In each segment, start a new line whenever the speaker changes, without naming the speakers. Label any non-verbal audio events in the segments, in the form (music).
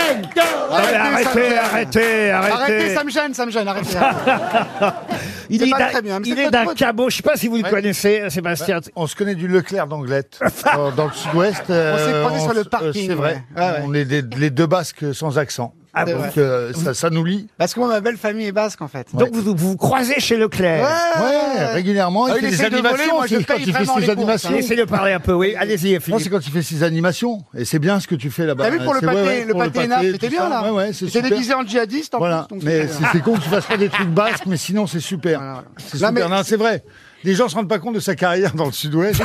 mais arrêtez, arrêtez, arrêtez.
Arrêtez, ça me gêne, ça me gêne,
(laughs)
arrêtez. arrêtez.
Il
C'est
est
pas
d'un-
très bien, mais
il
c'est
est
pas
d'un
trop-
cabot. Je sais pas si vous le
Ouais.
connaissez, euh, Sébastien.
On se connaît du Leclerc
(laughs)
d'Anglette, dans, dans le sud-ouest. euh,
s'est croisés
on
sur le
s- euh,
parking,
C'est vrai.
ouais. Ouais, ouais.
On est des- les deux Basques sans accent.
Ah bon
Donc euh, ça, ça nous lie.
Parce que moi, ma belle famille est basque, en fait.
Donc vous, vous vous croisez chez Leclerc.
Ouais, régulièrement. il
Ah, il
fait des
essaye de voler,
animations.
moi, je
aussi, quand
paye
il fait
vraiment les
ses
courses, hein.
animations.
Laissez-le parler un peu, oui. Allez-y,
Non,
Philippe.
c'est quand il fait ses animations. Et c'est bien ce que tu fais là-bas.
T'as vu pour le
Bah, C'est-
pâté,
ouais, ouais,
le
pour
pâté nappe,
tout
c'était
ça.
bien, là.
Ouais, ouais, c'est
C'était
super.
déguisé en djihadiste, en
Voilà.
plus. donc
Mais
c'est-
c'est c'est con que tu fasses pas des trucs basques, mais sinon, c'est super.
Voilà.
C'est
Non,
super.
mais-
Non, c'est vrai. Les gens se rendent pas compte de sa carrière dans le sud-ouest.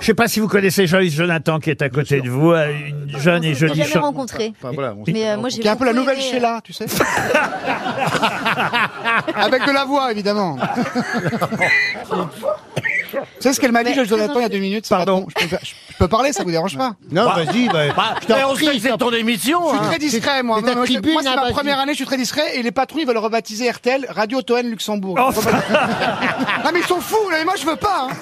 Je sais pas si vous connaissez Joyce Jonathan qui est à côté de vous, euh, une jeune et
Je l'ai
jolie
jamais
chanteuse.
rencontré.
Enfin, voilà, on-
Mais euh, moi, j'ai
Qui est un peu la
beaucoup
nouvelle
aimé, euh,
Sheila, tu sais. (laughs) Avec de la
(laughs)
voix, évidemment. Tu sais ce qu'elle m'a dit,
Mais-
Joël Jonathan, il y a deux minutes c'est
Pardon.
pas bon. Je peux, je peux parler, ça vous dérange pas
Non, vas-y, bah, je t'en prie, je t'en-
ton émission.
Je suis très discret, moi.
c'est ta
Moi, je-
tribune,
moi, c'est
hein,
ma
vas-y.
première année, je suis très discret. Et les patrons, ils veulent rebaptiser RTL Radio Toen Luxembourg.
Enfin,
(laughs) Ah, mais ils sont fous, là, mais moi, je veux pas. hein.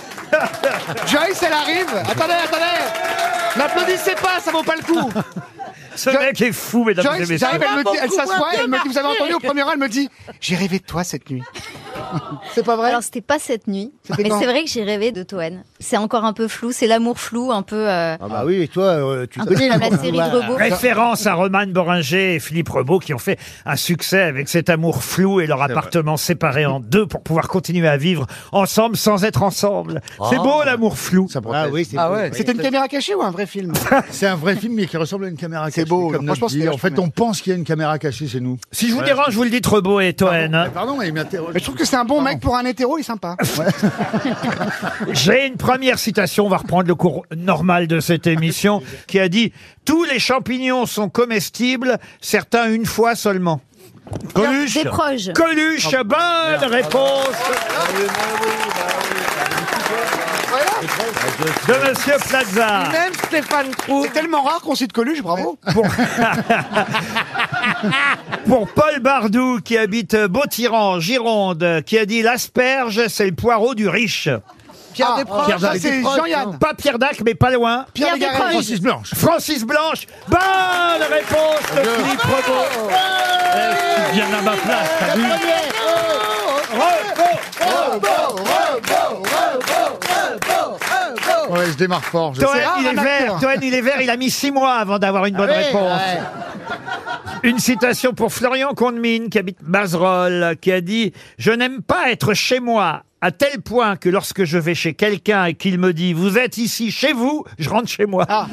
Joyce, elle arrive. Attendez, attendez. N'applaudissez pas, ça vaut pas le coup.
ce mec est fou, mesdames et
Joyce,
messieurs.
j'arrive, elle, me dit- elle
hein,
s'assoit, elle me dit, vous avez entendu au premier rang, elle me dit, j'ai rêvé de toi cette nuit. c'est pas vrai
Alors c'était pas cette nuit,
C'était
mais
quand
c'est vrai que j'ai rêvé de Toen. C'est encore un peu flou, c'est l'amour flou, un peu euh,
Ah bah oui, et toi, euh, tu connais la
comme la série de robots.
Référence à Romane Boringer et Philippe Rebaud qui ont fait un succès avec cet amour flou et leur appartement séparé en deux pour pouvoir continuer à vivre ensemble sans être ensemble. C'est beau l'amour flou.
Ah. Ça protège.
Ah oui, c'est
Ah ouais,
beau.
C'était une caméra cachée ou un vrai film
C'est un vrai film, mais qui ressemble à une caméra cachée.
C'est beau,
comme
franchement,
notre vie.
c'est
En fait,
vachement
on pense qu'il y a une caméra cachée chez nous.
Si je vous dérange, vous le dites Rebaud et Toen. hein.
Mais Pardon, mais il m'interroge.
Mais je trouve que c'est un bon mec pour un hétéro, il est
(laughs)
sympa.
J'ai une première citation, on va reprendre le cours normal de cette émission, qui a dit « Tous les champignons sont comestibles, certains une fois seulement
Coluche.
des proches. ». Ah,
Coluche, bonne réponse de Monsieur Plaza.
Même Stéphane Trou. C'est tellement rare qu'on cite Coluche, bravo.
(laughs) Pour Paul Bardou, qui habite Beautiran, Gironde, qui a dit « L'asperge, c'est le poireau du riche
Pierre Desproges,
Ah, Pierre
ça,
Desproges,
c'est Jean-Yann. ».
Pas Pierre Dac, mais pas loin.
Pierre Desproges.
Francis Blanche.
Francis Blanche, bonne réponse de Philippe Rebaud.
Bien à ma place, t'as vu
Rebaud.
Ouais, je démarre fort. je
Toen,
sais.
rare,
il est
un
vert.
acteur.
Ah, bah, Toen, il est vert. Il a mis six mois avant d'avoir une bonne réponse. Une citation pour Florian Condemine, qui habite Bazerolles, qui a dit « Je n'aime pas être chez moi, à tel point que lorsque je vais chez quelqu'un et qu'il me dit « Vous êtes ici, chez vous », je rentre chez moi.
Ah.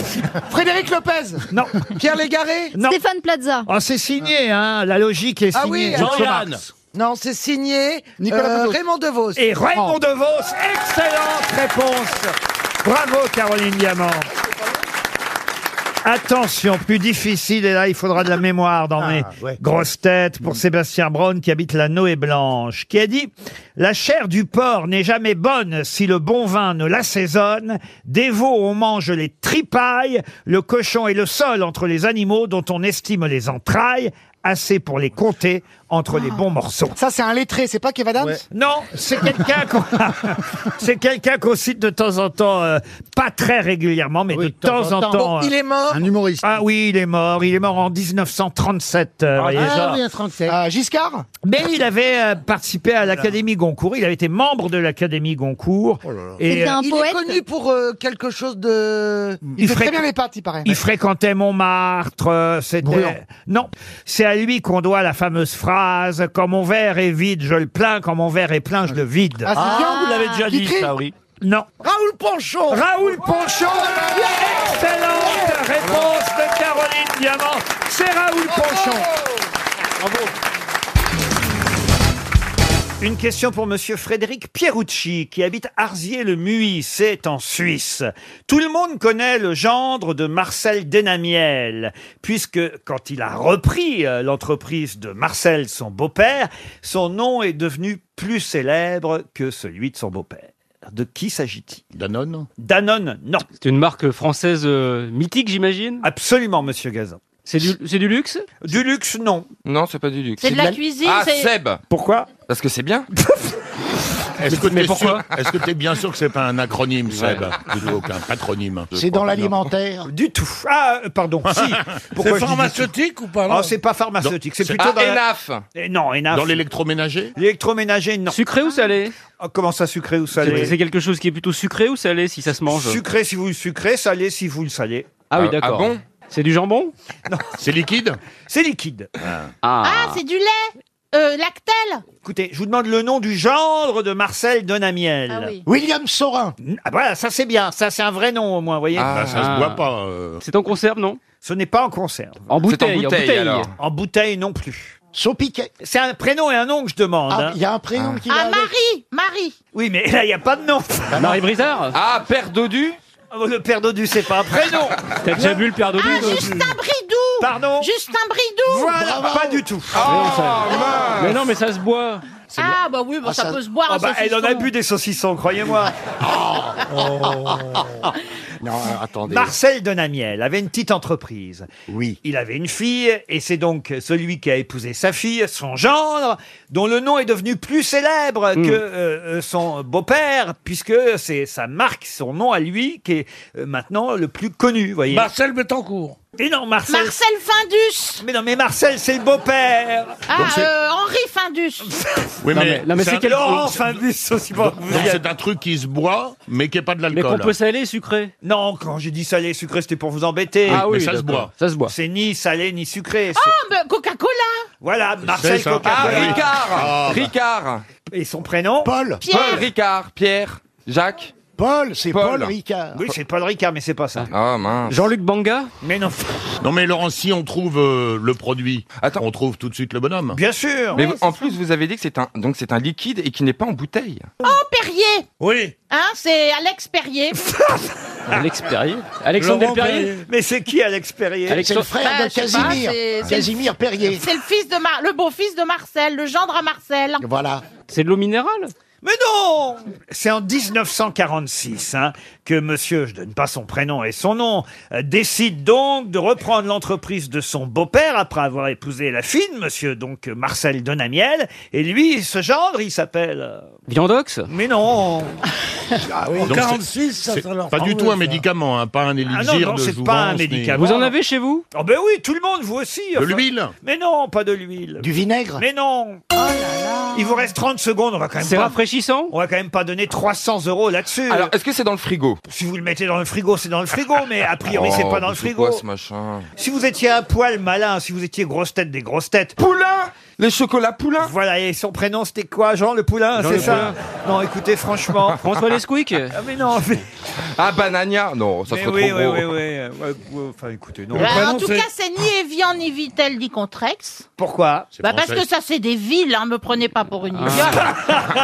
Frédéric Lopez.
Non,
Pierre Légaré.
non.
Stéphane Plaza.
Oh, c'est signé, hein, la logique est
Ah oui,
signée.
Jean-Yann.
Non, c'est signé
Nicolas
euh,
Bedos.
Raymond DeVos.
Et Raymond DeVos, excellente réponse. Bravo Caroline Diamant. Attention, plus difficile, et là il faudra de la mémoire dans mes
ouais.
grosses têtes pour Sébastien Braun qui habite la Noé Blanche, qui a dit « La chair du porc n'est jamais bonne si le bon vin ne l'assaisonne. Des veaux, on mange les tripailles, le cochon est le seul entre les animaux dont on estime les entrailles, assez pour les compter entre les bons morceaux. »
Ça, c'est un lettré, c'est pas Kev Adams
Ouais.
Non, c'est quelqu'un qu'on c'est quelqu'un qu'on cite de temps en temps, euh, pas très régulièrement, mais de temps, en temps.
Bon,
euh,
il est mort.
Un humoriste.
Ah oui, il est mort. Il est mort en 1937. euh, voyez
Ah
ça.
oui, un 37.
Euh, Giscard
Mais il avait euh, participé à l'Académie Goncourt. Il avait été membre de l'Académie Goncourt. Et
C'était
euh,
un
Il est
poète.
connu pour euh, quelque chose de...
Il, fait
fréqu-
très bien les pattes, il paraît.
il fréquentait Montmartre. euh,
Brûlant.
C'était non, c'est à lui qu'on doit la fameuse phrase "Quand mon verre est vide, je le plein. Quand mon verre est plein, je le vide."
Ah, c'est bien,
Vous l'avez déjà dit,
Vitry.
ça, oui.
Non.
Raoul Ponchon
Raoul Ponchon, excellente réponse de Caroline Diamant. C'est Raoul Ponchon. Une question pour Monsieur Frédéric Pierucci, qui habite Arzier-le-Muy, c'est en Suisse. Tout le monde connaît le gendre de Marcel Denamiel, puisque quand il a repris euh, l'entreprise de Marcel, son beau-père, son nom est devenu plus célèbre que celui de son beau-père. De qui s'agit-il
Danone.
Danone, non.
C'est une marque française euh, mythique, j'imagine.
Absolument, monsieur Gazan.
C'est du, c'est du luxe
Du luxe, non.
Non, c'est pas du luxe.
C'est de la cuisine.
Ah,
c'est-
Seb
Pourquoi
Parce que c'est bien.
(laughs) Est-ce que
mais
t'es
pourquoi
sûr- Est-ce que t'es bien sûr que c'est pas un acronyme, Seb Plutôt qu'un patronyme.
C'est dans l'alimentaire.
Du tout. Ah, euh, pardon,
(laughs)
si. (laughs) Pourquoi je dis du tout
pharmaceutique ou pas
Ah, c'est pas pharmaceutique, c'est
C'est- Ah,
plutôt dans la-
Enaf.
Eh, Non, ENAF.
Dans l'électroménager
L'électroménager, non.
Sucré ou salé
Ah, Comment ça, sucré ou
C'est
salé
c'est quelque chose qui est plutôt sucré ou salé si ça se mange
Sucré si vous le sucrez, salé si vous le salez.
Ah oui,
Ah,
d'accord.
ah bon
C'est du jambon
(laughs) C'est liquide
C'est liquide.
Ah, c'est du lait euh, Lactel
Écoutez, je vous demande le nom du gendre de Marcel Donamiel.
Ah oui.
William Sorin.
Ah, voilà, ça c'est bien. Ça c'est un vrai nom au moins, vous voyez.
Bah, Ça
Ah.
se boit pas. euh.
C'est en conserve, non
Ce n'est pas en conserve.
En bouteille, en bouteille.
En bouteille non plus.
Saupiquet.
C'est un prénom et un nom que je demande.
Ah,
hein.
il y a un prénom qui va
Ah,
avec.
Marie Marie
Oui, mais là, il n'y a pas de nom.
Bah,
Ah,
Marie Brizard
Ah, père Dodu
Le père Dodu, c'est pas un prénom.
T'as déjà vu le père de
Ah, Justin Bridou
Pardon
Justin Bridou
Voilà, pas du tout.
Oh,
Mais non, mais ça se boit.
Ah, bah oui, bah, ça,
ça-
peut se boire.
Ah
un
bah, elle en a
saucisson.
bu des saucissons,
(laughs)
croyez-moi.
Non, attendez.
Marcel Donamiel avait une petite entreprise.
Oui.
Il avait une fille, et c'est donc celui qui a épousé sa fille, son gendre, dont le nom est devenu plus célèbre que euh, euh, son beau-père, puisque c'est sa marque, son nom à lui, qui est euh, maintenant le plus connu, voyez.
Marcel Betancourt.
et non, Marcel...
Marcel Findus
mais non, mais Marcel, c'est le beau-père
Ah,
c'est-
euh, Henri
(laughs)
Findus
Oui,
Non, mais- non, mais c'est
un-
quel-
Laurent Fabius aussi, bon, vous
Donc,
y êtes.
c'est un truc qui se boit, mais qui n'est pas de
Mais
l'alcool.
qu'on peut saler et sucré.
Non, quand j'ai dit salé et sucré, c'était pour vous embêter.
Ah oui, mais ça se
d'accord.
boit.
Ça se boit.
C'est ni salé ni sucré. c'est-
Ah, bah, Coca-Cola
Voilà, Marcel
sympa.
Coca-Cola.
Ah,
Ricard
Ah, bah.
Ricard
Et son prénom
Paul.
Pierre
Ricard, Pierre, Jacques.
Paul, c'est
Paul.
Paul. Ricard.
Oui, c'est Paul Ricard, mais c'est pas ça.
Ah mince.
Jean-Luc Banga
Mais non,
Non, mais Laurent, si on trouve euh, le produit,
Attends.
on trouve tout de suite le bonhomme.
bien sûr.
Mais vous- en plus, vous avez dit que c'est un, donc c'est un liquide et qui n'est pas en bouteille.
Oh, Perrier
Oui.
Hein, c'est Alex
(laughs)
Perrier.
Ah. Alex Perrier Alexandre
Laurent
Del Perrier
Mais c'est qui Alex Perrier
Alex-
C'est le frère
Bah,
de
je sais pas,
Casimir.
c'est- c'est-
Casimir Perrier.
C'est le fils de Mar- le beau-fils de Marcel, le gendre à Marcel.
Voilà.
C'est de l'eau minérale
Mais non C'est en 1946 hein, que monsieur, je donne pas son prénom et son nom, euh, décide donc de reprendre l'entreprise de son beau-père après avoir épousé la fille de monsieur, donc euh, Marcel Donamiel. Et lui, ce genre, il s'appelle... euh,
Viandox
Mais non
Donc, c'est-
46, ça,
c'est
ça leur
pas du
prend,
tout
ouais,
un
ça.
médicament, hein, pas un
Ah non,
élixir
non,
de
c'est pas
jouvence.
un
ni-
médicament.
Vous en avez chez vous
Oh ben oui, tout le monde, vous aussi
De
enfin.
l'huile
Mais non, pas de l'huile.
Du vinaigre.
Mais non Il vous reste 30 secondes, on va quand même
C'est
pas...
rafraîchissant
On va quand même pas donner 300 euros là-dessus.
Alors, est-ce que c'est dans le frigo
Si vous le mettez dans le frigo, c'est dans le frigo, mais a priori, c'est
Oh,
pas dans le
c'est
frigo.
quoi, ce machin
Si vous étiez un poil malin, si vous étiez grosse tête des grosses têtes,
Poulain Les chocolats Poulain
voilà, et son prénom, c'était quoi Jean le Poulain,
Jean
c'est
Le
ça Non, écoutez, franchement...
François Lesquick
Ah, mais non, mais,
(laughs) Ah, banania Non, ça
mais
serait
oui,
trop
oui,
gros.
oui, oui, euh, ouais, ouais, Enfin, écoutez, non.
Bah, en
prénom,
tout
c'est-
cas, c'est ni Evian ni Vitel ni Contrex.
Pourquoi Ah.
C'est
Bah, parce
français.
que ça, c'est des villes, hein, me prenez pas pour une idiote.
(laughs)
(laughs)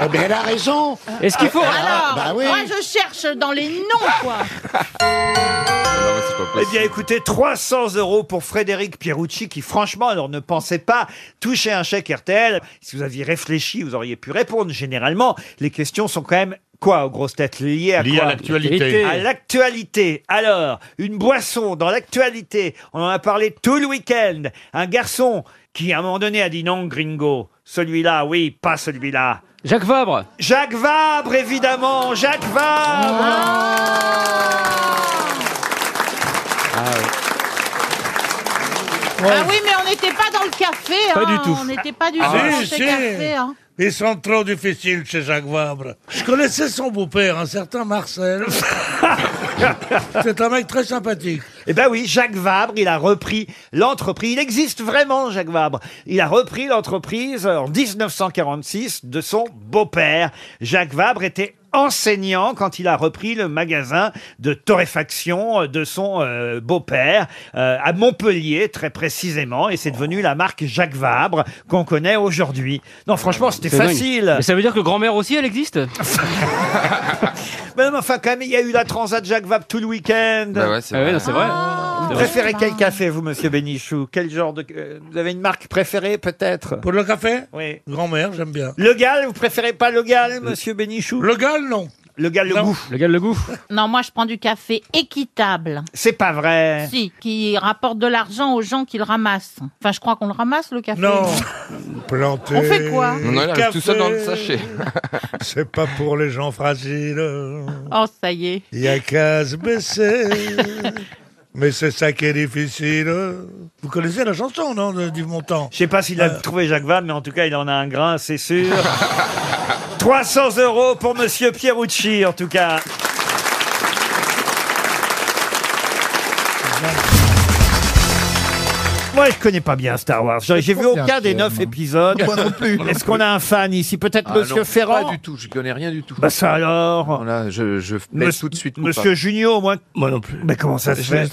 Eh bien, elle a raison.
Est-ce qu'il faut
Alors,
bah oui.
moi, je cherche dans les noms,
(laughs)
quoi.
Ah ouais, c'est pas
Eh
possible.
bien, écoutez, 300 euros pour Frédéric Pierucci, qui, franchement, alors ne pensez pas toucher un chèque RTL. Si vous aviez réfléchi, vous auriez pu répondre. Généralement, les questions sont quand même quoi aux grosses têtes liées à
Lié
quoi
à l'actualité.
À l'actualité. Alors, une boisson dans l'actualité. On en a parlé tout le week-end. Un garçon qui, à un moment donné, a dit non, gringo. Celui-là, oui, pas celui-là.
Jacques Vabre
Jacques Vabre, évidemment. Jacques Vabre.
Ah oui, mais on n'était pas dans le café,
Pas
hein,
du tout.
On n'était pas du tout
Ah,
dans
si,
ce
si.
café, hein.
Ils sont trop difficiles chez Jacques Vabre. Je connaissais son beau-père, un certain Marcel. c'est un mec très sympathique.
Eh ben oui, Jacques Vabre, il a repris l'entreprise. Il existe vraiment, Jacques Vabre. Il a repris l'entreprise euh, en 1946 de son beau-père. Jacques Vabre était enseignant quand il a repris le magasin de torréfaction de son euh, beau-père euh, à Montpellier très précisément et c'est devenu la marque Jacques Vabre qu'on connaît aujourd'hui. Non franchement c'était
C'est dingue.
facile.
Mais ça veut dire que grand-mère aussi, elle
(laughs)
existe
Mais non, mais enfin quand même il y a eu la transat Jacques Vabre tout le week-end.
Bah ouais, c'est
Ah ouais,
vrai.
non, c'est vrai.
Vous
C'est vrai.
préférez quel café, vous, monsieur Bénichou Quel genre de. euh, Vous avez une marque préférée, peut-être
Pour le café
Oui.
Grand-mère, j'aime bien.
Le Gall, vous préférez pas le Gall, monsieur Bénichou
Le Gall, non.
Le gars le goût.
Le gars le goût.
Non, moi je prends du café équitable.
C'est pas vrai.
Si, qui rapporte de l'argent aux gens qui le ramassent. Enfin, je crois qu'on le ramasse le café.
Non. Planter.
On fait quoi
On en arrive tout ça dans le
café,
sachet.
C'est pas pour les gens fragiles. (laughs)
(laughs) Oh, ça y est.
Il y a qu'à se baisser. Mais c'est ça qui est difficile. Vous connaissez la chanson, non, de- Euh, du montant
Je sais pas s'il a trouvé Jacques Vabre, mais en tout cas, il en a un grain, c'est sûr. 300 euros pour Monsieur Pierucci, en tout cas. Moi, je connais pas bien Star Wars. J'ai j'ai vu
combien
aucun des
film,
neuf
hein.
épisodes.
Moi non plus.
(laughs) Est-ce qu'on a un fan ici Peut-être Monsieur Ferrand
Ah Pas du tout, je connais rien du tout.
Bah ça alors
Voilà, je, je laisse
Monsieur-
tout de suite.
Monsieur Junio, moi. Moi non plus. Mais comment ça se fait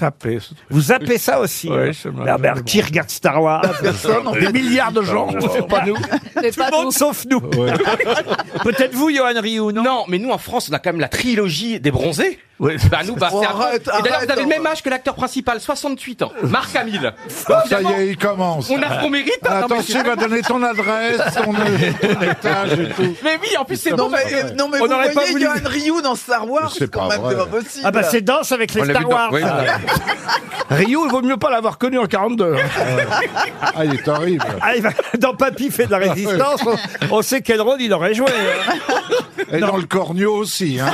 Vous appelez ça aussi
Ouais,
hein
ça m'a-
Ah, ben, Qui regarde Star Wars
Personne, des milliards de gens, c'est pas nous.
Tout le monde sauf nous.
(laughs)
Peut-être vous, Johan Rioux, non
Non, mais nous en France, on a quand même la trilogie des bronzés. Bah nous, bah,
Oh,
c'est
arrête,
Et d'ailleurs,
arrête,
vous avez le
arrête.
même âge que l'acteur principal, 68 ans, Marc Hamill.
(laughs) Ah, ça y
Finalement,
est, il commence. Ah,
on a qu'on mérite. hein, non, mais-
Attention, il va donner ton adresse, ton, ton étage et tout.
mais oui, en plus c'est
Non,
bon.
mais-
non mais
On n'aurait pas voulu.
Ryu dans Star Wars,
C'est
(laughs)
pas vrai.
possible.
Ah bah c'est Danse avec les
On l'a vu
Star
dans-
Wars.
oui,
(laughs)
voilà.
Rio, il vaut mieux pas l'avoir connu en 42.
Ah, il est horrible.
(laughs)
Ah,
Ah, il va- dans Papy fait de la résistance, on, on sait quel rôle il aurait joué. hein.
Et dans le cornio aussi. Hein.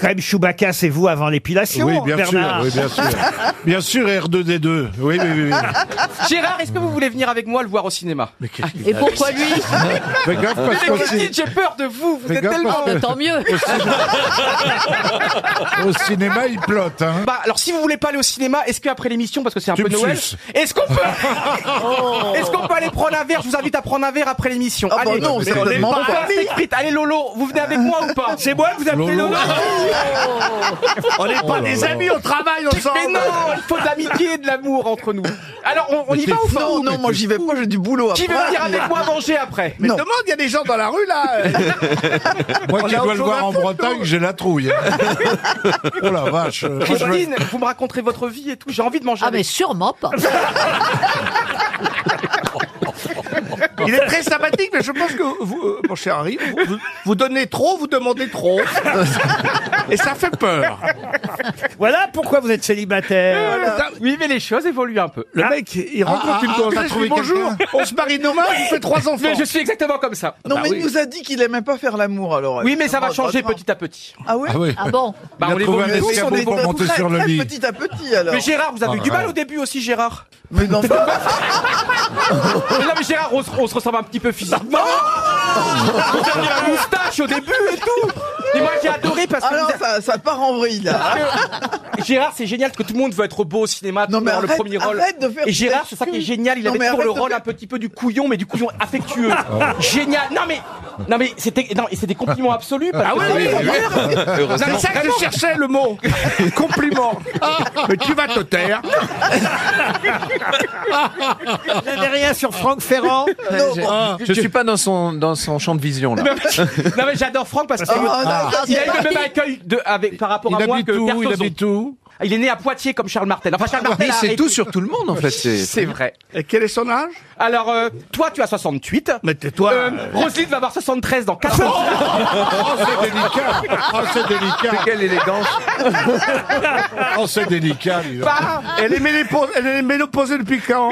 Quand même, Chewbacca, c'est vous avant l'épilation,
Oui, bien sûr,
Bernard.
oui, bien sûr.
(laughs)
Bien sûr, R2D2. Oui, oui, oui. oui. (laughs)
Gérard, est-ce que vous voulez venir avec moi le voir au cinéma Mais
Et pourquoi lui
(laughs) Fais gaffe parce que
les
si-
petites, j'ai peur de vous. Vous
Fais
êtes
gaffe,
tellement.
parce que-
Tant mieux.
(laughs)
au cinéma, il plotte. Hein.
Bah, alors si vous voulez pas aller au cinéma, est-ce qu'après l'émission, parce que c'est un
Tu
peu
me
Noël,
suces.
est-ce qu'on (laughs) peut, est-ce qu'on peut aller prendre un verre Je vous invite à prendre un verre après l'émission.
Ah bah
allez,
non,
on
c'est tellement
part
pas.
à steak frites. Allez Lolo, vous venez avec moi ou pas
C'est moi que vous appelez Lolo
On n'est pas des amis, on travaille
Oh Mais non, il faut de l'amitié et de l'amour entre nous. Alors on, on y va ou pas
Non, non, moi j'y vais pas, j'ai du boulot
Qui veut venir avec moi manger après
Non.
demande, il y a des gens dans la rue là. (laughs) Moi qui dois le voir en Bretagne, j'ai la trouille. hein. (laughs) oh la vache. Moi, je veux-
Christine, vous me raconterez votre vie et tout. J'ai envie de manger.
Ah mais
avec
sûrement
(laughs)
pas.
Il est très sympathique, mais je pense que vous, euh, mon cher Harry, vous, vous- vous donnez trop, vous demandez
(laughs)
trop. Et ça fait peur.
Voilà pourquoi vous êtes célibataire.
Ah, vous. Oui, mais les choses évoluent un peu. Ah.
Le mec, il rencontre une
t'as
gonzesse, il
trouvé
dit bonjour, on se marie demain, on fait trois enfants.
Mais je suis exactement comme ça.
Non,
Bah
mais
oui.
il nous bah, a dit qu'il aimait pas faire l'amour, alors.
Oui, mais ça va changer petit à petit.
Ah ouais
Ah oui.
Ah bon
Bah,
Il a
on
trouvé
évolue
un
tous, on
escabeau
évolue.
pour monter
Très,
sur le
très
lit.
petit à petit, alors. Ah
Mais Gérard, vous avez eu du mal
ouais.
au début aussi, Gérard.
Mais
(laughs)
non, pas-
Mais non, mais Gérard, on, se- on se ressemble un petit peu physiquement.
Ah
Vous aviez la moustache au début et tout. Et moi, j'ai adoré parce que.
alors
vous a-
ça, ça part en vrille, là.
Gérard, c'est génial que tout le monde veut être beau au cinéma,
Non,
tout
mais
dans le
arrête-
premier rôle.
arrête de faire
Et Gérard,
des
c'est ça qui est
excuses.
génial, il
Non,
avait
mais
toujours le
arrête de
rôle
faire- Ah.
un petit peu du couillon, mais du couillon affectueux. Génial. Non, mais. Non, mais c'était. Non, et c'est des
(laughs)
compliments absolus. Parce ah que
oui, oui,
(laughs)
c'est ça que je cherchais le mot. Ah. Compliment.
Mais tu vas te taire.
Vous n'avez rien sur Franck Ferrand
Ah,
Je suis pas dans son, dans son champ de vision, là.
(laughs) Non, mais j'adore Franck parce que. Ah,
Oh, non, non,
Il a eu le même accueil de, avec, par rapport
Il
à moi
habite
que
où Il
Berthoson.
habite où
Il est né à Poitiers comme Charles Martel. Enfin, Charles Martel.
Mais
a
Ah, c'est
arrêté-
tout sur tout le monde, en
(laughs)
fait. C'est
C'est vrai.
Et quel est son âge
Alors, euh, toi, tu as 68.
Mais tais-toi.
Euh, Roselyne va avoir 73 dans 4 ans.
Oh, c'est délicat. Oh, c'est délicat.
quelle élégance.
(laughs)
Oh, c'est délicat. dis donc.
Pas.
Bah, Elle est ménopause- elle est ménopausée depuis
(laughs)
quand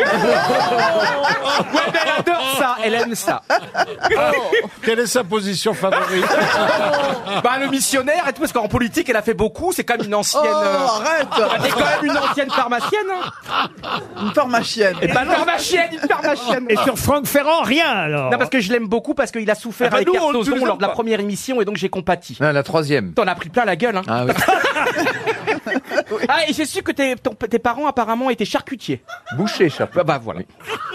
Ouais, mais elle adore ça. Elle aime ça.
(laughs) Quelle est sa position
(laughs)
favorite
Bah, le missionnaire et tout, parce qu'en politique, elle a fait beaucoup. C'est quand même une
Oh,
ancienne. euh,
arrête
Elle est quand même une ancienne pharmacienne. Hein.
Une pharmacienne.
une pharmacienne, une
(laughs)
pharmacienne.
Eh ben, Et sur Franck Ferrand, rien alors.
Non, parce que je l'aime beaucoup parce qu'il a souffert avec Cartozon lors de la première émission et donc j'ai compati.
Ah, la troisième.
T'en as pris plein la gueule, hein. (laughs)
Ah oui.
Ah, et j'ai su que tes, ton- tes parents apparemment étaient charcutiers.
Boucher, chapeau.
Bah, bah voilà.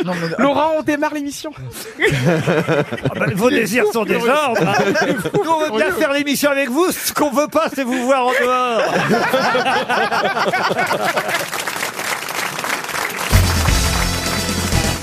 (laughs) Laurent, on démarre l'émission.
Ah bah, vos désirs sont des
(laughs)
ordres. hein. Nous, on veut bien faire l'émission avec vous. Ce qu'on veut pas, c'est vous voir en
(laughs)
dehors.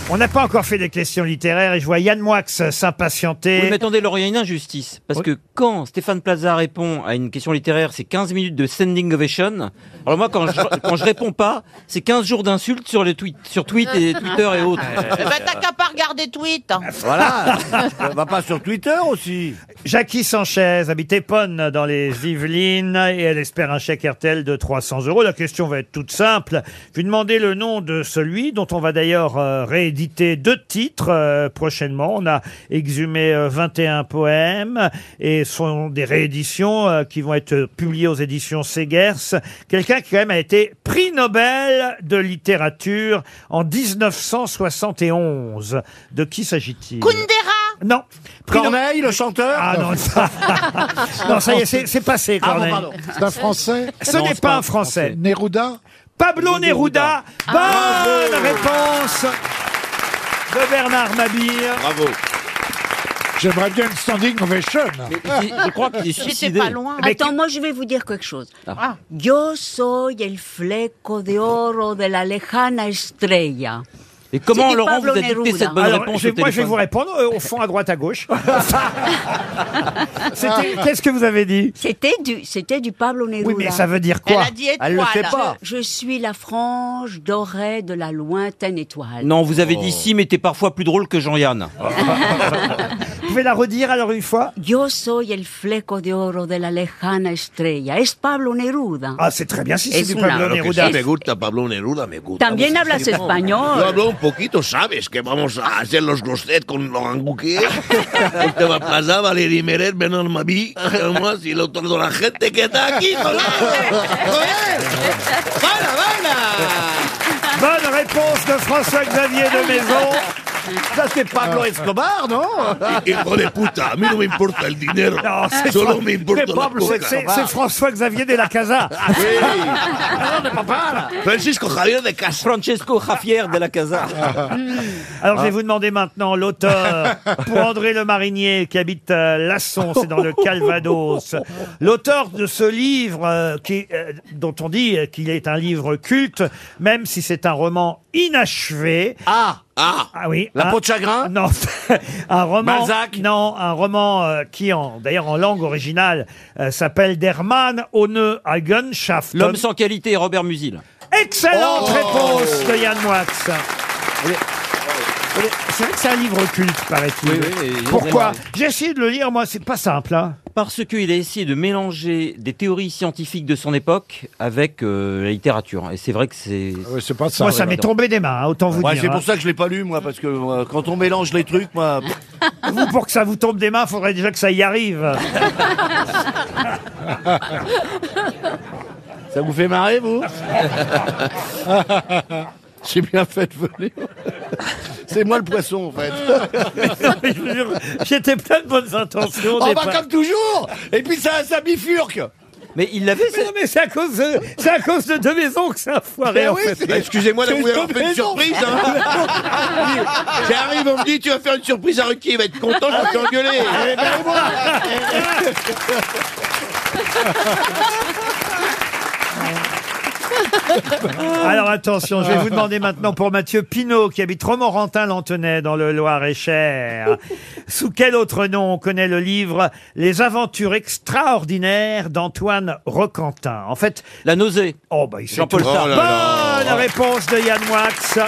On n'a pas encore fait des questions littéraires et je vois Yann Moix s'impatienter.
Oui, mais attendez, Laurent, il y a une injustice. Parce que quand Stéphane Plaza répond à une question littéraire, c'est 15 minutes de standing ovation. Alors moi, quand je,
(laughs)
quand je réponds pas, c'est 15 jours d'insultes sur, les tweets, sur tweet
(laughs)
et Twitter et autres.
Eh ben, t'as qu'à pas regarder tweet.
va Euh, bah, pas sur Twitter aussi. Jackie Sanchez habite Épone dans les Yvelines et elle espère un chèque RTL de 300 euros. La question va être toute simple. Je vais demander le nom de celui dont on va d'ailleurs euh, rééditer deux titres euh, prochainement. On a exhumé euh, 21 poèmes et ce sont des rééditions euh, qui vont être publiées aux éditions Segers. Quelqu'un qui quand même a été prix Nobel de littérature en 1971. De qui
(laughs)
s'agit-il
Kundera
non.
Corneille, le chanteur
Ah non, ça, non, ça y est, c'est c'est passé,
Ah bon,
Corneille.
pardon.
C'est un Français Ce
Non,
n'est
c'est
pas
pas
un Français. Neruda Pablo Neruda. Ah. Bonne réponse de Bernard Mabille.
Bravo. J'aimerais bien une standing ovation.
Attends, moi je vais vous dire quelque chose.
Ah.
Ah.
Yo soy el fleco de oro de la lejana estrella.
(laughs) Et comment,
C'était
Laurent, vous
Pablo
a dicté
Neruda.
cette bonne
Alors,
réponse
je-
au
moi, je vais
téléphone
vous répondre euh, au fond, à droite, à
(laughs)
gauche. C'était- Qu'est-ce que vous avez dit
Ah. C'était du, c'était du Pablo Neruda.
Oui, mais ça veut dire quoi Elle a dit étoile. Elle le sait pas.
Je, je suis la frange dorée de la lointaine étoile.
(laughs) Non, vous
Oh.
avez dit si, mais t'es parfois plus drôle que Jean-Yann.
Ah. Vous pouvez la redire alors une fois
Yo soy el fleco de oro de la lejana estrella. Es Pablo Neruda.
Ah, c'est très bien si
c'est Es du una- Pablo
Claro que
Neruda.
sí, Ah, me gusta Pablo Neruda, me gusta.
También
muchísimo.
hablas español.
Yo hablo un poquito, ¿sabes? Que vamos a hacer los glosset con Laurent
(laughs)
Gouquet. Te va a pasar Valérie Meret, Bernard Mabie, moi, y lo toda la gente que está aquí. con-
Bonne réponse de François-Xavier de Maison.
Ça, c'est Pablo Escobar, non
Oh.
Hijo de puta, a mí no me importa el dinero.
Ah.
Non, c'est
Solo
Fran-
me importa
c'est
la
Pablo-
coca.
c'est- c'est- c'est François-Xavier de
(laughs)
la Casa. (laughs) Ah
Francisco Javier de Casa.
Francesco Javier de la
(laughs)
Casa.
Ah.
Alors, je vais vous demander maintenant
(laughs)
l'auteur pour André Le Marinier qui habite euh, Lasson, c'est dans le
(laughs)
Calvados. L'auteur de ce livre euh, qui, euh, dont on dit euh, qu'il est un livre culte, même si c'est un roman inachevé. Ah
ah,
oui.
La
un-
peau de chagrin
(laughs) Non, un roman.
Balzac
Non, un roman euh, qui, en d'ailleurs en langue originale, euh, s'appelle Dermann ohne Eigenschaft.
L'homme sans qualité, Robert Musil.
Excellente
Oh
réponse de Yann Moix. C'est vrai que c'est un livre culte, paraît-il.
Oui, oui, oui, il est
Pourquoi
vraiment-
J'ai essayé de le lire, moi, c'est pas simple. hein.
Parce qu'il a essayé de mélanger des théories scientifiques de son époque avec euh, la littérature. Et c'est vrai que c'est.
Ah
c'est
pas
moi, ça m'est (laughs) tombé des mains, hein, autant vous
Ouais,
dire.
c'est pour
hein.
ça que je l'ai pas lu, moi, parce que euh, quand on mélange les trucs,
(laughs)
moi.
Vous, pour que ça vous tombe des mains, faudrait déjà que ça y arrive.
Ça vous fait marrer, vous (laughs) J'ai bien fait de venir. (laughs) C'est moi le poisson, en
(laughs)
fait.
J'étais plein de bonnes intentions.
Oh, bah, comme toujours Et puis ça, ça bifurque
Mais il l'avait.
Mais, non, mais c'est à cause de, c'est à cause de deux maisons que ça a foiré.
Ben
Mais
en
oui,
fait.
c'est- Excusez-moi
d'avoir fait une surprise,
(laughs)
hein. J'arrive, on me dit, tu vas faire une surprise à Ruquier, il va être content, je vais t'engueuler.
Eh ben, voilà.
(laughs)
Alors attention, je vais vous demander maintenant pour Mathieu Pinault qui habite Romorantin-Lantenay dans le Loir-et-Cher. Sous quel autre nom on connaît le livre Les aventures extraordinaires d'Antoine Roquentin En fait,
la nausée.
Oh bah il sait
Jean-Paul
tout.
Sartre.
Bonne
Oh là là.
réponse de Yann Wax.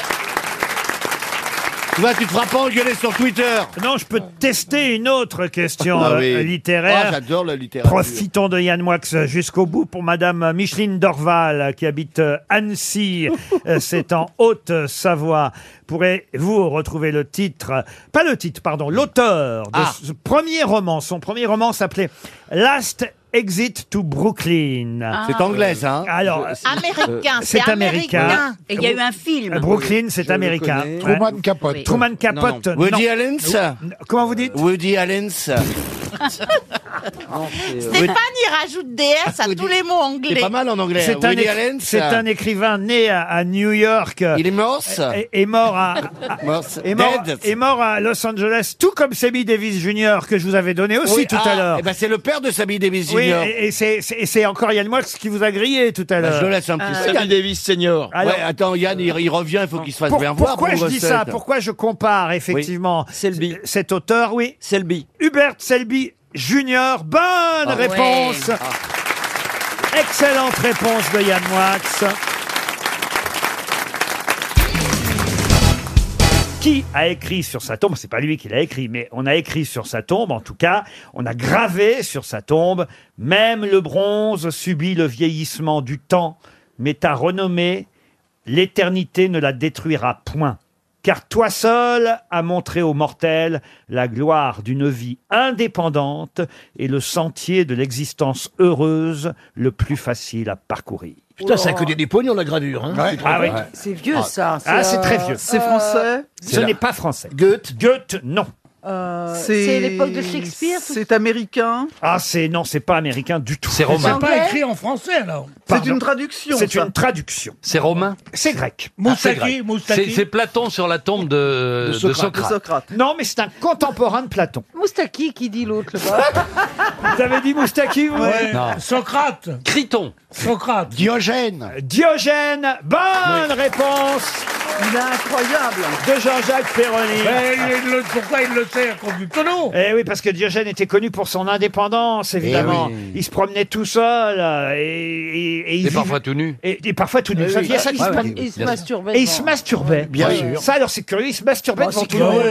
Bah,
Tu vois, tu te feras pas engueuler sur Twitter.
Non, je peux tester une autre question
Ah
euh,
oui.
littéraire.
Ah, j'adore la littérature.
Profitons de Yann Moix jusqu'au bout pour Madame Micheline Dorval qui habite euh, Annecy, Euh, c'est en Haute-Savoie. Pourrez-vous retrouver le titre, euh, pas le titre, pardon, l'auteur de
Ah.
ce premier roman. Son premier roman s'appelait Last Exit to Brooklyn.
Ah. C'est anglais,
ça. Alors,
Je-
euh,
Américain,
c'est
c'est
américain.
américain. Et il y a eu un film.
Brooklyn, c'est
Je le
américain.
connais.
Ouais.
Truman Capote. Oui.
Truman
Non, non.
Capote.
Woody
non.
Allen, ça
(laughs)
Comment vous dites
Ah,
Woody Allen. ça.
euh,
Stéphane, il rajoute DS à tous les mots anglais.
C'est
hein.
un, éc- c'est un écrivain né à, à New York. Il est mort est, est
(laughs)
mort à, à- est, mort,
Dead.
est mort à Los Angeles, tout comme Sammy Davis Jr. que je vous avais donné aussi
Oui,
tout
ah,
à l'heure.
eh ben, c'est le père de Sammy Davis
Oui,
Jr.
et, et c'est- c'est et c'est encore Yann Moix qui vous a grillé tout à
Bah,
l'heure.
je le laisse un petit
Ah, Euh,
peu. Sammy
Davis Senior.
ouais, attends, Yann, il, il revient, il faut qu'il se fasse
Pour-
bien voir.
pourquoi je dis ça Pourquoi je compare effectivement c- cet auteur Oui. Selby. Hubert Selby Junior. Bonne réponse.
Ah. ouais. Ah.
Excellente réponse de Yann Moix. Qui a écrit sur sa tombe C'est pas lui qui l'a écrit, mais on a écrit sur sa tombe, en tout cas, on a gravé sur sa tombe. Même le bronze subit le vieillissement du temps, mais ta renommée, l'éternité ne la détruira point. Car toi seul as montré aux mortels la gloire d'une vie indépendante et le sentier de l'existence heureuse le plus facile à parcourir.
Putain, ça a que des- des pognons, la gravure. Hein,
Ouais.
C'est
Ah
trop-
oui.
C'est vieux,
Ah.
ça.
Ah, c'est
euh,
très vieux. C'est
français
Ce n'est pas français. Goethe Goethe, non.
Euh,
C'est- c'est l'époque de Shakespeare, tout
C'est américain.
Ah, c'est non, c'est pas américain du tout. C'est
C'est pas écrit en français alors.
C'est une traduction.
C'est
ça.
une traduction.
C'est romain Ah,
C'est grec.
Moussaki,
C'est grec.
Moussaki.
C'est- C'est Platon sur la tombe de, de Socrate.
Non, mais c'est un contemporain de Platon.
Moustaki qui dit l'autre là-bas.
(laughs) Vous avez dit Moustaki, vous
Ouais.
Non.
Socrate.
Criton.
Socrate.
Diogène. Diogène. Bonne réponse.
Il est incroyable.
De Jean-Jacques Perroni.
Ben, il le- pourquoi il le sait à cause du tonneau
Eh oui, parce que Diogène était connu pour son indépendance, évidemment. Il se promenait tout seul. euh, Et, et- et il
Eh Et
vivait-
parfois tout nu.
Et, et parfois tout nu.
Eh
Ça,
oui.
il y a ça qui
Ah,
se
oui,
promenait.
oui, bien sûr.
Et il se masturbait.
Bien
Oui.
sûr.
Ça, alors c'est curieux, il se masturbait devant tout le monde.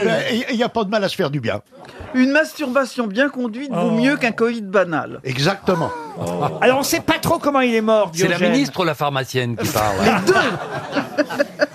Il n'y a pas de mal à se faire du bien.
Ah, Une masturbation bien conduite vaut mieux qu'un coït banal.
Exactement.
Oh. Alors on sait pas trop comment il est mort,
C'est la
Diogène.
ministre ou la pharmacienne qui parle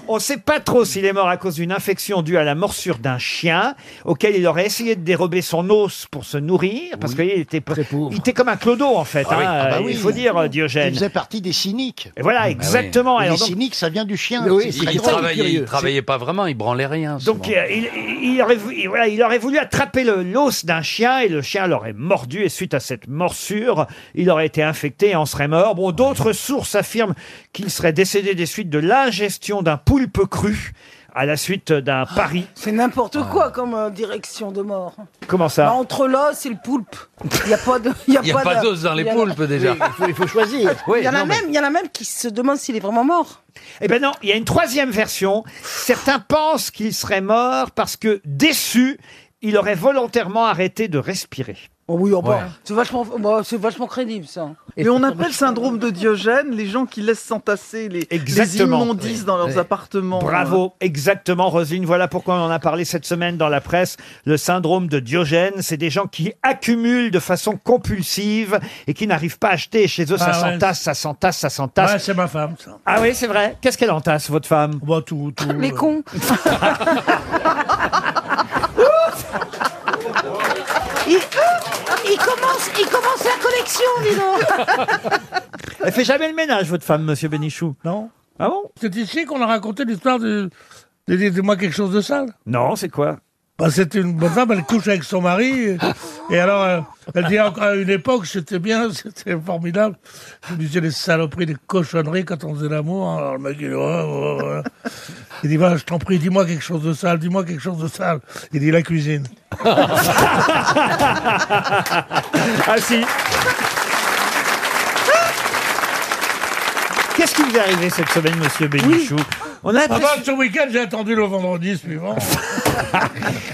On ne sait pas trop s'il est mort à cause d'une infection due à la morsure d'un chien auquel il aurait essayé de dérober son os pour se nourrir, parce qu'il était, il était comme un clodo en fait,
Ah oui,
hein,
ah bah
il
oui.
faut dire euh, Diogène.
Il faisait partie des cyniques. Ah bah
Et voilà, exactement.
Et
Alors
les
donc-
cyniques, ça vient du chien.
il,
très
il
drôle.
travaillait, il travaillait pas vraiment, il branlait rien.
Donc
souvent.
euh, il, il- il aurait, vou- il- voilà, il aurait voulu attraper le- l'os d'un chien et le chien l'aurait mordu et suite à cette morsure, il aurait été infecté et en serait mort. Bon, d'autres sources affirment qu'il serait décédé des suites de l'ingestion d'un poulpe cru à la suite d'un pari.
Ah, C'est n'importe quoi comme euh, direction de mort.
Comment ça
Bah, Entre l'os et le poulpe. Il n'y a pas de.
(laughs) Il y a pas
de-
d'os dans les
il y en a-
poulpes déjà.
Il faut choisir.
Oui,
il, y en a
non, mais-
même, il y en a même qui se demandent s'il est vraiment mort.
Eh ben non, il y a une troisième version. Certains pensent qu'il serait mort parce que déçu, il aurait volontairement arrêté de respirer.
Oh oui, oh bah, c'est vachement, bah, c'est vachement crédible ça.
Et on appelle
syndrome de Diogène les gens qui laissent s'entasser les,
Exactement. Oui. Oui.
appartements.
Bravo, exactement Roselyne. Voilà pourquoi on en a parlé cette semaine dans la presse. Le syndrome de Diogène, c'est des gens qui accumulent de façon compulsive et qui n'arrivent pas à acheter. Et Chez eux, ça
Ah ouais.
s'entasse, ça s'entasse, ça
Ouais,
s'entasse.
c'est ma femme, ça.
ah oui, c'est vrai. Qu'est-ce qu'elle entasse, votre femme
Bah tout, tout.
Les
euh,
(laughs)
cons.
Il, il commence, il commence la collection, dis donc.
Elle fait jamais le ménage, votre femme, monsieur Bénichou
Non.
Ah bon
C'est ici qu'on a raconté l'histoire de. de- de- de- moi quelque chose de sale
Non, c'est quoi
bah, C'était une bonne femme, elle couche avec son mari. Et, et alors, euh, elle dit encore à une époque, c'était bien, (laughs) c'était formidable. Je me disais des saloperies, des cochonneries quand on faisait l'amour. hein, Alors le mec, il dit, ouais, ouais, ouais. Il dit, bah, je t'en prie, dis-moi quelque chose de sale, dis-moi quelque chose de sale. Il dit, la
(laughs)
cuisine.
Ah si Qu'est-ce qui vous est arrivé cette semaine, monsieur Bénichou On
Ah
a l'impression-
bah, ce week-end, j'ai attendu le vendredi suivant.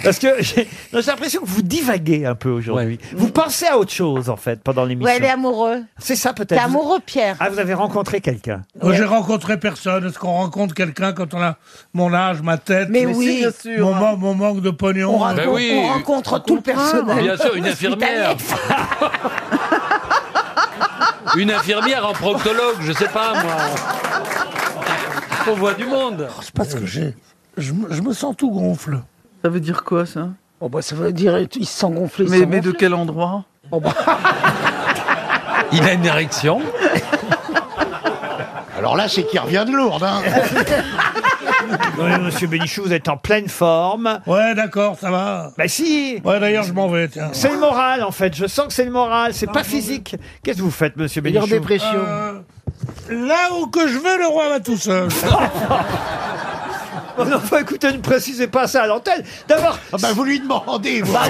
Parce que j'ai non, j'ai l'impression que vous divaguez un peu aujourd'hui. Vous pensez à autre chose, en fait, pendant
Ouais,
l'émission.
elle est amoureuse.
C'est ça, peut-être.
T'es
Vous-
amoureux, Pierre.
Ah, vous avez rencontré quelqu'un.
Moi, J'ai rencontré personne. Est-ce qu'on rencontre quelqu'un quand on a mon âge, ma tête
Mais Mais oui. si, bien sûr.
mon, man- mon manque de pognon.
On,
Ben
raconte- on rencontre tout le personnel.
Bien sûr, une infirmière.
(laughs)
Une infirmière en proctologue, je sais pas moi. On voit du monde.
C'est parce que j'ai. Je, me- je me sens tout gonfle.
Ça veut dire quoi ça
Oh bah ça
veut dire il se sent gonflé.
il se
Mais,
sent
mais de
gonflé.
quel endroit
Il a une érection.
Alors là, c'est qu'il revient de Lourdes. hein.
(laughs) Oui, monsieur Bénichou, vous êtes en pleine forme.
Ouais, d'accord, ça va.
Bah si
Ouais, d'ailleurs, je m'en vais, tiens. Ah,
C'est le moral, en fait. Je sens que c'est le moral. C'est pas physique. Qu'est-ce que vous faites, monsieur
Il est en
Bénichou
dépression. Euh, Là où que je vais, le roi va tout seul.
Oh (laughs) non, enfin, écoutez, ne précisez pas ça à l'antenne. D'abord.
Ah ben,
Bah,
vous lui demandez, vous.
(laughs)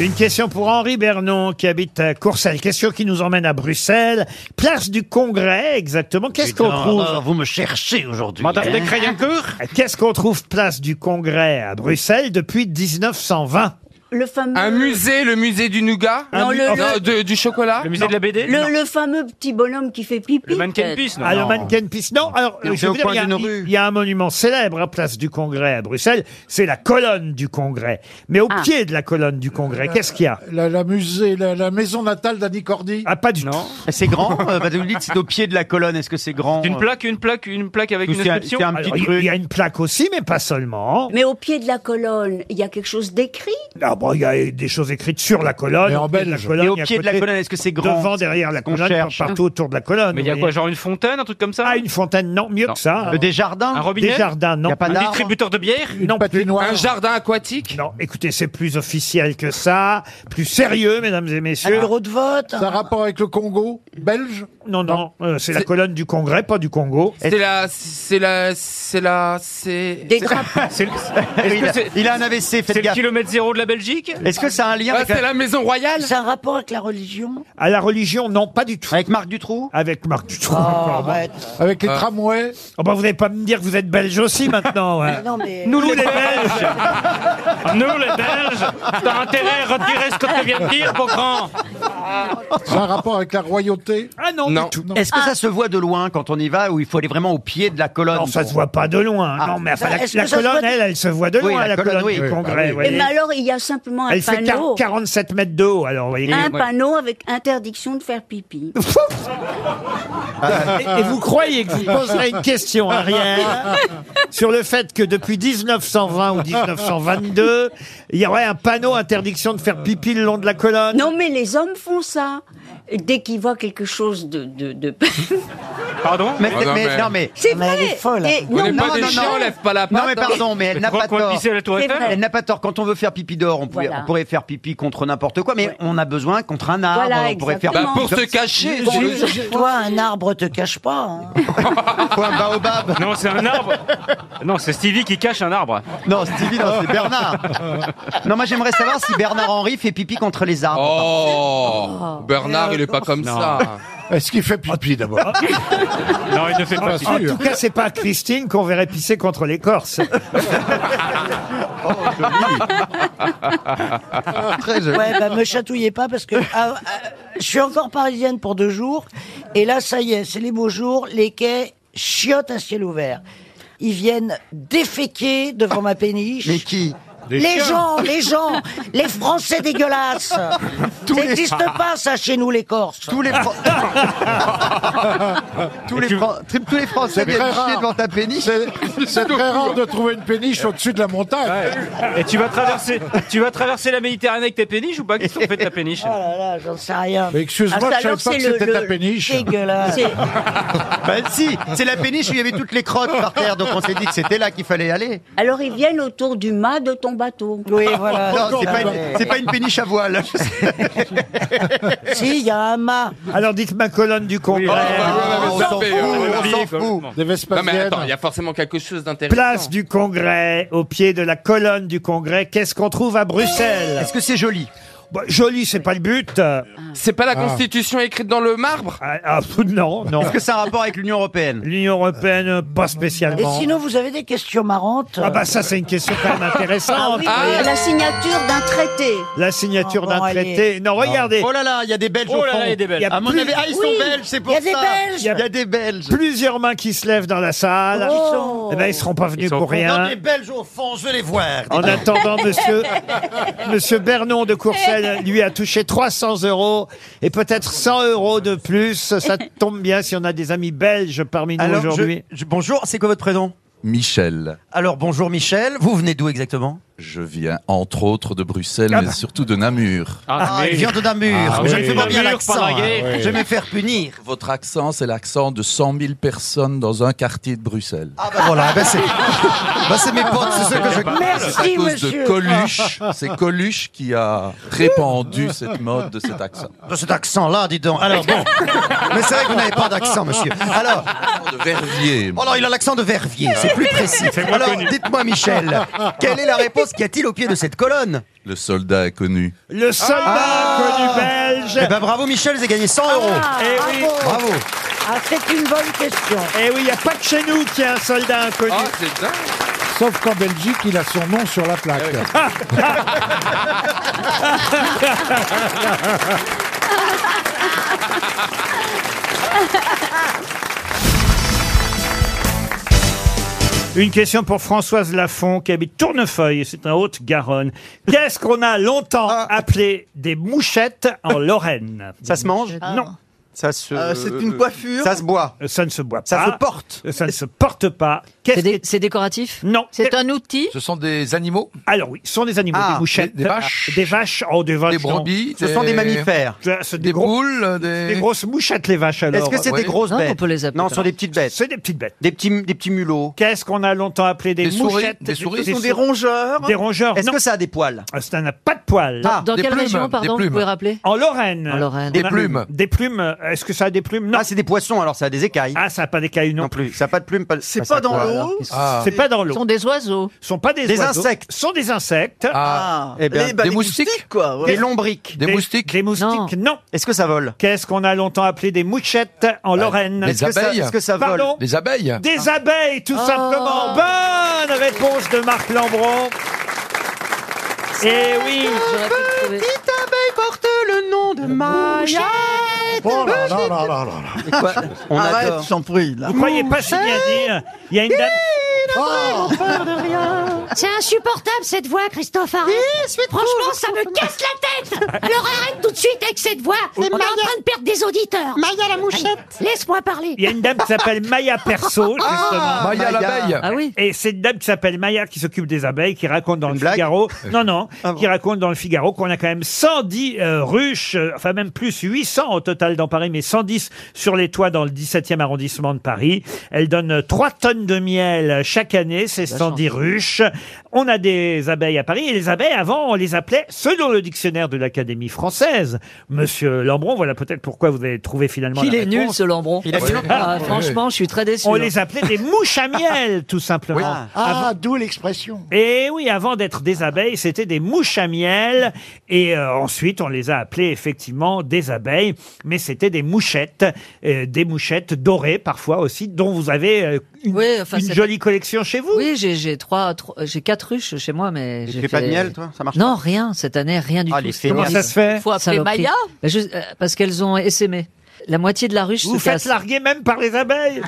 Une question pour Henri Bernon qui habite à Courcelles. Question qui nous emmène à Bruxelles. Place du Congrès, exactement. Qu'est-ce qu'on
Putain,
oh,
trouve
oh,
alors, vous me cherchez aujourd'hui. hein.
Qu'est-ce qu'on trouve place du Congrès à Bruxelles depuis 1920
Le fameux.
Un musée, le musée du nougat Un
Non,
mu-
le-
non,
le-
de- du chocolat Le musée de la BD
Le, le fameux petit bonhomme qui fait pipi. peut-être.
Ah, le mannequin pis. Non, alors,
Non,
euh, je
c'est
veux
au
dire,
coin
il y a-
d'une
il y, a un monument célèbre à Place du Congrès à Bruxelles. C'est la colonne du Congrès. Mais au
Ah.
pied de la colonne du Congrès, qu'est-ce qu'il y a
Euh, La, la musée, la, la maison natale d'Annie Cordy.
Ah, pas du tout.
C'est grand euh, bah, vous dites c'est au pied de la colonne. Est-ce que c'est grand
Une
euh,
plaque, une plaque, une plaque avec
Ou
une
c'est un-
inscription
c'est un petit
Alors, il- Il y a une plaque aussi, mais pas seulement.
Mais au pied de la colonne, il y a quelque chose d'écrit
Ah bon, il y a des choses écrites sur la colonne.
Mais en
au pied de la
belge.
colonne,
Et au
il y a
pied de la
côté-
colonne, est-ce que c'est grand
Devant, derrière la
Qu'on
colonne,
cherche.
partout autour de la colonne.
Mais il y a
vous
quoi,
voyez.
genre une fontaine, un truc comme ça
Ah, une fontaine, non, mieux que ça.
Euh, des jardins Un robinet
Des jardins, non.
Y a pas Un d'arbre distributeur de bière Une
Non,
Un jardin aquatique
Non, écoutez, c'est plus officiel que ça, plus sérieux, mesdames et messieurs.
Un bureau
de vote
Ça a rapport avec le Congo belge
Non, non, euh, c'est la colonne du Congrès, pas du Congo.
C'est la, c'est la, c'est la, c'est. Des grappes.
(laughs) Il a- il a un AVC, faites
C'est le
gaffe.
kilomètre zéro de la Belgique.
Est-ce que ça a un lien
Ah,
avec
C'est
la-
la maison royale.
C'est
un rapport avec la religion.
À la religion, non, pas du tout.
Avec Marc Dutroux
Avec Marc Dutroux.
Oh,
encore, bon.
arrête.
Avec
les Euh.
tramways. bah, vous n'allez pas me dire que vous êtes belge aussi maintenant.
(laughs)
hein.
Non, mais-
Nous, les Belges.
Nous, les Belges, t'as intérêt à retirer ce que tu viens de dire, grand.
Ça a rapport avec la royauté
Ah non,
Non. Est-ce que ça se voit de loin quand on y va ou il faut aller vraiment au pied de la colonne Ah.
Non, ça se voit pas de loin. Non, mais enfin, la,
Est-ce que
la
ça se
colonne,
voit de-
elle, elle se voit de
Oui,
loin, la, colonne,
oui.
du
Oui, bah
Congrès.
oui.
vous
Et
voyez.
mais alors, il y a simplement un
elle fait
panneau.
47 mètres de haut, alors vous voyez.
Un panneau avec interdiction de faire pipi.
Et, et vous croyez que vous poserez une question, Ariel, sur le fait que depuis 1920 ou 1922, il y aurait un panneau interdiction de faire pipi le long de la colonne
Non, mais les hommes font ça. Dès qu'ils voient quelque chose de. de, de- (laughs)
Pardon
mais, mais- non, mais.
C'est vrai. Et-
On n'est
non, non, non.
Non, mais pardon, mais elle n'a pas tort.
C'est vrai.
Elle n'a pas tort. Quand on veut faire pipi dehors, on, pourrait-
Voilà.
on pourrait faire pipi contre n'importe quoi, mais on a besoin contre
Ah,
un arbre.
Voilà,
on pourrait faire
exactement. Bah, pour
pipi-
se cacher,
Bon,
j'ai-
je-
Toi, un arbre te cache pas. hein.
Ou un baobab.
Non, c'est un arbre. Non, c'est Stevie qui cache un arbre.
Non, Stevie, non, c'est Bernard. Non, moi j'aimerais savoir si Bernard Henry fait pipi contre les arbres.
Oh, Bernard, il est pas comme ça.
Est-ce qu'il fait pipi d'abord
Non, il ne fait pas.
Pas
pipi.
En tout cas, c'est pas à Christine qu'on verrait pisser contre les Corses. Oh,
Très Ouais, bah me chatouillez pas parce que ah, ah, je suis encore parisienne pour deux jours. Et là, ça y est, c'est les beaux jours, les quais chiotent à ciel ouvert. Ils viennent déféquer devant ma péniche.
Mais qui
les gens, les gens, les Français dégueulasses. ça n'existe pas, ça, chez nous, les Corses.
Tous les, Fran- (laughs) tous, les Fran- tri- tous les Français
C'est très
viennent chier
rare.
devant ta péniche.
C'est- C'est très rare de trouver une péniche au-dessus de la montagne.
Et tu vas traverser, tu vas traverser la Méditerranée avec tes péniches ou pas Qu'est-ce qu'on fait de ta péniche
Oh là là, j'en sais rien.
Mais excuse-moi,
Ah, ça,
je savais
alors,
pas
c'est
que
le-
c'était
le-
ta péniche.
Dégueulasse.
Bah si, c'est la péniche où il y avait toutes les crottes par terre, donc on s'est dit que c'était là qu'il fallait aller.
Alors, ils viennent autour du mât de ton bateau.
Oui, voilà.
(laughs) Non, c'est pas, une- c'est pas une péniche à voile.
Si, il y a un mât.
Alors dites ma colonne du Congrès.
on s'en fout, on s'en
Des
fout.
Non, mais
Vespasiennes.
attends, il y a forcément quelque chose d'intéressant.
Place du Congrès, au pied de la colonne du Congrès, qu'est-ce qu'on trouve à Bruxelles
Est-ce que c'est joli
Bah, Joli, c'est pas le but. Ah,
C'est pas la
Ah.
constitution écrite dans le marbre
ah, non, non.
Est-ce que ça a un rapport avec l'Union Européenne
L'Union européenne, pas
Et
spécialement.
sinon, vous avez des questions marrantes. euh.
Ah bah ça, c'est une question quand même
Ah
intéressante.
oui, la signature d'un traité.
La signature
Ah, bon,
d'un traité.
allez.
Non, regardez.
Oh là là, il y a des Belges
Oh
au
là
fond.
là, il y a des Belges.
Il y a
À mon
plus-
avis, ah, ils sont
Oui,
belges, c'est pour
il y
ça.
a des Belges.
Il y a des Belges.
Plusieurs mains qui se lèvent dans la salle.
Oh.
Eh ben, ils seront pas venus pour
Non,
rien.
les Belges au fond, je vais les voir.
En (laughs) attendant, monsieur, monsieur Bernon de Courcelles, lui, a touché 300 euros et peut-être 100 euros de plus. Ça tombe bien si on a des amis belges parmi nous
Alors, je-
aujourd'hui.
je- bonjour, c'est quoi votre prénom
Michel.
Alors, bonjour Michel, vous venez d'où exactement
Je viens entre autres de Bruxelles,
Ah
mais
bah.
surtout de Namur.
Ah, il vient de Namur.
Ah,
je
oui.
ne fais pas bien
Namur,
l'accent.
pendant la guerre.
hein.
Oui.
Je vais me faire punir.
Votre accent, c'est l'accent de 100 000 personnes dans un quartier de Bruxelles. Ah
bah voilà, bah c'est- (laughs) bah c'est mes potes, c'est ceux que je- Merci,
C'est à cause
monsieur.
de Coluche, (laughs) c'est Coluche qui a répandu cette mode de cet accent.
De cet accent-là, dis donc. Alors bon. (laughs) Mais c'est vrai que vous n'avez pas d'accent, monsieur. Alors.
De Verviers.
Oh non, il a l'accent de Verviers, c'est plus précis.
C'est moins
Alors,
connu.
dites-moi, Michel, quelle est la réponse qu'y a-t-il au pied de cette colonne
Le soldat est connu.
Le soldat
connu belge. Eh ben bravo, Michel, vous avez gagné 100 euros. bravo.
Ah, c'est une bonne question.
Eh oui, il n'y a pas que chez nous qu'il y a un soldat inconnu.
Sauf qu'en Belgique, il a son nom sur la plaque.
Une question pour Françoise Lafont qui habite Tournefeuille, c'est en Haute-Garonne. Qu'est-ce qu'on a longtemps appelé des mouchettes en Lorraine Ça se mange Non. Ça se.
Ah. Euh, c'est une coiffure ça se
boit. Ça ne se boit pas.
Ça se
porte. Ça ne se porte pas. C'est
décoratif
Non.
C'est un outil
Ce sont des animaux Alors oui, ce sont des animaux,
Ah,
des mouchettes.
des- des vaches
Des vaches, oh, des vaches.
Des
non.
brebis, Ce sont des des- mammifères.
Ça, c'est Des,
boules,
des... grosses mouchettes, les vaches alors.
Ah. Est-ce que c'est des grosses bêtes Non, ce sont des petites bêtes.
C'est des petites bêtes.
Des petits, des petits mulots.
Qu'est-ce qu'on a longtemps appelé des,
souris,
mouchettes
des souris.
Ce sont des rongeurs.
Des rongeurs.
Est-ce
non.
que ça a des poils
Ah, Ça n'a pas de poils.
Dans- Ah, dans des quelle plumes, région, pardon, des vous plumes. pouvez rappeler
En Lorraine.
En Lorraine.
On
Des
a-
plumes.
Des plumes. euh, Est-ce que ça a des plumes Non.
Ah, c'est des poissons, alors ça a des écailles.
Ah, ça n'a pas d'écailles non,
plus. Ça n'a pas de plumes.
C'est pas dans l'eau.
Ah.
C'est pas dans l'eau.
Ce sont des oiseaux.
Ce sont pas des,
Des
oiseaux.
insectes.
Ce sont des insectes.
Ah. Eh ben, Les- bah, des des moustiques. moustiques, quoi, ouais. Des lombriques. Des
moustiques. Des moustiques. Non.
Est-ce que ça vole
Qu'est-ce qu'on a longtemps appelé des mouchettes en Lorraine
les Est-ce que ça- abeilles. est-ce que ça vole Ah.
Pardon
Les abeilles.
Des abeilles, tout simplement. Bonne réponse de Marc Lambron. Eh oui.
Petite abeille porte le nom de Maya.
Oh là là là là là là.
On
Arrête,
adore.
je t'en prie, là. Vous croyez pas si bien dire Il y a une dame. Oh.
C'est insupportable cette voix, Christophe Arrête. Franchement, ça me casse la tête. Alors arrête tout de suite avec cette voix. On est en train de perdre des auditeurs. Maya la mouchette. Laisse-moi parler.
Il y a une dame qui s'appelle Maya Perso, justement.
(laughs) Ah, Maya Maya. l'abeille. Ah oui.
Et c'est une dame qui s'appelle Maya qui s'occupe des abeilles, qui raconte dans le
Euh,
Figaro. Non, non,
Ah
qui raconte dans le Figaro qu'on a quand même 110 euh, ruches, euh, enfin même plus 800 au total dans Paris, mais 110 sur les toits dans le 17e arrondissement de Paris. Elle donne euh, 3 tonnes de miel chaque année, ces 110 ruches. On a des abeilles à Paris et les abeilles, avant, on les appelait, selon le dictionnaire de l'Académie française, Monsieur Lambron, voilà peut-être pourquoi vous avez trouvé finalement
Il
la
est nul
réponse.
ce Lambron.
Il est nul.
Ah, franchement, je suis très déçu. hein.
On les appelait des
(laughs)
mouches à miel, tout simplement.
Ah, d'où l'expression.
Et Eh oui, avant d'être des abeilles, c'était des mouches à miel. Et euh, ensuite, on les a appelées effectivement des abeilles, mais c'était des mouchettes, euh, des mouchettes dorées parfois aussi, dont vous avez euh, une, une
Ah, c'est-
jolie collection chez vous.
Oui, j'ai j'ai trois, trois- j'ai quatre ruches chez moi, mais j'ai
fais pas de miel, toi Ça marche
Non, rien cette année, rien du
Ah,
tout.
les feignasses. Comment ça se fait
Faut appeler
Saloperie.
Maya Ben, je- euh, Parce qu'elles ont essaimé. La moitié de la ruche.
Vous vous faites larguer même par les abeilles.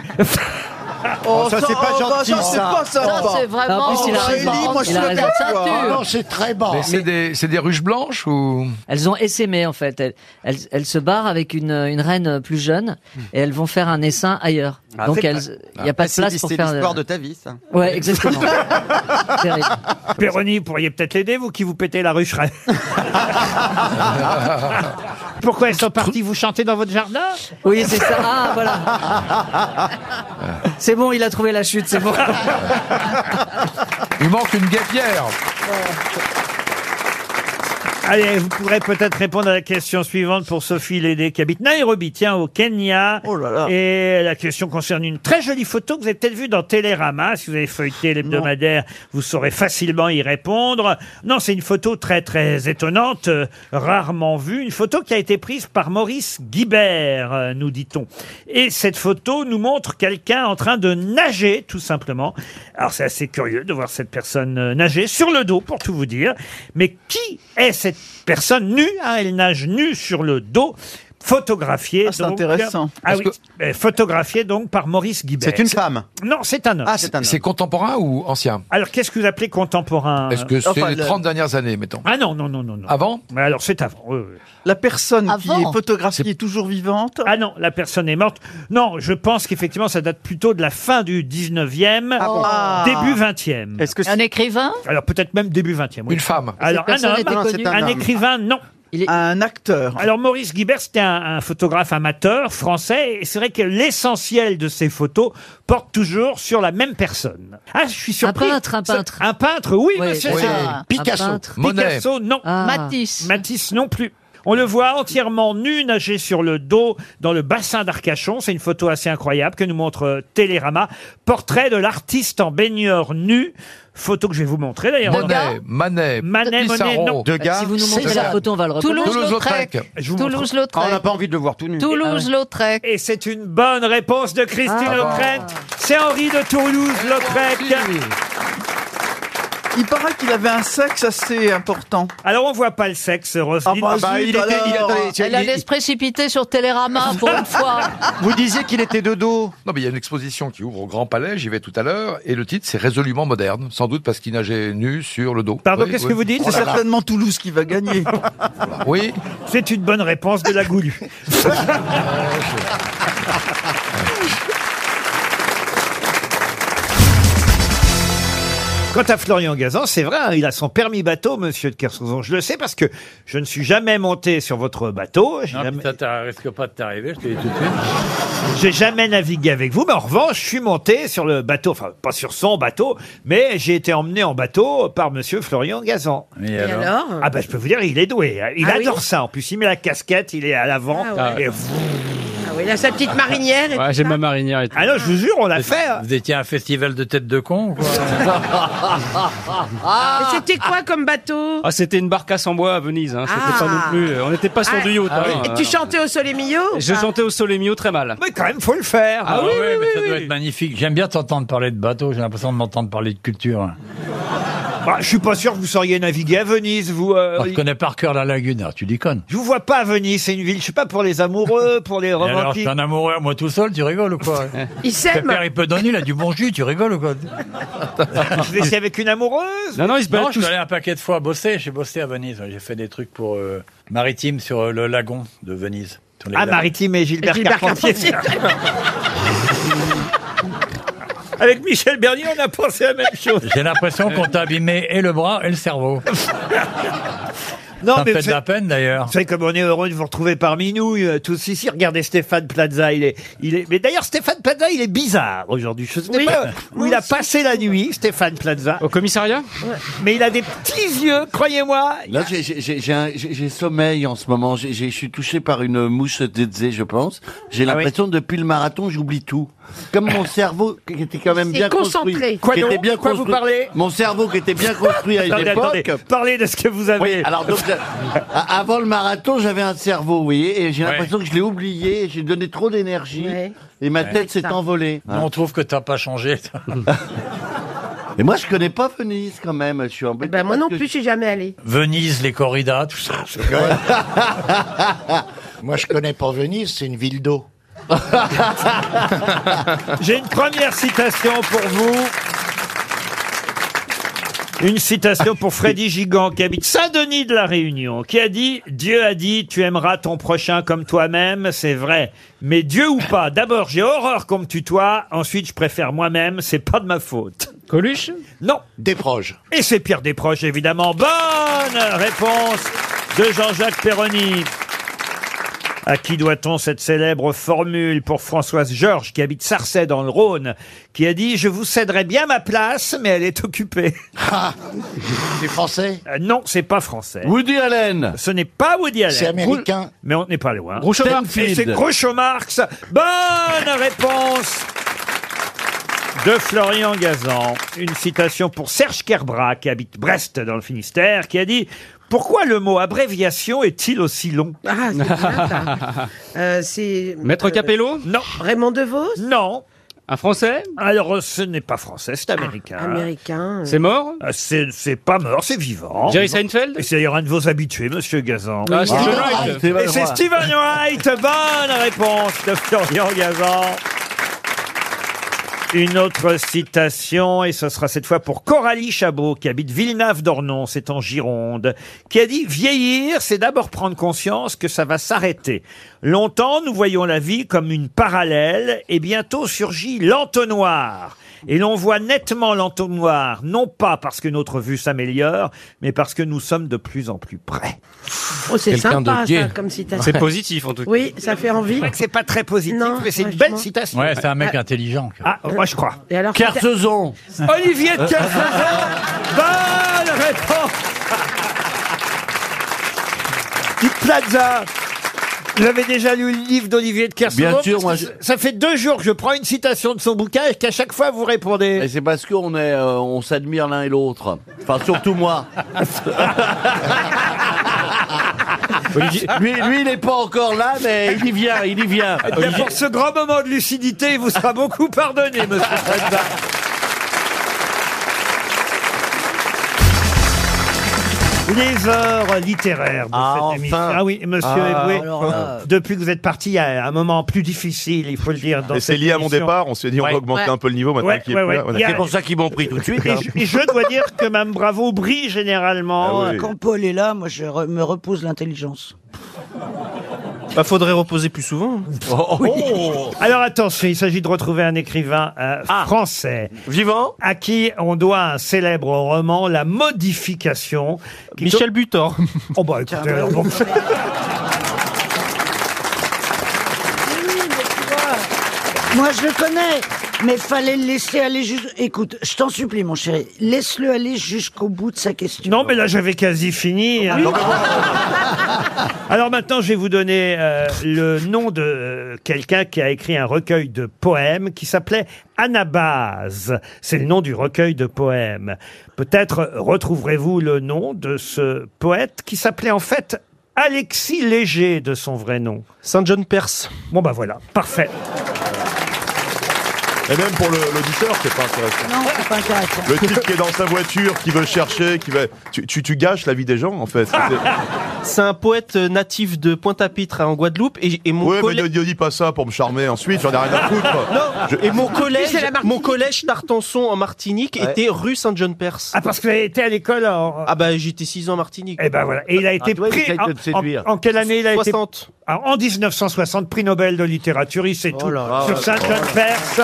Oh, ça, c'est pas gentil,
ça. Ça, c'est vraiment-
bah, En plus, il a
Chélie,
raison.
moi, je
Il a
suis
raison.
d'accord, toi. Ah non,
c'est très bas.
Mais c'est des, c'est des ruches blanches ou
Elles ont essaimé en fait. Elles, elles, elles se barrent avec une, une reine plus jeune et elles vont faire un essaim ailleurs.
Ah,
Donc
c'est
elles,
pas-
il n'y a pas de
Ah, C'est-
place pour
c'est
faire.
l'histoire de ta vie, ça.
Ouais, exactement. Terrible.
Péroni, vous pourriez peut-être l'aider, vous qui vous pétez la ruche. Pourquoi elles sont parties vous chanter dans votre jardin
Oui, c'est ça. Ah, voilà. C'est bon, il a trouvé la chute, c'est bon.
Il manque une guêpière.
Allez, vous pourrez peut-être répondre à la question suivante pour Sophie Lédé qui habite Nairobi, tiens, au Kenya.
Oh
Et la question concerne une très jolie photo que vous avez peut-être vue dans Télérama. Si vous avez feuilleté l'hebdomadaire, vous saurez facilement y répondre. Non, c'est une photo très très étonnante, euh, rarement vue. Une photo qui a été prise par Maurice Guibert, euh, nous dit-on. Et cette photo nous montre quelqu'un en train de nager, tout simplement. Alors c'est assez curieux de voir cette personne euh, nager sur le dos, pour tout vous dire. Mais qui est cette personne nue hein Elle nage nue sur le dos. Photographié.
c'est
donc-
intéressant.
Ah
Parce
oui,
que-
euh, photographié donc par Maurice Guibert.
C'est une femme
Non, c'est un homme.
Ah, c'est c'est contemporain ou ancien
Alors, qu'est-ce que vous appelez contemporain euh
Est-ce que c'est
Enfin,
les
le-
30 dernières années, mettons
Ah non, non, non, non.
Avant
Mais alors, c'est avant. oui, oui.
La personne qui
Avant.
est photographiée est toujours vivante
Ah non, la personne est morte. Non, je pense qu'effectivement, ça date plutôt de la fin du 19e,
Ah bon Ah.
début 20e.
Est-ce que Un écrivain
Alors peut-être même début 20e. oui.
Une femme.
Cette
Alors un
personne
homme,
était Non, c'est connue. un
un,
homme.
écrivain, non.
Un acteur.
Alors Maurice Guibert, c'était un, un photographe amateur français, et c'est vrai que l'essentiel de ses photos porte toujours sur la même personne. Ah, je suis surpris. Un peintre, un peintre. Un peintre, oui,
Oui,
monsieur,
oui.
c'est-
Ah, un
Picasso.
peintre.
Monet. Picasso, non.
Matisse.
Matisse non plus. On le voit entièrement nu, nager sur le dos dans le bassin d'Arcachon. C'est une photo assez incroyable que nous montre euh, Télérama. Portrait de l'artiste en baigneur nu. Photo que je vais vous montrer d'ailleurs.
Monet, Manet,
Manet, Monet,
Pissarro,
non.
Degas,
Si vous nous montrez
Cézanne.
la photo, on va le reconnaître. Toulouse-Lautrec. Je vous montre.
Ah,
Ah,
Toulouse-Lautrec.
on n'a pas envie de le voir tout nu.
Ah
Toulouse-Lautrec.
Et c'est une bonne réponse de Christine
Ah.
O'Krent. C'est Henri de
Ah,
Toulouse-Lautrec.
Il paraît qu'il avait un sexe assez important.
Alors on voit pas le sexe, Roselyne.
Ah bah zut,
il était- il était-
alors.
il-
Elle allait se précipiter sur
(laughs)
Télérama pour une fois.
Vous disiez qu'il était de dos. Non, mais il y a une exposition qui ouvre au Grand Palais, j'y vais tout à l'heure, et le titre c'est Résolument moderne, sans doute parce qu'il nageait nu sur le dos.
Pardon,
Oui,
qu'est-ce
oui.
que vous dites
Oh là là.
Toulouse qui va gagner.
Oui.
C'est une bonne réponse de la goulue.
(laughs)
Quant à Florian Gazan, c'est vrai, hein, il a son permis bateau, monsieur de Kersauzon. Je le sais parce que je ne suis jamais monté sur votre bateau. J'ai jamais,
Ça t'arri- risque pas de t'arriver, je te dis tout de suite.
j'ai jamais navigué avec vous, mais en revanche, je suis monté sur le bateau, enfin, pas sur son bateau, mais j'ai été emmené en bateau par monsieur Florian Gazan.
Et alors
alors
Ah, bah, je peux vous dire, il est doué. hein. Il
Ah oui
adore ça. En plus, il met la casquette, il est à l'avant.
Ah ouais.
et-
Ah oui, il a sa petite marinière. Et tout ça.
marinière et tout.
Ah non, je vous jure, on l'a fait. hein. Ah,
Vous étiez à un festival de tête de con, quoi.
Et Ah, c'était quoi comme bateau
Ah, c'était une barcasse en bois à Venise. hein. C'était
Ah.
pas non plus. On n'était pas sur
Ah.
du yacht.
Ah
hein.
oui. Et tu chantais au soleil mio ou
Je
pas
chantais au soleil mio très mal.
Mais quand même, faut le faire.
Ah, oui, oui, oui,
ça doit
oui.
être magnifique. J'aime bien t'entendre parler de bateau. J'ai l'impression de m'entendre parler de culture.
Bah, je suis pas sûr que vous sauriez naviguer à Venise, vous. euh,
Moi, je connais par cœur la lagune. Alors, tu déconnes.
Je vous vois pas à Venise, c'est une ville, je sais pas, pour
(laughs)
les amoureux, pour les
Et alors, je
romantiques.
suis un amoureux, moi tout seul, tu rigoles ou
(laughs)
quoi
Il s'aime.
Père, il peut donner, il a du bon jus, tu rigoles ou quoi
Je vais essayer avec une amoureuse
Non, non, il
se balade
je suis
tous-
allé un paquet de fois bosser. J'ai bossé à Venise. J'ai fait des trucs pour euh, maritime sur euh, le lagon de Venise. Sur les
Ah,
lagons.
Maritime et Gilbert,
Gilbert
Carpentier. (laughs) avec Michel Bernier, on a pensé la même chose.
J'ai l'impression qu'on t'a abîmé et le bras et le cerveau.
(laughs) Non,
Ça me
mais
fait
vous
de la
savez-
peine d'ailleurs.
Vous savez comme on est heureux de vous retrouver parmi nous euh, tous ici. Regardez Stéphane Plaza, il est, il est. Mais d'ailleurs Stéphane Plaza, il est bizarre aujourd'hui. Je sais pas où il a passé la nuit, Stéphane Plaza.
Au commissariat
Mais il a des petits yeux, croyez-moi.
Là, j'ai- j'ai- j'ai j'ai un- j'ai- j'ai sommeil en ce moment. J'ai- j'ai- Je suis touché par une mouche tsetse, je pense.
Ah
J'ai l'impression que depuis le marathon, j'oublie tout. Comme
(laughs)
mon cerveau qui était quand même
C'est
bien
concentré.
construit.
Quoi
qui
donc
était bien
Quoi vous
construit.
parlez
Mon cerveau qui était bien construit à une
Attendez, attendez.
époque.
Parlez de ce que vous avez.
Oui, alors donc, j'a- a- avant le marathon, j'avais un cerveau, vous voyez, et j'ai
Ouais.
l'impression que je l'ai oublié, et j'ai donné trop d'énergie, et ma
Ouais.
tête s'est
Putain.
envolée. Hein.
Non, on trouve que t'as pas
(laughs)
changé.
Et moi, je connais pas Venise quand même, je suis embêté.
Eh
Ben, moi
parce
non
que
plus, je suis jamais allée.
Venise, les corridas, tout ça. c'est quand même-
(laughs) Moi, je connais pas Venise, c'est une ville d'eau.
(laughs) J'ai une première citation pour vous. Une citation pour Freddy Gigant qui habite Saint-Denis de la Réunion, qui a dit Dieu a dit tu aimeras ton prochain comme toi-même, c'est vrai. Mais Dieu ou pas, d'abord j'ai horreur qu'on me tutoie, ensuite je préfère moi-même, c'est pas de ma faute.
Coluche
Non.
Desproges.
Et c'est Pierre Desproges évidemment. Bonne réponse de Jean-Jacques Perroni. À qui doit-on cette célèbre formule pour Françoise Georges, qui habite Sarcey dans le Rhône, qui a dit Je vous céderai bien ma place, mais elle est occupée.
Ah, C'est français
Euh, Non, c'est pas français.
(laughs) Woody Allen
Ce n'est pas Woody Allen.
C'est américain.
Gou- Mais on n'est pas loin.
Groucho
C'est-
Marx.
et C'est Groucho Marx. Bonne réponse de Florian Gazan. Une citation pour Serge Kerbra, qui habite Brest dans le Finistère, qui a dit Pourquoi le mot abréviation est-il aussi long
Ah,
(laughs)
c'est bien ça. Euh, c'est.
Maître Capello Non.
Raymond DeVos
Non. Un Français Alors, euh, ce n'est pas français, c'est américain.
Américain. euh.
mort c'est, c'est pas mort, c'est vivant.
Jerry
Seinfeld Et c'est un de vos habitués, monsieur Gazan.
Ah, Steven Ah, Wright. Steven
Et c'est
Wright.
Steven Wright Bonne réponse de Florian Gazan une autre citation, et ce sera cette fois pour Coralie Chabot, qui habite Villeneuve-d'Ornon, c'est en Gironde, qui a dit « Vieillir, c'est d'abord prendre conscience que ça va s'arrêter. Longtemps, nous voyons la vie comme une parallèle, et bientôt surgit l'entonnoir. Et l'on voit nettement l'entonnoir, non pas parce que notre vue s'améliore, mais parce que nous sommes de plus en plus près.
Oh, c'est Quelqu'un sympa, de gai. ça, comme citation. C'est positif,
en
Oui, ça fait envie.
C'est pas très positif, mais c'est une belle citation.
Ouais, c'est un mec intelligent.
Ah, moi je crois.
Et alors,
Kersezon. Olivier de Kersezon. (laughs) Bonne réponse. Petite Plaza. Vous avez déjà lu le livre d'Olivier de Kersezon
Bien sûr,
Parce que
moi,
ça- Ça fait deux jours que je prends une citation de son bouquin et qu'à chaque fois vous répondez.
Et c'est parce qu'on est, euh, on s'admire l'un et l'autre. Enfin, surtout
(laughs)
moi. lui, lui, il n'est pas encore là, mais il y vient, il y vient.
Eh bien, pour ce grand moment de lucidité, il vous sera beaucoup pardonné, monsieur Plaza. Les heures littéraires de cette émission. Ah oui, monsieur
Ah,
Eboué,
alors là.
depuis que vous êtes parti, il y a un moment plus difficile, il faut le dire. dans
Et c'est
cette
lié à mon
émission.
départ, on s'est dit, on va augmenter un peu le niveau maintenant qu'il est plus là, voilà.
Il y a-
C'est pour ça qu'ils m'ont pris tout de
(laughs)
suite,
Et
hein.
je, et je dois dire que Mme Bravo brille généralement.
Ah Quand Paul est là, moi, je re- me repose l'intelligence.
Bah, faudrait reposer plus souvent. Oh,
Oh,
Alors attention, il s'agit de retrouver un écrivain euh,
Ah.
français. Vivant À qui on doit un célèbre roman, La Modification. Michel Butor. Oh bah écoutez, alors, bon.
Moi, je le connais, mais fallait le laisser aller juste. Écoute, je t'en supplie, mon chéri, laisse-le aller jusqu'au bout de sa question.
Non, mais là j'avais quasi fini. hein. Alors, alors maintenant, je vais vous donner euh, le nom de euh, quelqu'un qui a écrit un recueil de poèmes qui s'appelait Anabase. C'est le nom du recueil de poèmes. Peut-être retrouverez-vous le nom de ce poète qui s'appelait en fait Alexis Léger de son vrai nom. Saint John Perse. Bon bah voilà, parfait.
Et même pour le- l'auditeur, c'est pas intéressant.
Non, c'est pas intéressant.
Le type qui est dans sa voiture, qui veut chercher, qui va. Tu, tu, tu gâches la vie des gens, en fait.
(laughs) C'est un poète euh, natif de Pointe-à-Pitre hein, en Guadeloupe et, et mon
Oui, mais
collègue.
ne, ne dis pas ça pour me charmer ensuite, j'en ai rien à foutre.
(laughs) Non,
Je-
et mon collège,
Lui, c'est la Martinique.
mon collège Tartanson en Martinique
Ouais.
était rue Saint-John-Perse.
Ah, parce que vous avez été à l'école en.
Ah, bah j'étais 6 ans en Martinique.
Et ben voilà. Et
Ah,
Ah,
il a été pris. en- En, en quelle année il a été
60.
Alors, En 1960, prix Nobel de littérature, il
Oh
sait tout.
là.
sur saint john perse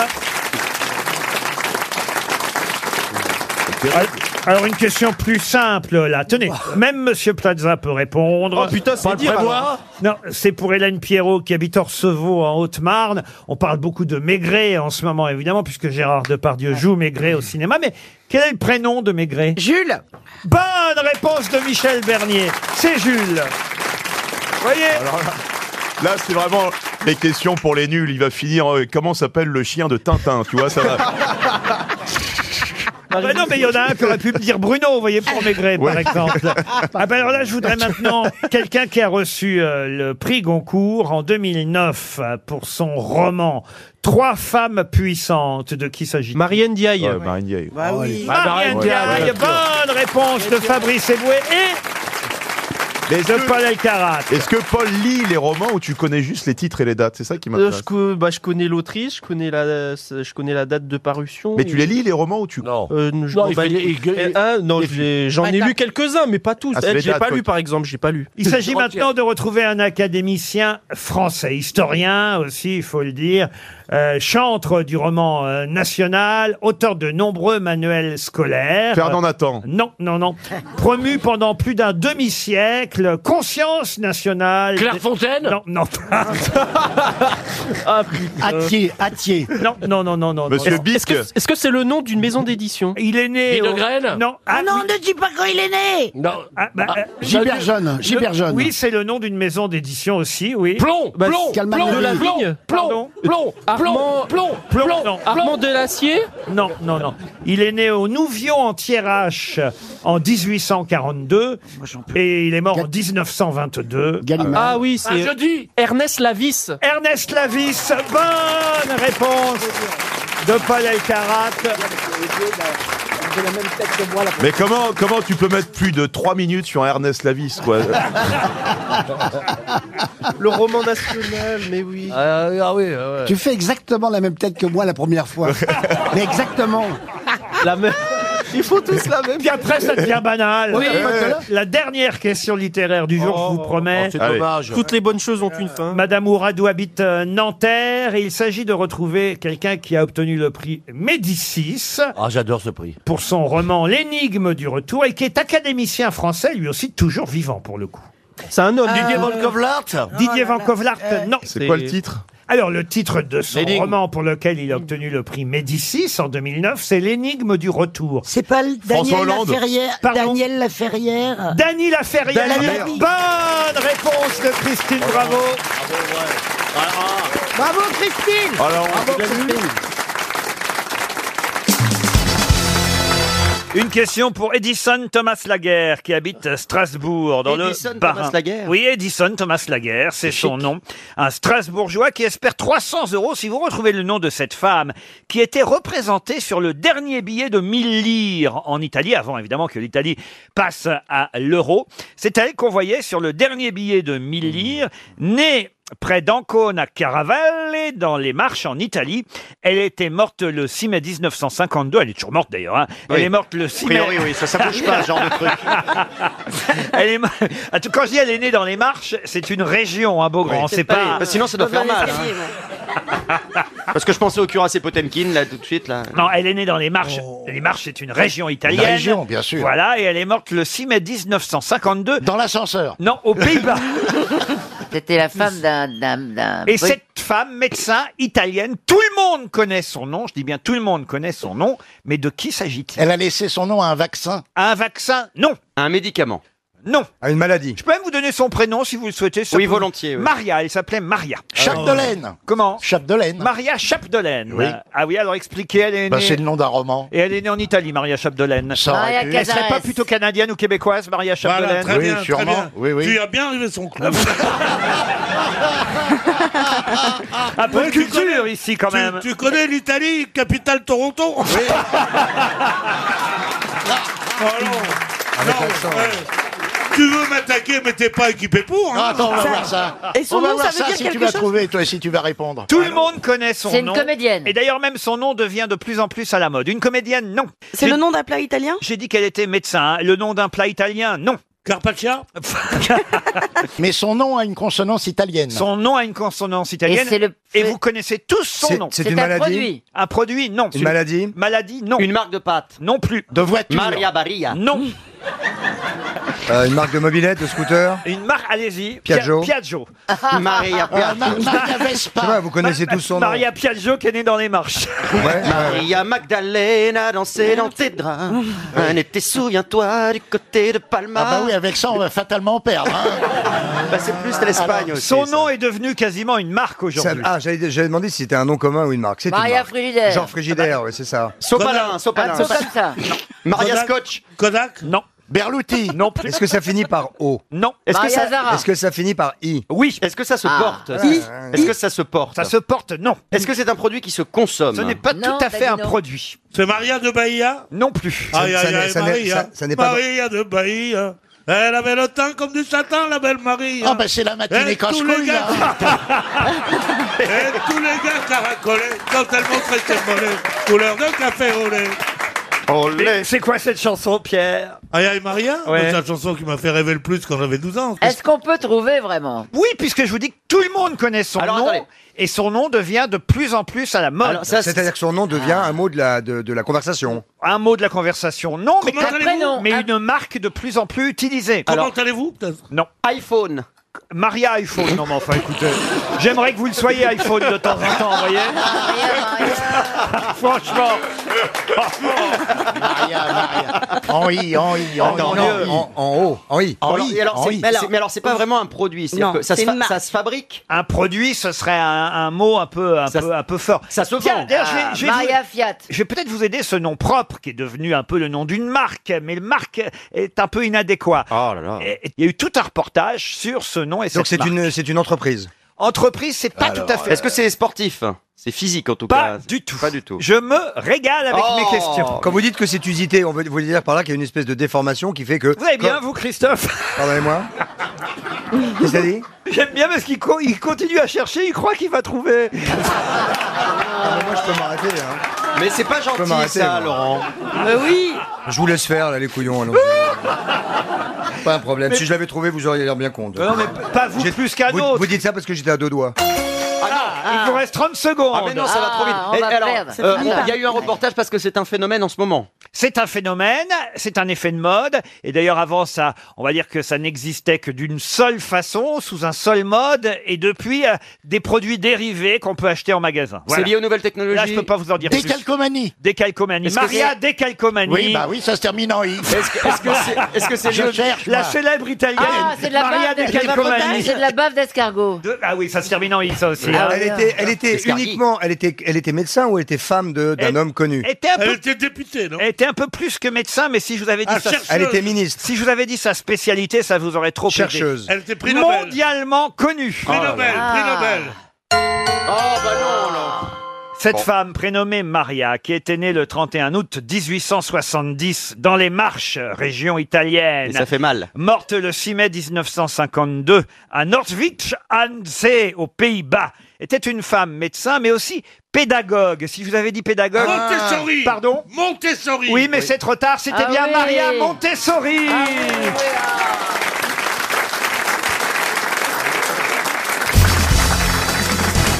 Alors- Ah, Alors une question plus simple là. Tenez, même Monsieur Plaza peut répondre.
Oh, putain, c'est
Pas le
dire,
prévoir.
alors.
Non, c'est pour Hélène Pierrot qui habite Orcevaux en Haute-Marne. On parle beaucoup de Maigret en ce moment évidemment puisque Gérard Depardieu joue Maigret au cinéma. Mais quel est le prénom de Maigret Jules. Bonne réponse de Michel Bernier. C'est Jules. Voyez.
Alors là, là, c'est vraiment les questions pour les nuls. Il va finir. euh, comment s'appelle le chien de Tintin Tu vois, ça
(laughs)
va.
Ah bah non, mais il y en a un qui aurait pu me dire Bruno, vous voyez, pour Maigret, par
Ouais.
exemple.
(laughs)
Ah bah alors là, je voudrais maintenant quelqu'un qui a reçu euh, le prix Goncourt en 2009 euh, pour son roman Trois femmes puissantes. De qui s'agit-il Marianne Diaye.
Ouais, Marianne Diaye.
Bah
oui.
oui.
Ah,
Marianne
Marianne
Diaye,
Diaye,
bonne réponse de Fabrice Eboué et de Paul Alcarat.
Est-ce que Paul lit les romans ou tu connais juste les titres et les dates C'est ça qui
Euh,
m'intéresse.
je, co- bah, je connais l'autrice, je connais la, je connais la date de parution.
Mais tu
Et-
les lis les romans ou tu Non.
Euh, je m'en bats les- Eh, hein, non, j'ai- j'en ai lu quelques-uns, mais pas tous.
Ah, c'est
Elle,
les
je l'ai
dates,
pas
quoi.
lu, par exemple, j'ai pas lu.
Il s'agit maintenant de retrouver un académicien français, historien aussi, il faut le dire, euh, chantre du roman euh, national, auteur de nombreux manuels scolaires. Euh,
Fernand Nathan.
Non, non, non. Promu pendant plus d'un demi-siècle, conscience nationale. Claire Fontaine Non, non. Ah,
Attier,
Attier. Non, non, non, non, non.
Monsieur
non.
Bic. Est-ce que- est-ce que c'est le nom d'une maison d'édition
Il est né. au- Non.
Ah non,
ne dis pas quand il est né Non. Ah, bah, euh,
Gilbert Jeanne,
le-
Gilbert Jeanne.
Oui, c'est le nom d'une maison d'édition aussi, oui.
Plomb, Bah, plomb, Calman plomb, Levy. plomb, plomb, plomb, Armand- plomb, plomb, plomb,
non.
Armand Delassier
Non, non, non. Il est né au Nouvion en Thiérache en 1842 et il est mort en 1922.
Ah oui, c'est Ernest Lavis.
Ernest Lavis, bonne réponse de Paul Elkarat.
J'ai la même tête que moi, la
Mais comment, comment tu peux mettre plus de 3 minutes sur Ernest Lavis,
(laughs)
quoi
Le roman national, mais oui.
Ah oui,
Tu fais exactement la même tête que moi la première
(laughs)
fois. Mais exactement.
La même. Il faut tous la même. Puis après, ça devient banal.
Oui, euh,
la dernière question littéraire du jour, je vous promets.
oh, c'est Allez. dommage. Toutes
les bonnes choses ont une fin. Madame Ouradou habite euh, Nanterre et il s'agit de retrouver quelqu'un qui a obtenu le prix Médicis
Ah, j'adore ce prix.
pour son roman L'énigme du retour et qui est académicien français, lui aussi toujours vivant pour le coup. C'est un homme. Euh,
Didier Van Kovlart
Didier Van euh, Kovlart, non.
C'est quoi le titre
alors, le titre de son
L'énigme.
roman pour lequel il a obtenu le prix Médicis en 2009, c'est L'énigme du retour. C'est pas
Daniel Laferrière. Daniel Laferrière.
Daniel Laferrière. Bonne réponse de Christine Bravo.
Bravo Christine
Alors, on
Bravo, Christine.
Une question pour Edison Thomas Laguerre, qui habite Strasbourg, dans
Edison
le
Thomas
Bas-Rhin.
Laguerre.
Oui, Edison Thomas Laguerre, c'est son nom. Un Strasbourgeois qui espère 300 euros si vous retrouvez le nom de cette femme, qui était représentée sur le dernier billet de 1000 lire en Italie, avant évidemment que l'Italie passe à l'euro. C'est elle qu'on voyait sur le dernier billet de 1000 lire, née Près d'Ancône à Caravalle, dans les Marches en Italie. Elle était morte le 6 mai 1952. Elle est toujours morte d'ailleurs. hein. Elle
Oui.
est morte le 6
A priori, oui, ça, ça bouge pas, ce genre de truc.
elle est... mo- En tout cas, Quand je dis elle est née dans les marches, c'est une région, hein, Beaugrand,
Oui.
c'est pas...
Bah, sinon, ça doit faire mal, hein. Parce que je pensais au cuirassé Potemkin, là, tout de suite, là.
Non, elle est née dans les marches. Les marches, c'est une région italienne.
Oh. Une région, bien sûr.
Voilà, et elle est morte le 6 mai 1952. Dans l'ascenseur. Non,
(laughs)
aux Pays-Bas.
C'était la femme d'un. d'un-
Ah,
d'un-
Et
bah
oui.
cette femme, médecin italienne, tout le monde connaît son nom, je dis bien tout le monde connaît son nom, mais de qui s'agit-il Elle a laissé son nom à un vaccin Un vaccin Non.
Un médicament.
Non. À une maladie. Je peux même vous donner son prénom si vous le souhaitez. ça
Oui,
peut-
volontiers, oui.
Maria, elle s'appelait Maria.
Chapdelaine.
Comment Oh. Chapdelaine. Maria Chapdelaine.
Oui.
Ah oui, alors expliquez, elle est
Bah,
née-
c'est le nom d'un roman.
Et elle est née en Italie, Maria Chapdelaine.
aurait Maria pu.
Elle serait pas
Cazares.
plutôt canadienne ou québécoise, Maria
Voilà,
Chapdelaine Ah,
très bien, très bien. Tu as
bien arrivé son club. Un peu de culture ici quand même.
Tu connais l'Italie, capitale Toronto (laughs)
Tu veux m'attaquer, mais t'es pas équipé pour. Ah,
hein.
Ah,
attends, on va Ça- voir ça. Et son on va nom, voir ça veut ça dire si tu quelque vas chose trouver, toi, si tu vas répondre.
Tout le monde connaît son nom.
C'est une
comédienne. Et d'ailleurs, même son nom devient de plus en plus à la mode. Une comédienne, non. C'est le nom d'un plat italien J'ai dit qu'elle était médecin. hein. Le nom d'un plat italien, non. Carpaccia
Mais son nom a une consonance italienne.
Son nom a une consonance (laughs) italienne.
Et c'est le-
Et vous connaissez tous son
C'est-
nom.
c'est C'est une un maladie produit.
Un produit, non.
Une maladie
Maladie, non.
Une
marque de pâte Non plus. De voiture
Maria
Barilla Non.
Euh, une marque de mobilette, de scooter
Une marque, allez-y. Pia-
Piaggio.
Piaggio.
Ah,
Maria Piaggio. Euh,
Bah,
Ma- Maria Vespa.
Je sais pas, vous
connaissez tous son nom.
Maria Piaggio qui est née dans les marches.
(laughs) Maria Magdalena dansait dans tes draps. Un été, souviens-toi, du côté de Palma.
Ah bah oui, avec ça, on va fatalement perdre. hein.
Bah, c'est plus l'Espagne aussi.
Son nom est devenu quasiment une marque
Ça-
aujourd'hui.
ah, j'allais j'allais demander si c'était un nom commun ou une marque. C'est une
Maria
marque.
Frigidaire.
Genre Frigidaire, oui, c'est ça.
Sopalin, Sopalin.
Ah,
Un truc comme ça.
Maria
Scotch.
Kodak Non.
Berluti.
Non plus.
Est-ce que ça finit par O
Non.
Est-ce que,
Maria
ça,
Zara.
est-ce que ça finit par I
Oui. Est-ce que ça se
Ah.
porte
I-
ça Est-ce que ça se porte
Ça se porte, non.
Est-ce que c'est un produit qui se consomme
Ce n'est pas tout à fait un produit. C'est Maria de Bahia Non plus.
Aïe, aïe, aïe, Maria. Maria de Bahia. Elle avait le teint comme du satin, la belle Marie.
Ah,
ben,
bah, c'est la matinée
tous
casse-couille,
les gars... (laughs) Et tous les gars caracolés quand elle montrait ses mollets. Couleur de café au lait.
Mais C'est quoi cette chanson, Pierre
Aïe, aïe, Maria
Ouais.
C'est la chanson qui m'a fait rêver le plus quand j'avais 12 ans.
Est-ce qu'on peut trouver vraiment
Oui, puisque je vous dis que tout le monde connaît son nom et son nom devient de plus en plus à la mode.
C'est-à-dire que son nom devient un mot de la, de, de la conversation.
un mot de la conversation, non, mais,
Comment
quand-
allez-vous
mais une marque de plus en plus utilisée. Comment allez-vous Non. iPhone. Maria iPhone, non mais enfin écoutez, j'aimerais que vous le soyez iPhone de temps en temps, vous voyez Franchement.
En I, en I, en
Attends, en
I.
I.
haut, en I.
Alors,
En I,
et alors,
en
c'est-
I.
c'est- mais alors, c'est pas vraiment un produit. c'est-à-dire
Non,
que ça,
c'est
se fa-
une marque.
ça se fabrique.
Un produit, ce serait un, un mot un peu, un peu, un peu fort. Ça se
vend. Ah,
Maria Fiat.
Je vais peut-être vous aider ce nom propre qui est devenu un peu le nom d'une marque, mais le marque est un peu inadéquat.
Oh
Et- et Il y a eu tout un reportage sur ce nom et
Donc
cette
c'est
marque.
une, c'est une entreprise.
entreprise, c'est pas tout à fait.
Est-ce que c'est sportif
C'est physique en tout cas.
Du tout.
Pas du tout. Oh
Je me régale
avec
Oh.
mes questions.
Quand vous dites que c'est usité, on veut, vous voulez dire par là qu'il y a une espèce de déformation qui fait que. Vous
allez bien, vous, Christophe
Pardonnez-moi. Qu'est-ce que t'as dit
J'aime bien parce qu'il co- il continue à chercher, il croit qu'il va trouver.
Ah, mais Moi, je peux m'arrêter. hein.
Mais c'est pas
Je peux
gentil,
m'arrêter,
ça,
moi.
Laurent.
Mais oui Je vous laisse faire, là, les couillons, allons
(laughs)
Pas un problème. Si je l'avais trouvé, vous auriez l'air bien con.
Non, mais pas vous plus qu'un
autre. Vous dites ça parce que j'étais à deux doigts.
Il vous reste 30 secondes.
Ah mais non, ça va trop vite. Eh, alors, euh, il y a eu un reportage parce que c'est un phénomène en ce moment.
C'est un phénomène, c'est un effet de mode. Et d'ailleurs, avant ça, on va dire que ça n'existait que d'une seule façon, sous un seul mode, et depuis, euh, des produits dérivés qu'on peut acheter en magasin.
C'est lié aux nouvelles technologies.
Là, je peux pas vous en dire
Des
plus. Décalcomanie. Décalcomanie.
Est-ce que
Maria
c'est-
Décalcomanie.
Oui, bah oui, ça se termine en I.
Est-ce que- est-ce que c'est- est-ce que c'est
Je
le-
cherche,
la
moi.
célèbre italienne
Ah, c'est de la
Maria
bave,
Décalcomanie.
c'est de la bave d'escargot.
De- Ah oui, ça se termine en I, ça aussi.
Ah,
hein.
Elle était, elle était uniquement, elle était, elle était médecin ou elle était femme de- d'un
Elle-
homme connu
Était un peu, députée, non Elle était un peu plus que médecin, mais si je vous avais dit
Ah,
ça...
chercheuse. Elle était ministre.
Si je vous avais dit sa spécialité, ça vous aurait trop aidé.
Chercheuse. Elle
était prix Nobel.
Mondialement connue. Ah.
Prix Nobel, prix Nobel.
Oh bah non, non.
Cette femme prénommée Maria, qui était née le 31 août 1870 dans les Marches, région italienne.
Et ça fait mal.
Morte le 6 mai 1952 à Norwich an See, aux Pays-Bas, était une femme médecin, mais aussi pédagogue. Si je vous avais dit pédagogue.
Montessori.
Pardon
Montessori.
Oui, Ah mais c'est trop tard, c'était
Ah
bien
oui.
Maria
(laughs)
Montessori.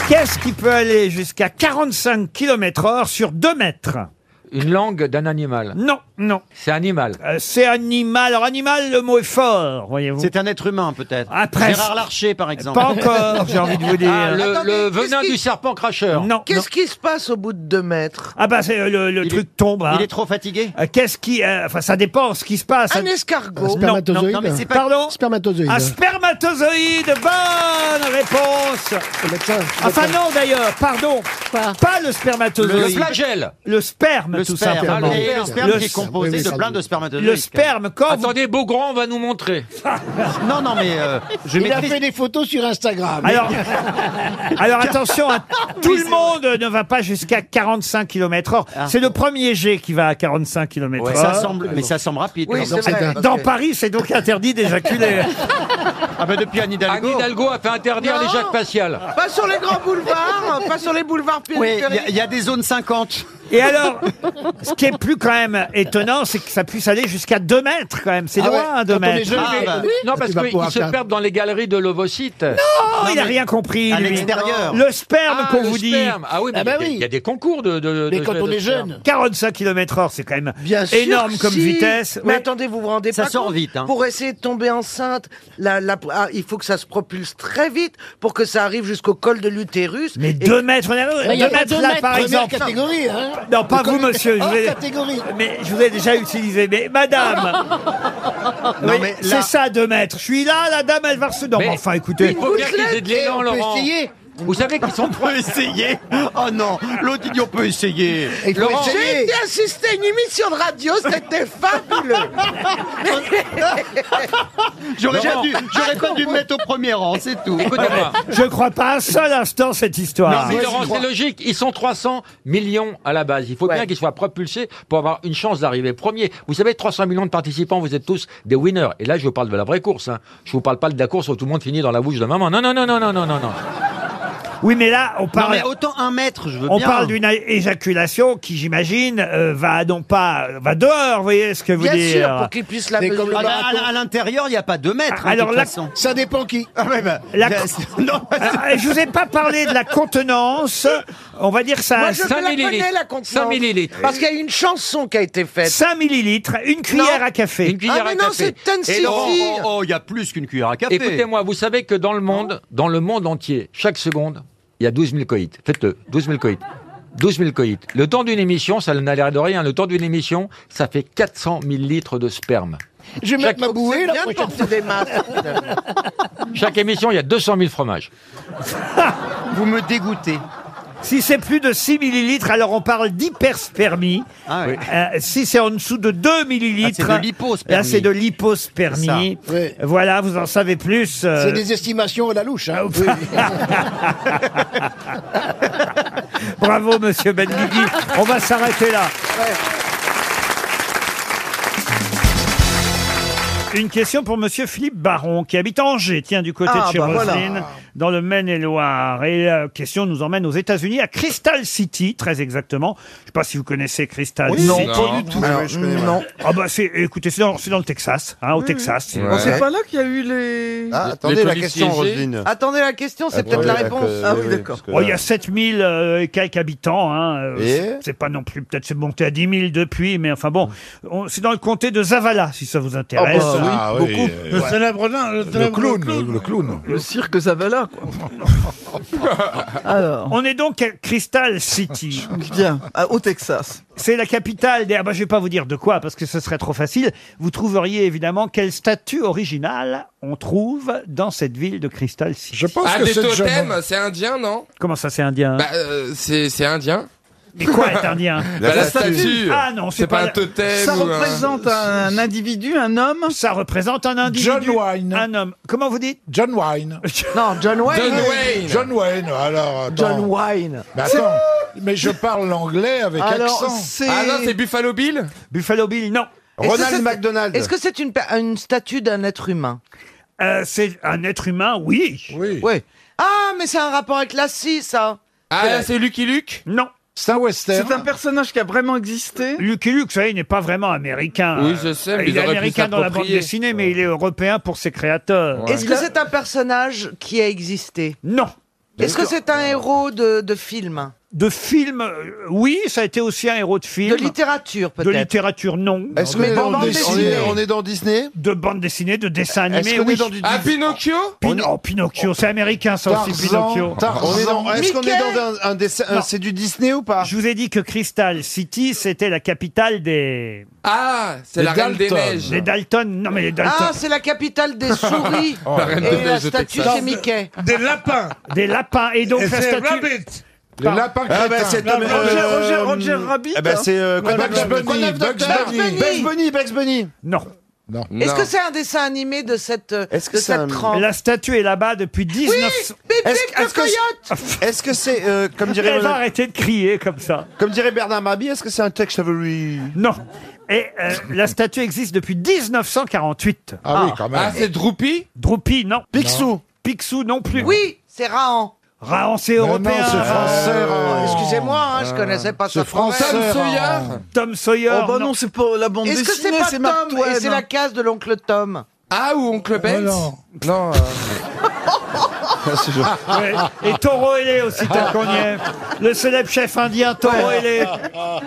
Qu'est-ce qui peut aller jusqu'à 45 km heure sur 2 mètres
Une langue d'un animal.
Non, non.
C'est animal.
Euh, C'est animal. Alors animal, le mot est fort, voyez-vous. C'est
un être humain peut-être.
Après,
Gérard Larcher par exemple.
Ah, Pas encore, j'ai envie de vous dire.
Ah, le- le venin du
serpent cracheur.
Non.
Qu'est-ce
qui se passe au bout de 2 mètres Ah bah c'est euh, le, le truc tombe. hein.
il est trop fatigué
Euh, Qu'est-ce qui euh, Enfin, ça dépend ce qui se passe.
Un escargot.
Non,
spermatozoïde.
non, non, mais c'est pas-
Pardon Spermatozoïde.
Un spermatozoïde, bonne réponse. Enfin non d'ailleurs, pardon. pas le spermatozoïde.
Le flagelle.
Le sperme,
Le
tout
sperme.
simplement.
Ah, le- le sperme qui est
s-
composé Oui, oui, de ça, plein de oui. spermatozoïdes.
Le sperme, quand vous-
Attendez, Beaugrand va nous montrer.
(laughs) Non, non, mais euh, je
Il a
maîtrise.
fait des photos sur Instagram.
Alors, alors attention,
(laughs)
hein, tout le monde ne va pas jusqu'à 45 km h
Ah.
C'est le premier jet qui va à 45 km h
Ouais, ça semble, mais ça semble rapide.
Oui,
quand
c'est
même.
vrai, Dans parce que- Paris, c'est donc
(laughs)
interdit d'éjaculer.
ah ben depuis Anne Hidalgo.
Anne Hidalgo a fait interdire
Non.
les jacques faciales.
Pas sur les grands boulevards, pas sur les boulevards
Oui,
périphériques.
il y a- il y, a des zones 50.
Et alors, ce qui est plus quand même étonnant, c'est que ça puisse aller jusqu'à 2 mètres quand même. C'est
Ah
loin, Ah,
ouais,
2
quand on est
mètres.
jeune, mais- Ah, bah, Non, parce
que
qu'ils se perdent dans les galeries de l'ovocyte. Non,
bah. il n'a rien compris. lui. Le sperme
Ah,
qu'on
le
vous dit.
sperme. Ah oui, mais il y
bah
bah
a des- il y a des concours de. de- de- de sperme.
45 km h c'est quand même
sûr
énorme
que
comme
si.
vitesse.
Mais
Oui.
attendez, vous vous rendez
Ça
pas
sort
compte.
vite, hein.
Pour essayer de tomber enceinte, la- la- ah, il faut que ça se propulse très vite pour que ça arrive jusqu'au col de l'utérus.
Mais 2 mètres, on a- deux mètres là, par exemple. Non, pas vous, monsieur. Je vous ai- Mais je vous ai déjà utilisé. Mais
(laughs)
madame.
Non,
Oui,
mais là-
c'est ça, 2 mètres. Je suis là, Ah, la dame, elle va se. Non, mais enfin, écoutez.
Il faut bien qu'ils aient de l'élan, Laurent. Vous savez qu'ils sont
On peut essayer. Oh non, l'autre il dit on peut essayer.
Laurent, J'ai été assister à une émission de radio,
(laughs)
c'était fabuleux.
J'aurais pas
Laurent.
dû, j'aurais pas
Ah,
dû me mettre au premier rang, c'est tout.
Écoutez-moi.
Je crois pas un seul instant cette histoire.
Non, mais Laurent, c'est logique. Ils sont 300 millions à la base. Il faut bien qu'ils soient propulsés pour avoir une chance d'arriver premier. Vous savez, 300 millions de participants, vous êtes tous des winners. Et là, je vous parle de la vraie course. Hein. Je vous parle pas de la course où tout le monde finit dans la bouche de maman. Non, non, non, non, non, non, non. non.
Oui, mais là, on
Non
parle.
mais autant un mètre, je veux
on
bien.
parle d'une éjaculation qui, j'imagine, euh, va non pas va dehors, vous voyez ce que vous dites.
puisse
la mesurer.
À, la- à la- à l'intérieur, il n'y a pas deux mètres. hein,
Alors
de toute
là-
façon.
ça dépend qui.
Ah ouais, bah,
La-
bah, non,
Ah, je vous ai pas parlé de la contenance. On va dire ça.
Moi, je la connais, la contenance. Parce qu'il y a une chanson qui a été faite.
5 millilitres, une cuillère à café.
Une cuillère
Ah, mais
à
non,
café.
c'est Ten
Et
Sissi.
Laurent,
Oh, oh, il y a plus qu'une cuillère à café.
Écoutez-moi, vous savez que dans le monde, dans le monde entier, chaque seconde, il y a 12 000 coïts. Faites-le, 12 000 coïts. 12 000 coïts. Le temps d'une émission, ça n'a l'air de rien, le temps d'une émission, ça fait 400 000 litres de sperme.
Je vais mettre ma bouée, là, pour des masques.
Chaque émission, il y a 200 000 fromages.
(laughs) Vous me dégoûtez.
Si c'est plus de 6 millilitres, alors on parle d'hyperspermie.
Ah ouais.
Euh, si c'est en dessous de 2 millilitres,
Ah, c'est de l'hypospermie.
là c'est de l'hypospermie.
C'est ça. Ouais.
Voilà, vous en savez plus. euh, Ah,
C'est des estimations à la louche. hein. Oui.
(laughs) Bravo, monsieur Benguigui. On va s'arrêter là. Une question pour Monsieur Philippe Baron, qui habite Angers, tiens, du côté
Ah,
de chez
bah voilà.
Roselyne, dans le Maine-et-Loire. Et la question nous emmène aux États-Unis, à Crystal City, très exactement. Je ne sais pas si vous connaissez Crystal
Oui,
City.
Oh, non, pas du tout. Alors, je connais pas. Non.
Ah bah c'est, écoutez, c'est dans, c'est dans le Texas, hein, au Texas.
On C'est pas là qu'il y a eu les. Ah,
Ah, attendez Les la policiers question, âgés. Roselyne.
Attendez la question, c'est peut-être la réponse.
Oh, il y a 7000 euh, et quelques habitants. Hein, euh,
Et
c'est- c'est pas non plus, peut-être c'est monté à 10 000 depuis, mais enfin bon, on- c'est dans le comté de Zavala, si
Ah,
ça vous intéresse.
bah Le célèbre nain,
(laughs)
le, célèbre
le, clown.
Le cirque Zavala,
(laughs)
quoi.
Alors. On est donc à Crystal City. Bien, au Texas. C'est la capitale des. Ah bah, je vais pas vous dire de quoi, parce que ce serait trop facile. Vous trouveriez évidemment quelle statue originale on trouve dans cette ville de Crystal City. Je
Ah, des totems, c'est indien, non
Comment ça, c'est indien
Bah, euh, c'est c'est indien.
Hein
(laughs)
Mais quoi est indien
Bah, la statue.
Ah non, c'est
C'est pas un
la-
totem
Ça représente un, un individu, un homme
Ça représente un individu.
John
Wayne. Un homme. Comment vous dites
John
(laughs)
Wayne.
Non, John
John Wayne. John Wayne, alors. attends.
John Wayne.
Mais attends, mais je parle l'anglais avec accent.
Ah non, c'est Buffalo Bill
Buffalo Bill, non.
Est-ce que c'est-
Est-ce que c'est une, per- une statue d'un être humain
Euh, c'est un être humain, oui.
Oui.
Ah, mais c'est un rapport avec la scie, ça
Ah, Lucky Luke Non. C'est un western. C'est un personnage qui a vraiment existé. Lucky Luke, vous savez, il n'est pas vraiment américain.
Oui, je sais, mais
Euh, il
ils
est
auraient pu
américain dans la bande
s'approprier.
dessinée, mais il est européen pour ses créateurs.
Est-ce que c'est un personnage qui a existé
Non.
Est-ce que c'est un héros de, de film
De film, euh, oui, ça a été aussi un héros de film.
De littérature,
De
peut-être
littérature, non.
Est-ce qu'on Mais est dans bande Disney- dessinée. on est- on
dans Disney De bande dessinée, de dessin
Est-ce
animé,
qu'on est
oui.
dans du- Ah, Pinocchio
Pin- oh, Pinocchio, c'est américain ça aussi,
Tarzan,
Pinocchio.
Tarzan. On est dans- est-ce qu'on est dans un- un dessin- un- c'est
du Disney ou pas Je vous ai dit que Crystal City, c'était la capitale des...
Ah, c'est la reine des neiges.
Des Dalton, non mais les Dalton. Oh,
Ah, c'est la capitale
(laughs)
des souris
La reine des
Et la
neiges de
statue,
Texas.
c'est Mickey.
Des lapins.
Des lapins. Et donc,
Et
la
c'est
statue-
Rabbit.
Les
Pardon.
lapins crétins.
Lapin.
Roger- Roger Rabbit,
eh ben, c'est, euh,
hein.
Bugs Bunny, Bugs Bunny. Bugs
Bunny, Bugs Bunny. Non.
Est-ce que c'est un dessin animé de cette, euh,
Est-ce
de cette trempe
La statue est là-bas depuis 19...
Est-ce que
(laughs) Est-ce que c'est, comme
euh, dirait
Elle va
Ronald-
arrêter de crier comme ça.
Comme dirait Bernard Mabie, est-ce que c'est un Tech Chivalry
Non. Et euh, la statue existe depuis 1948.
Ah oui, quand même. Ah, c'est
Droopy Droopy, non. Picsou Picsou non plus.
Oui, c'est Raon.
Raon, c'est européen.
Euh, Excusez-moi, hein,
Ah.
je connaissais pas ça.
Tom Sawyer.
Oh, bah non,
c'est pas la bande
Est-ce que c'est hein. pas Tom et
hein.
c'est la case de l'oncle Tom
Ah, ou oncle
Benz
Non.
euh.
(laughs) Ouais. Et Toro
(laughs)
Ailé aussi, tant qu'on y est. Le célèbre chef indien Toro
Ouais.
(laughs) Ailé.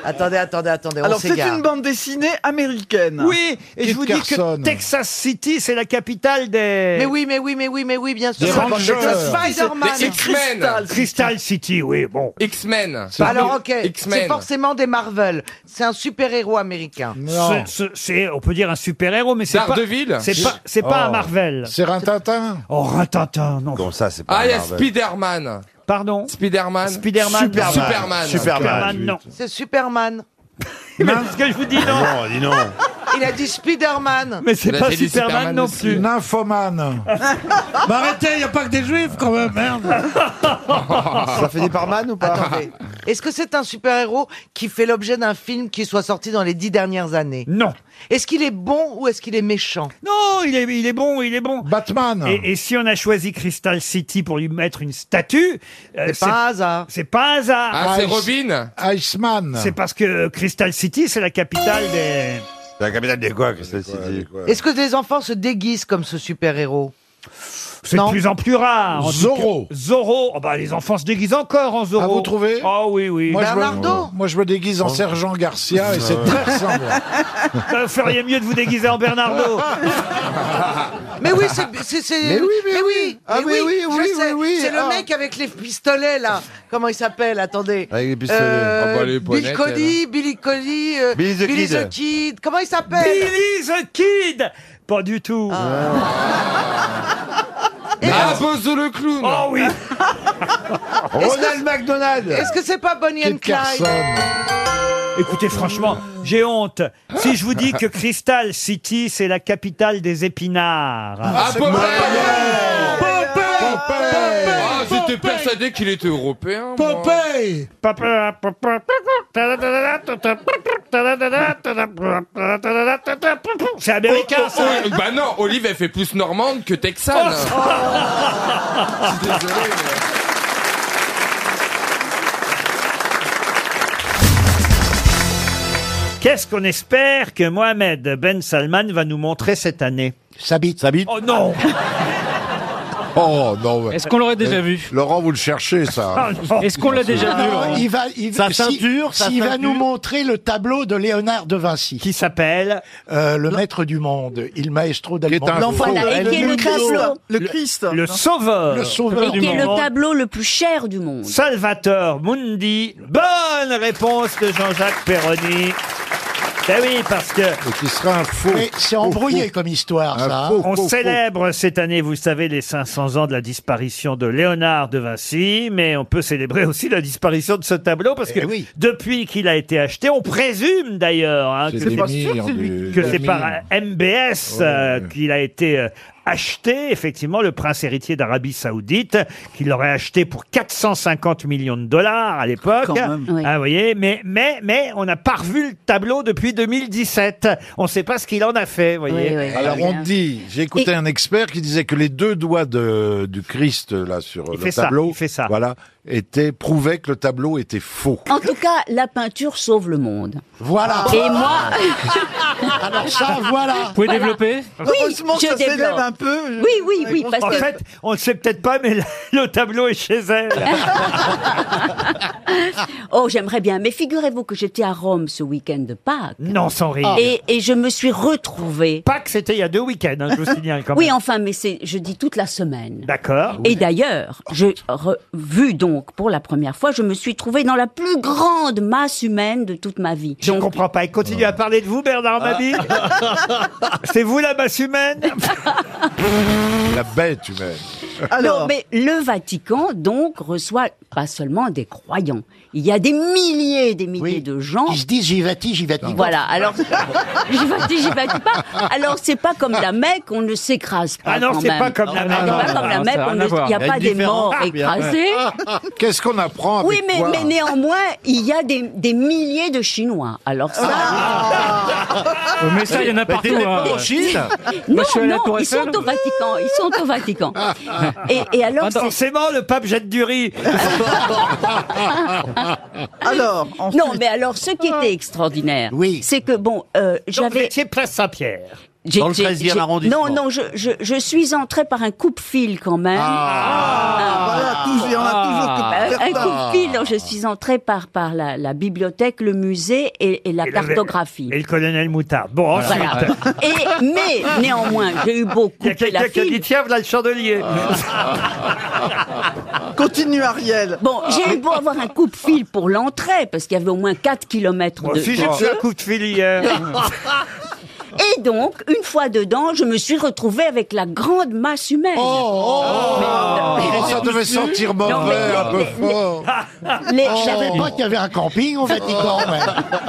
Attendez, attendez, attendez,
Alors
on
c'est
s'égare.
une bande dessinée américaine.
Oui, et je vous dis que Texas City, c'est la capitale des.
Mais oui, mais oui, mais oui, mais oui, bien sûr.
Des
C'est
Rangers.
Spider-Man.
Les X-Men.
Crystal City, oui, bon.
X-Men.
Alors, ok, c'est
X-Men.
forcément des Marvel. C'est un super-héros américain.
Ce- ce- c'est, on peut dire un super héros, mais c'est pas.
Daredevil
C'est pas, c'est pas
Oh.
un Marvel.
C'est Rintintin.
Oh, Rintintin, non.
Bon, ça, c'est
Ah, il y a Spider-Man.
Pardon
Spider-Man.
Spider-Man.
Superman.
Superman. Superman,
non.
C'est Superman.
(laughs) Mais ce que je vous dis, non.
Non, dis non.
Il a dit Spider-Man.
Mais c'est
(laughs)
pas Superman non plus.
Nymphomane.
Bah.
Mais Bah, arrêtez, il n'y a pas que des juifs quand même, merde. (laughs) Ça fait des parman ou pas
Attendez. Est-ce que c'est un super-héros qui fait l'objet d'un film qui soit sorti dans les dix dernières années
Non.
Est-ce qu'il est bon ou est-ce qu'il est méchant
Non, Oh, il est, il est bon, il est bon.
Batman.
Et, et si on a choisi Crystal City pour lui mettre une statue, euh,
C'est pas un hasard.
C'est pas un hasard.
Ah, c'est Robin
Iceman.
C'est parce que euh, Crystal City, c'est la capitale des.
La capitale des quoi, Crystal City
Est-ce que les enfants se déguisent comme ce super-héros
C'est de
Non.
plus en plus rare. en tout
Zorro.
cas.
Ah,
Zorro. Oh, bah, les enfants se déguisent encore en Zorro.
Ah, vous trouvez
Ah oui, oui.
Moi, je me, moi, je me déguise en Sergent Garcia et c'est très ressemblant.
Vous Euh, feriez mieux de vous déguiser en Bernardo.
(laughs)
Oh,
Mais oui, c'est- c'est. c'est-
Mais oui, mais oui. Ah,
mais
mais oui,
je
oui,
sais.
oui, oui,
C'est
ah.
le mec avec les pistolets, là. Comment il s'appelle Attendez.
Avec les pistolets.
Euh,
Ah bah, les
Bill
poignettes,
Cody, Billy Cody, euh,
Billy the
Billy
Kid.
the Kid. Comment il s'appelle
Billy the Kid Pas du tout.
(laughs)
Ah, Bozo le clown.
Oh
(laughs)
oui.
Ronald McDonald.
Est-ce que c'est pas Bonnie and Clyde
Écoutez, franchement, j'ai honte. Si je vous dis que Crystal City, c'est la capitale des épinards.
Ah, Popeye Popeye
Ah, j'étais persuadé qu'il était européen. moi.
C'est américain,
Oh,
ça.
oh, oh, Bah non, Olive, elle fait plus normande que texane. Je suis désolé, mais-
Qu'est-ce qu'on espère que Mohamed Ben Salman va nous montrer cette année Sa bite. Oh non
Oh non. ouais.
Est-ce qu'on l'aurait déjà
Euh,
vu Ah,
Laurent, vous le cherchez
(laughs)
ça.
Est-ce qu'on l'a déjà vu,
hein
hein.
Laurent
il va, il,
Sa
si-
ceinture, sa
s'il va
ceinture.
nous montrer le tableau de Léonard de Vinci. Euh,
Qui s'appelle
Le maître du monde, il maestro
est un
d'Allemagne.
L'enfant faux.
Voilà, et qui est le tableau.
Le Christ. Le sauveur.
Le sauveur
Et qui est le tableau le plus cher du monde.
Salvatore Mundi. Bonne réponse de Jean-Jacques Perroni. Eh oui, parce que.
Qui sera un faux.
Mais c'est embrouillé comme histoire,
Un
ça. hein.
faux, On célèbre cette année, vous savez, les 500 ans de la disparition de Léonard de Vinci, mais on peut célébrer aussi la disparition de ce tableau parce que depuis qu'il a été acheté, on présume d'ailleurs hein,
C'est
que
des mires
c'est-
du-
que
des
c'est par
mires.
MBS euh, qu'il a été euh, acheté, effectivement, le prince héritier d'Arabie Saoudite, qu'il l'aurait acheté pour 450 millions de dollars à l'époque.
Quand même. Oui.
Ah, vous voyez, mais, mais, mais on n'a pas revu le tableau depuis 2017. On ne sait pas ce qu'il en a fait, vous voyez.
Alors on dit, j'ai écouté un expert qui disait que les deux doigts de, du Christ là sur le
fait ça,
tableau,
il fait ça.
voilà, étaient prouvaient que le tableau était faux.
En tout cas, la peinture sauve le monde.
Voilà. Ah,
Et moi.
(laughs) Alors ça, voilà.
Voilà. Oui, je développe. Oui, oui, oui, parce
en
que.
fait, on ne sait peut-être pas, mais (laughs) le, le tableau est chez elle.
(laughs) Ah. Oh, j'aimerais bien. Mais figurez-vous que j'étais à Rome ce week-end de Pâques.
Non, sans rire.
Et, et je me suis retrouvée.
Pâques, c'était il y a deux week-ends, hein, je vous signale quand même.
Oui, enfin, mais c'est, je dis toute la semaine.
D'accord.
Et d'ailleurs, je revu donc pour la première fois, je me suis trouvée dans la plus grande masse humaine de toute ma vie.
Je ne comprends pas. Il continue à parler de vous, Bernard Mabille.
Ah.
Ah, C'est vous la masse humaine
La bête humaine.
(laughs)
Non, mais le Vatican, donc, reçoit pas seulement des croyants. Il y a des milliers et des milliers de gens. Ils se
disent j'y vais-ti, j'y vais-ti.
Voilà, alors, (laughs) j'y vais-ti, j'y vais-ti pas. Alors, c'est pas comme la Mecque, on ne s'écrase pas.
Ah non,
quand
c'est
même.
pas comme la
C'est
Mecque.
pas comme la
Non,
Mecque,
ça a rien
on
à
ne- il
voir.
n'y a
Il y a
pas
une
des morts
différence. Ah,
écrasés. (laughs)
Qu'est-ce qu'on apprend avec
Oui, mais,
toi
mais néanmoins, il y a des, des milliers de Chinois. Alors ça.
Mais ça, il y en a
Mais
partout.
t'étais
hein.
pas en Chine
Non,
Moi, je suis à la
non,
Tour
ils sont
Eiffel.
au Vatican. Ils sont au Vatican. Et, et alors, c'est-
Forcément, le pape jette du riz.
Alors, non, mais alors, ce qui était extraordinaire, c'est que bon, euh, j'avais.
C'est place Saint-Pierre.
J'ai-
Dans le
j'ai-
13e
j'ai-
arrondissement.
Non, non, je, je, je suis entrée par un coupe-fil quand même.
Ah, voilà, toujours- on a toujours coupé
Euh,
certains.
Un coupe-fil, non, je suis entrée par, par la, la bibliothèque, le musée et, et la
Et le-
cartographie.
Et le colonel Moutard. Bon, ensuite.
Voilà. Et, mais néanmoins, j'ai eu beau
Il y a
couper la
quelqu'un qui a
file. Ah.
dit tiens, voilà le chandelier.
Continue Ariel. Bon, j'ai eu beau avoir un coup de fil pour l'entrée, parce qu'il y avait au moins 4 km
(laughs) Moi
de.
aussi,
de
j'ai pris
queue.
un coup de fil hier.
(laughs) Et donc, une fois dedans, je me suis retrouvée avec la grande masse humaine.
Oh, ça devait sentir mauvais,
Non, mais-
un peu
mais-
fort.
Les-
Oh. Je savais pas qu'il y avait un camping au Vatican. ouais.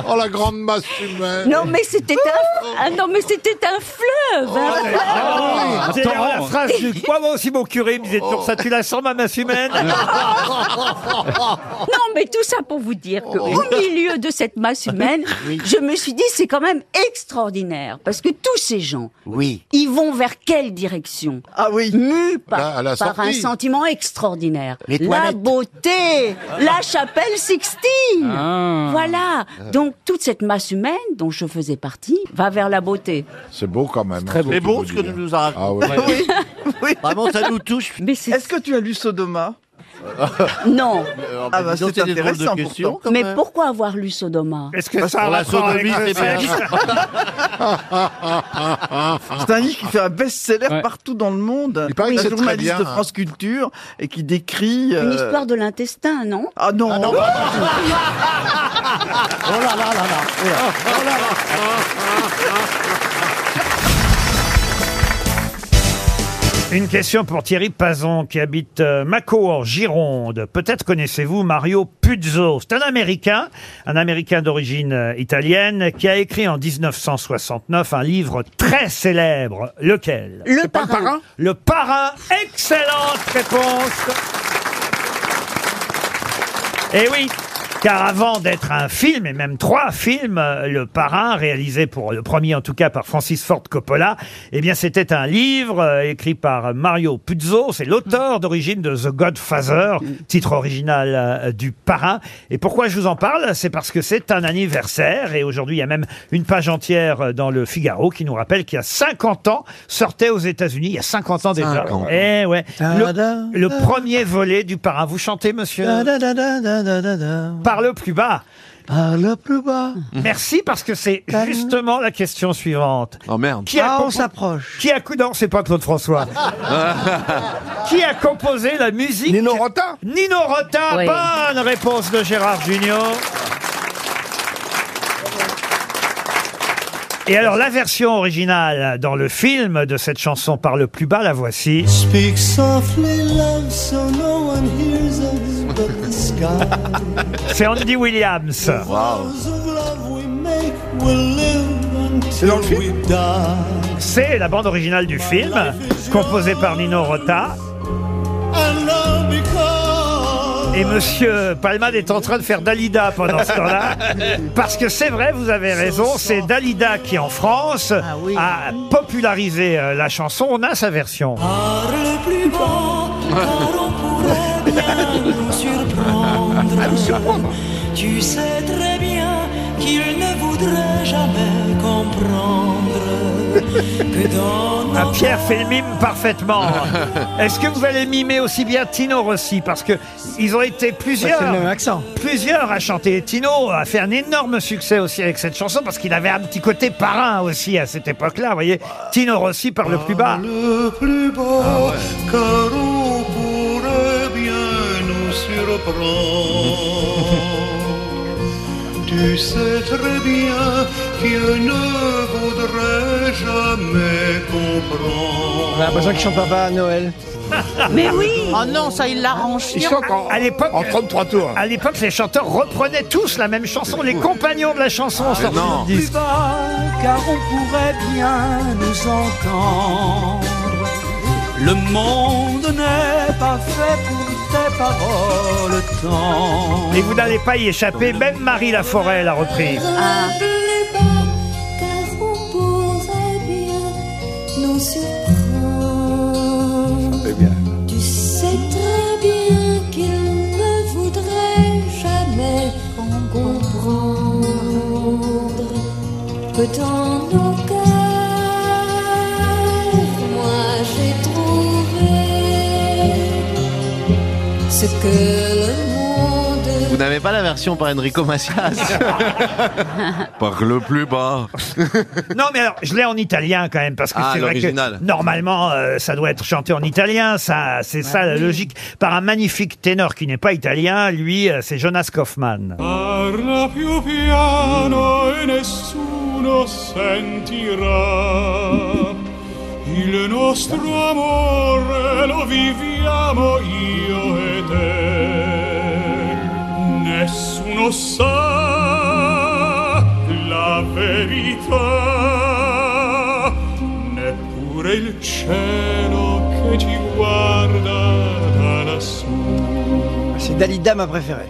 Oh, la grande masse humaine.
Non
(laughs)
mais c'était un, ah, non mais c'était un fleuve. hein.
Ah, C'est d'ailleurs Ah la phrase
(laughs)
du. Moi moi aussi, mon curé me disait toujours ça, tu la sens, ma masse humaine
Non mais tout ça pour vous dire que au milieu de cette masse humaine, je me suis dit c'est quand même extraordinaire parce que tous ces gens,
Oui.
ils vont vers quelle direction Ah oui, mus
Là, à
par,
la
par un
sortie.
sentiment extraordinaire.
Les
la
toilettes.
beauté, la chapelle Sixtine. Voilà. Donc toute cette masse humaine dont je faisais partie va vers la beauté.
C'est beau quand même.
très beau. C'est beau ce que tu nous as raconté.
Ah ouais.
Vraiment, ça nous touche.
Mais c'est
Est-ce que tu as lu Sodoma
(laughs) Non.
Ah
Ah bah, c'est intéressant pourtant.
Mais pourquoi avoir lu Sodoma
Est-ce que
Parce
ça a
pour la
rapport avec
sodomie,
le
c'est
sexe C'est un livre qui fait un best-seller partout dans le monde.
Il paraît que
un
c'est très
journaliste
bien,
de
hein.
France Culture et qui décrit.
Une
euh,
histoire de l'intestin, non
Ah non,
Oh là là là là. Oh là. Oh là là.
(laughs) Une question pour Thierry Pazon qui habite euh, Mâcon en Gironde. Peut-être connaissez-vous Mario Puzo. C'est un Américain, un Américain d'origine euh, italienne qui a écrit en 1969 un livre très célèbre. Lequel Le parrain. Le parrain. Excellente réponse. Eh oui car avant d'être un film, et même trois films, euh, Le Parrain, réalisé pour le premier en tout cas par Francis Ford Coppola, eh bien c'était un livre euh, écrit par Mario Puzo, c'est l'auteur d'origine de The Godfather, titre original euh, du Parrain. Et pourquoi je vous en parle C'est parce que c'est un anniversaire, et aujourd'hui il y a même une page entière euh, dans le Figaro qui nous rappelle qu'il y a 50 ans, sortait aux États-Unis, il y a 50 ans déjà.
50.
Eh ouais. Le, le premier volet du Parrain. Vous chantez, monsieur
Bah,
Parle plus bas. Parle plus bas. Merci parce que c'est justement la question suivante. Oh merde.
Ah, on
s'approche. Qui a non, c'est pas Claude (laughs) François. qui a composé la musique Nino Rota. Nino Rota.
Oui.
Bonne réponse de Gérard Junior. Et alors la version originale dans le film de cette chanson par le plus bas, la voici.
Speak softly, love, so no one hears us but the sky.
(laughs) C'est Andy Williams.
Vows of love we make will live until we die.
C'est la bande originale du film, composée par Nino Rota.
And all because
Et monsieur Palmade est en train de faire Dalida pendant ce temps-là. Parce que c'est vrai, vous avez raison, c'est Dalida qui, en France, a popularisé euh, la chanson. On a sa version.
Parle plus bas,
Ah.
car on pourrait bien nous surprendre. Tu sais très bien qu'il ne voudrait jamais comprendre que dans
Ah, Pierre fait le mime parfaitement. Est-ce que vous allez mimer aussi bien Tino Rossi Parce que ils ont été plusieurs,
Bah, c'est le même
plusieurs à chanter. Et Tino a fait un énorme succès aussi avec cette chanson parce qu'il avait un petit côté parrain aussi à cette époque-là. Vous voyez, Tino Rossi par le plus bas.
le plus beau, car on pourrait bien nous surprendre. tu sais très bien qu'il ne voudrait jamais comprendre.
On a l'impression qu'ils sont papa à Noël.
Mais oui Oh non, ça, il l'arrange.
à l'époque, À l'époque, les chanteurs reprenaient tous la même chanson. Les compagnons de la chanson
Ah,
sortis
non.
du disque.
car on pourrait bien nous entendre. Le monde n'est pas fait pour tes paroles tendres.
Et vous n'allez pas y échapper. Même Marie Laforêt l'a
(laughs)
reprise.
Tu sais très bien qu'il ne voudrait jamais comprendre que dans nos cœurs, moi j'ai trouvé ce que le monde
Vous n'avez pas la version par Enrico Macias Parle plus bas.
Non, mais alors, je l'ai en italien quand même, parce que
Ah,
c'est vrai
l'original.
que normalement, euh, ça doit être chanté en italien, ça, c'est ça la logique, par un magnifique ténor qui n'est pas italien, lui, euh, c'est Jonas Kaufman.
Ah.
Parla più piano e nessuno sentirà. Il nostro amore lo viviamo io e te. Nessuno sa la verità, neppure il cielo che ci guarda da lassù.
C'est Dalida ma
(laughs)
préférée.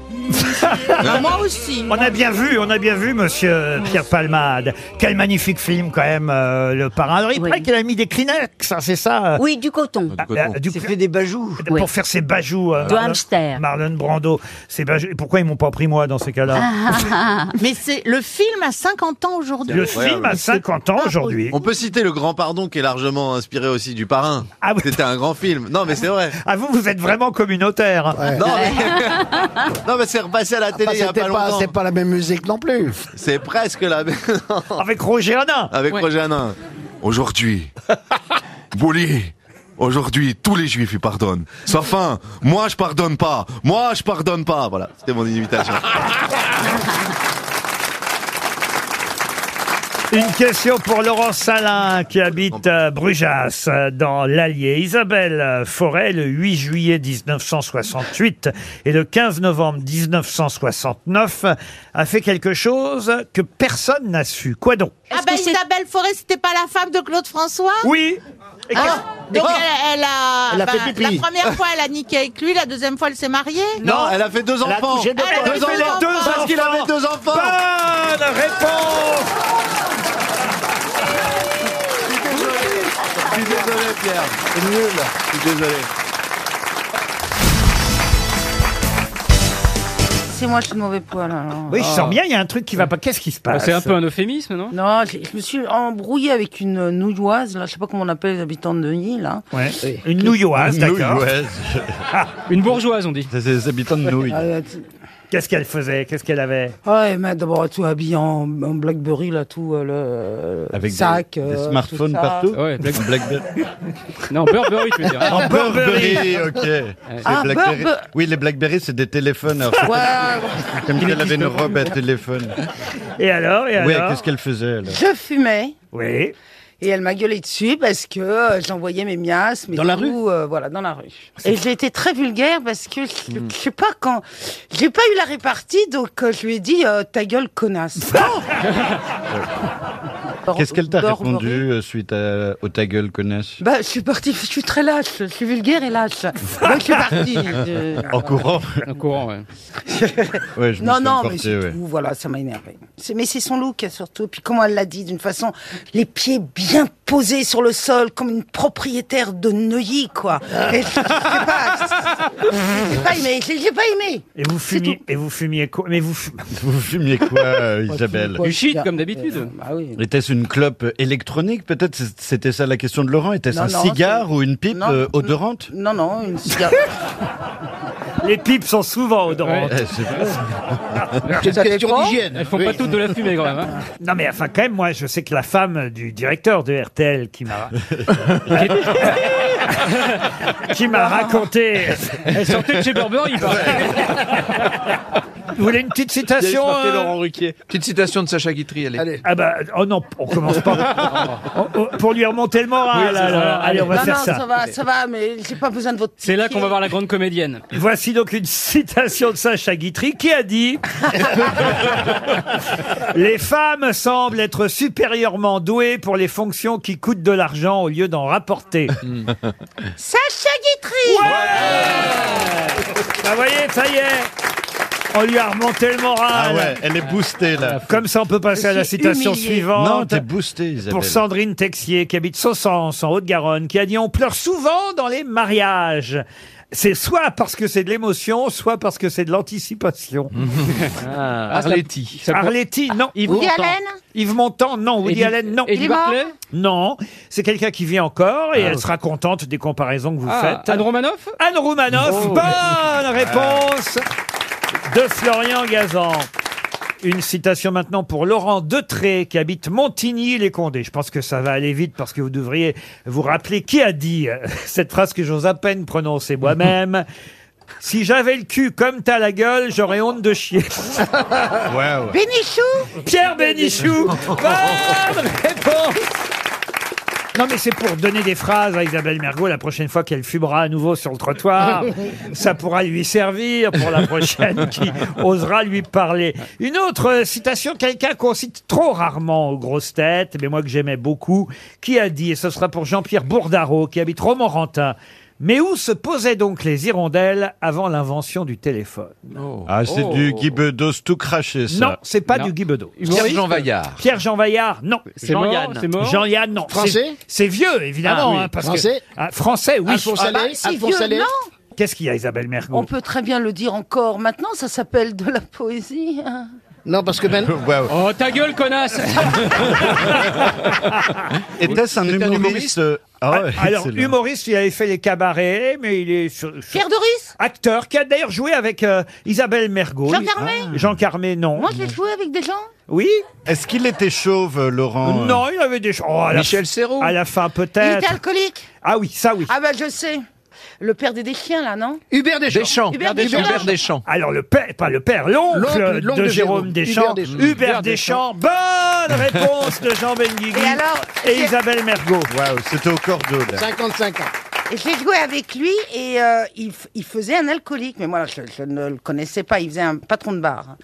Bah, Moi aussi. On a bien vu, on a bien vu, monsieur Pierre Palmade. Quel magnifique film, quand même, euh, Le Parrain. Alors, il paraît qu'il a mis des Kleenex, hein, c'est ça euh,
Oui, du coton.
Ah, ah, du fait des bajous. Pour
Oui.
faire ses bajous. euh,
De
Marlon-
hamster.
Marlon Brando. Ses bajous. Et Pourquoi ils m'ont pas pris moi dans ces cas-là
(laughs)
Mais c'est le film a 50 ans aujourd'hui.
Le film a 50 ans aujourd'hui.
On peut citer Le Grand Pardon qui est largement inspiré aussi du Parrain. C'était un grand film. Non, mais c'est vrai.
Ah, vous, vous êtes vraiment communautaire.
Non,
(laughs)
mais, non, mais c'est repassé à la télé il y a pas
Ah, C'était pas,
longtemps.
c'était pas la même musique non plus.
C'est presque la même.
(laughs) Avec Roger Hanin.
Avec Roger Hanin.
(laughs)
Aujourd'hui, Bouli, aujourd'hui, tous les juifs, ils pardonnent. Sauf un, moi, je pardonne pas. Moi, je pardonne pas. Voilà,
(laughs)
c'était mon imitation.
Une question pour Laurent Salin qui habite à Brujas euh, dans l'Allier. Isabelle euh, Forêt, le 8 juillet 1968 et le 15 novembre 1969, a fait quelque chose que personne n'a su. Quoi donc
Ah
bah,
ben Isabelle Forêt, c'était pas la femme de Claude François
Oui. Et
Ah,
qu'est-ce-
donc
Ah.
elle, elle a,
Elle a
bah,
fait pipi.
la première fois elle a niqué avec lui, la deuxième fois elle s'est mariée.
Elle a touché deux enfants.
Elle a fait
Elle a fait
deux
les
enfants.
Bonne réponse
Je suis désolé, Pierre. C'est nul. Je suis désolé.
C'est moi qui suis de mauvais poil. alors. Ah.
Oui, je sens bien, il y a un truc qui va pas. Qu'est-ce qui se passe
Bah, C'est un peu un euphémisme, non
Non, je, je me suis embrouillée avec une euh, nouilloise, là, je sais pas comment on appelle les habitants de Nîmes, là.
Ouais. Une nouilloise,
Une
d'accord. (laughs)
nouilloise.
Une bourgeoise, on dit. C'est des habitants de
nouilles.
Qu'est-ce qu'elle faisait Qu'est-ce qu'elle avait
Ah, Ouais, mais d'abord tout habillé en, en Blackberry, là, tout euh, le euh,
Avec des-
sac.
des
euh, tout
smartphones
ça.
partout
Ah Ouais,
(laughs)
Black- Non, Burberry, tu veux dire.
En
Burberry.
Ah, Burberry, ok. C'est
Ah,
Blackberry.
Burbe-
Oui, les Blackberry, c'est des téléphones. alors, (laughs) c'est-
Ouais.
Comme
Il
si elle avait
existe
une
pas.
robe à téléphone.
Et alors Et
Oui,
alors
qu'est-ce qu'elle faisait alors
Je fumais.
Oui.
Et elle m'a gueulé dessus parce que euh, j'envoyais mes miasmes. et
Dans la
tout, euh, Voilà, dans la rue. Et j'ai été très vulgaire parce que je, je sais pas quand. J'ai pas eu la répartie, donc euh, je lui ai dit euh, ta gueule, connasse. Oh
Qu'est-ce qu'elle t'a
Burberry.
répondu euh, suite à, au ta gueule connaisse
bah, je suis partie, je suis très lâche, je suis vulgaire et lâche. Donc, je suis
(laughs)
partie. Je-
(laughs) En courant
En courant, ouais.
ouais je me
Non, non,
suis
mais
emporté,
c'est
ouais.
tout, voilà, ça m'a énervé. Mais c'est son look, hein, surtout. Puis comment elle l'a dit, d'une façon, les pieds bien posés sur le sol, comme une propriétaire de Neuilly, quoi. Et je sais pas, j'ai pas aimé, j'ai j'ai pas aimé.
Et vous fumiez, et vous fumiez quoi Mais vous, fum-
Vous fumiez quoi, euh, Isabelle
Du shit, comme d'habitude.
Bah oui.
Était-ce une clope électronique Peut-être c'est- c'était ça la question de Laurent. Était-ce
Non,
un
non,
cigare
c'est-
ou une pipe
Non,
euh,
non.
odorante
Non, non, une
(laughs)
cigarette.
les pipes sont souvent odorantes.
Ouais,
(laughs)
c'est vrai.
Petite question d'hygiène.
Elles font
Oui.
pas toutes de la fumée quand même. hein.
Non mais enfin quand même, moi je sais que la femme du directeur de RTL
(laughs)
qui m'a (laughs) qui m'a raconté.
Elle sortait de chez Burberry, il paraît.
(laughs) Vous voulez une petite citation euh
Petite citation de Sacha Guitry, allez.
Ah bah oh non, on commence pas (laughs) Oh, oh, pour lui remonter le
Oui,
moral.
c'est
alors.
ça.
Allez, on va
non,
faire
non,
ça.
va, ça va, mais j'ai pas besoin de votre.
C'est là qu'on va voir la grande comédienne.
Voici donc une citation de Sacha Guitry qui a (laughs) dit Les femmes semblent être supérieurement douées pour les fonctions qui coûtent de l'argent au lieu d'en rapporter.
Sacha Guitry
Bah voyez, ça y est on lui a remonté le moral.
Ah ouais, elle est boostée là.
Comme ça, on peut passer
Je
à la
suis
citation
humilié.
suivante.
Non, t'es boosté, Isabelle.
Pour Sandrine Texier, qui habite Saussens, en Haute-Garonne, qui a dit On pleure souvent dans les mariages. C'est soit parce que c'est de l'émotion, soit parce que c'est de l'anticipation.
(laughs) Ah, Arletty. ça- ça-
Arletty, non.
Yves Woody Montand. Allen
Yves Montand, non. Woody
Eddie-
Allen, non.
Eddie Il est mort Barclay
Non. C'est quelqu'un qui vit encore et
Ah.
elle sera contente des comparaisons que vous
Ah,
faites.
Anne Romanoff
Anne Romanoff,
Oh. Ah.
bonne réponse de Florian Gazan. Une citation maintenant pour Laurent Detré, qui habite Montigny-les-Condés. Je pense que ça va aller vite parce que vous devriez vous rappeler qui a dit euh, (laughs) cette phrase que j'ose à peine prononcer moi-même. Si j'avais le cul comme t'as la gueule, j'aurais honte de chier. Ah
Bénichou
(laughs)
Pierre Bénichou Bonne réponse non mais c'est pour donner des phrases à Isabelle Mergot la prochaine fois qu'elle fumera à nouveau sur le (laughs) trottoir. Ça pourra lui servir pour la prochaine qui osera lui parler. Une autre euh, citation, quelqu'un qu'on cite trop rarement aux grosses têtes, mais moi que j'aimais beaucoup, qui a dit, et ce sera pour Jean-Pierre Bourdaro qui habite Romorantin, mais où se posaient donc les hirondelles avant l'invention du téléphone
Ah, c'est
Oh.
du Guy Bedos tout craché ça.
Non, c'est pas du Guy Bedos. Humoriste Pierre-Jean Vaillard, non.
C'est mort,
Jean-Yann.
c'est mort
Jean-Yann, non.
Français
C'est- C'est vieux,
Ah,
évidemment.
oui.
hein, parce
Français
que, Ah, Français, oui.
Alphonse Ah bah, Allais, c'est Alphonse vieux, Allais. non
Qu'est-ce qu'il y a, Isabelle
Ah
Mergo
On peut très bien le dire encore maintenant, ça s'appelle de la poésie. hein.
Non, parce que
(laughs)
ben...
Oh, ta gueule, connasse
Était-ce un humoriste, euh, ah ouais,
Alors,
excellent.
humoriste, il avait fait les cabarets, mais il est... Pierre
Doris
Acteur, qui a d'ailleurs joué avec euh, Isabelle Mergo.
Jean
Il-
Carmet
Ah. Jean Carmet, non.
Moi, j'ai joué avec des gens.
Oui
Est-ce qu'il était chauve, euh, Laurent
Non, il avait des... Oh, à la-
Michel Serrault
À la fin,
Il était
peut-être.
alcoolique
Ah oui, ça oui.
Ah bah je sais. Le père des chiens là, non
Hubert
Deschamps. Deschamps. Hubert Deschamps. Hubert
Alors le père, pas le père, l'oncle
L'oncle-
de,
l'oncle de
Jérôme
Jérôme.
Deschamps,
Hubert Deschamps.
Hubert Deschamps. Bonne Bonne réponse (laughs) de Jean Benguigui
Et alors,
et
j'ai-
Isabelle Mergot.
Waouh, c'était au cordeau, là.
55 ans.
Et j'ai joué avec lui et euh, il, f- il faisait un alcoolique. Mais moi, je, je ne le connaissais pas. Il faisait un patron de bar.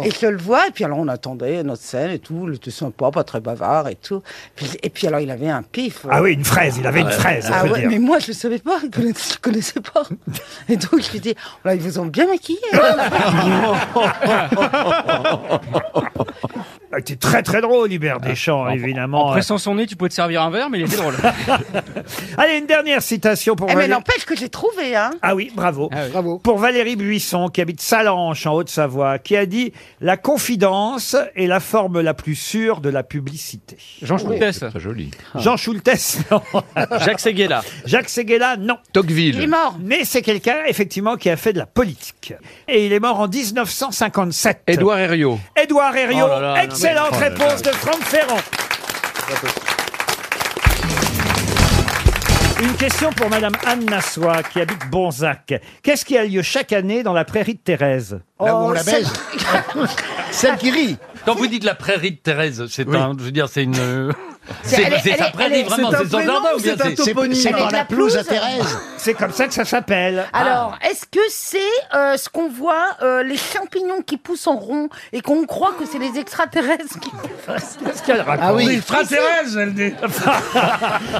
Oh.
Et je le vois, et puis alors on attendait notre scène et tout, il était sympa, pas très bavard et tout. Puis- et puis alors il avait un pif.
Ah oui, une fraise, il avait une
Ah ouais.
fraise, on
Ah
peut
ouais,
dire.
mais moi je ne savais pas, je ne connaissais pas. Et donc je lui dis, oh là, ils vous ont bien maquillé. hein.
(laughs)
(laughs)
Il était Ah, très très drôle, Hubert Deschamps, évidemment.
Ah, En pressant son nez, tu pouvais te servir un verre, mais il était
(laughs)
drôle.
(laughs) Allez, une dernière citation pour
Eh, mais
Valérie.
n'empêche que j'ai trouvé, hein.
Ah oui, bravo. Pour Valérie Buisson, qui habite Salanches, en Haute-Savoie, qui a dit « La confidence est la forme la plus sûre de la publicité ».
Jean Schultes. C'est très
joli. Jean Schultes, non.
Jacques Séguéla.
Jacques Séguéla, non.
Tocqueville. Il est
mort. Mais c'est quelqu'un, effectivement, qui a fait de la politique. Et il est mort en 1957.
Édouard Herriot.
Édouard Herriot,
Oh là là, non,
excellente
mais- Oh là là.
réponse de Franck Ferrand. Une question pour Madame Anne Nassois, qui habite Bonzac. Qu'est-ce qui a lieu chaque année dans la prairie de Thérèse
Là où
Oh,
on la baise. (laughs)
Celle qui rit.
Quand vous dites la prairie de Thérèse, c'est un, je veux dire, c'est une,
C'est-
c'est
elle est-
c'est sa
elle est-
prairie
elle est-
vraiment,
c'est un
c'est son
prénom
jardin
ou
ou bien
c'est un toponyme C'est- c'est Elle est dans de la la pelouse à pelouse. Thérèse.
C'est comme ça que ça s'appelle.
Alors, est-ce que c'est euh, ce qu'on voit, euh, les champignons qui poussent en rond et qu'on croit que c'est les extraterrestres qui
Ah. (laughs) Qu'est-ce qu'elle
Ah
raconte
Ah
Extraterrestre, elle
(laughs)
dit.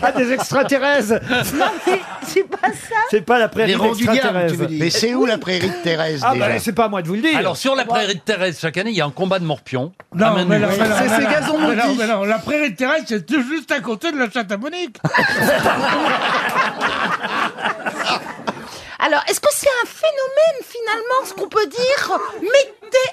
Ah, des extraterrestres
Non, mais c'est pas ça
C'est pas la prairie
Les ronds du diable,
d'extraterrestre.
tu veux dire. Mais c'est où la prairie de Thérèse
Ah
déjà
bah, c'est pas à moi de vous le dire.
Alors sur la prairie de Thérèse, chaque année, il y a un combat de morpions. à
Non,
main
mais
nue.
non, mais non, mais non, mais non, mais non, la prairie de Thérèse, c'est tout juste à côté de la chatte à Monique.
Alors, est-ce que c'est un phénomène finalement, ce qu'on peut dire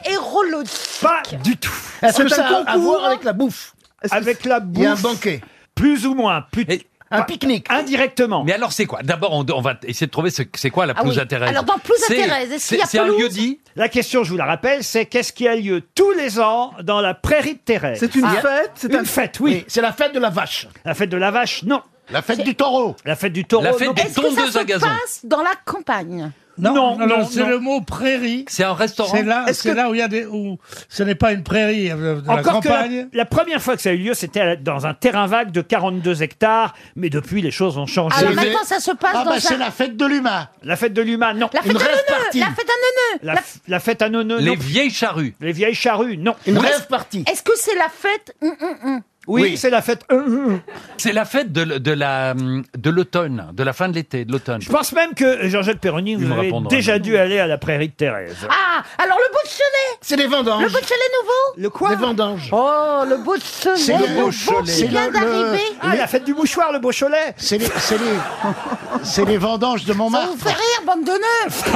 météorologique
Pas du tout.
Est-ce
que
que ça a à voir
avec la bouffe Avec la bouffe.
Il y a un banquet.
Plus ou moins. Plus
Un pique-nique.
Indirectement.
Mais alors c'est quoi D'abord, on, on va essayer de trouver ce- c'est quoi la
Ah
pelouse
oui.
à Thérèse.
Alors, dans pelouse à
C'est-
Thérèse, est-ce qu'il y a
c'est- C'est un
pelouse Ah,
lieu dit.
La question, je vous la rappelle, c'est qu'est-ce qui a lieu tous les ans dans la prairie de Thérèse
C'est une Ah. fête
C'est une fête, oui. C'est la fête de la vache. La fête de la vache, non. La fête du taureau. La fête du taureau.
La fête
non.
des
Est-ce que ça se passe dans la campagne
Non, non, non,
non,
c'est
non.
le mot prairie.
C'est un restaurant.
C'est là,
Est-ce
c'est
que-
là où il y a des, où ce n'est pas une prairie, euh, de la
Encore que la,
campagne.
la première fois que ça a eu lieu, c'était à la- dans un terrain vague de 42 hectares, mais depuis les choses ont changé.
Alors maintenant, ça se passe
Ah
dans
bah
un...
c'est la fête de l'humain.
La fête de l'humain, non.
La fête à neuneu La fête à neuneu
La, f- la fête à nonneux,
Les
non.
vieilles charrues.
Les vieilles charrues, non.
Est-ce- Est-ce que c'est la fête Hum, hum, hum.
Oui, c'est la fête.
(laughs)
euh,
C'est la fête de, l- de la de l'automne, de la fin de l'été, de l'automne.
Je pense même que Jean-Jacques Perroni, vous
me
avez
répondra.
déjà dû aller à la prairie de Thérèse.
Ah, alors le Beaujolais
C'est les vendanges.
Le Beaujolais nouveau
Le quoi
Les vendanges.
Oh, le Beaujolais
C'est le Beaujolais.
qui vient
C'est le-
d'arriver
Ah, la fête du mouchoir, le Beaujolais
C'est les, c'est les, c'est les vendanges
Ça
de
vous
Montmartre.
fait rire, bande de neufs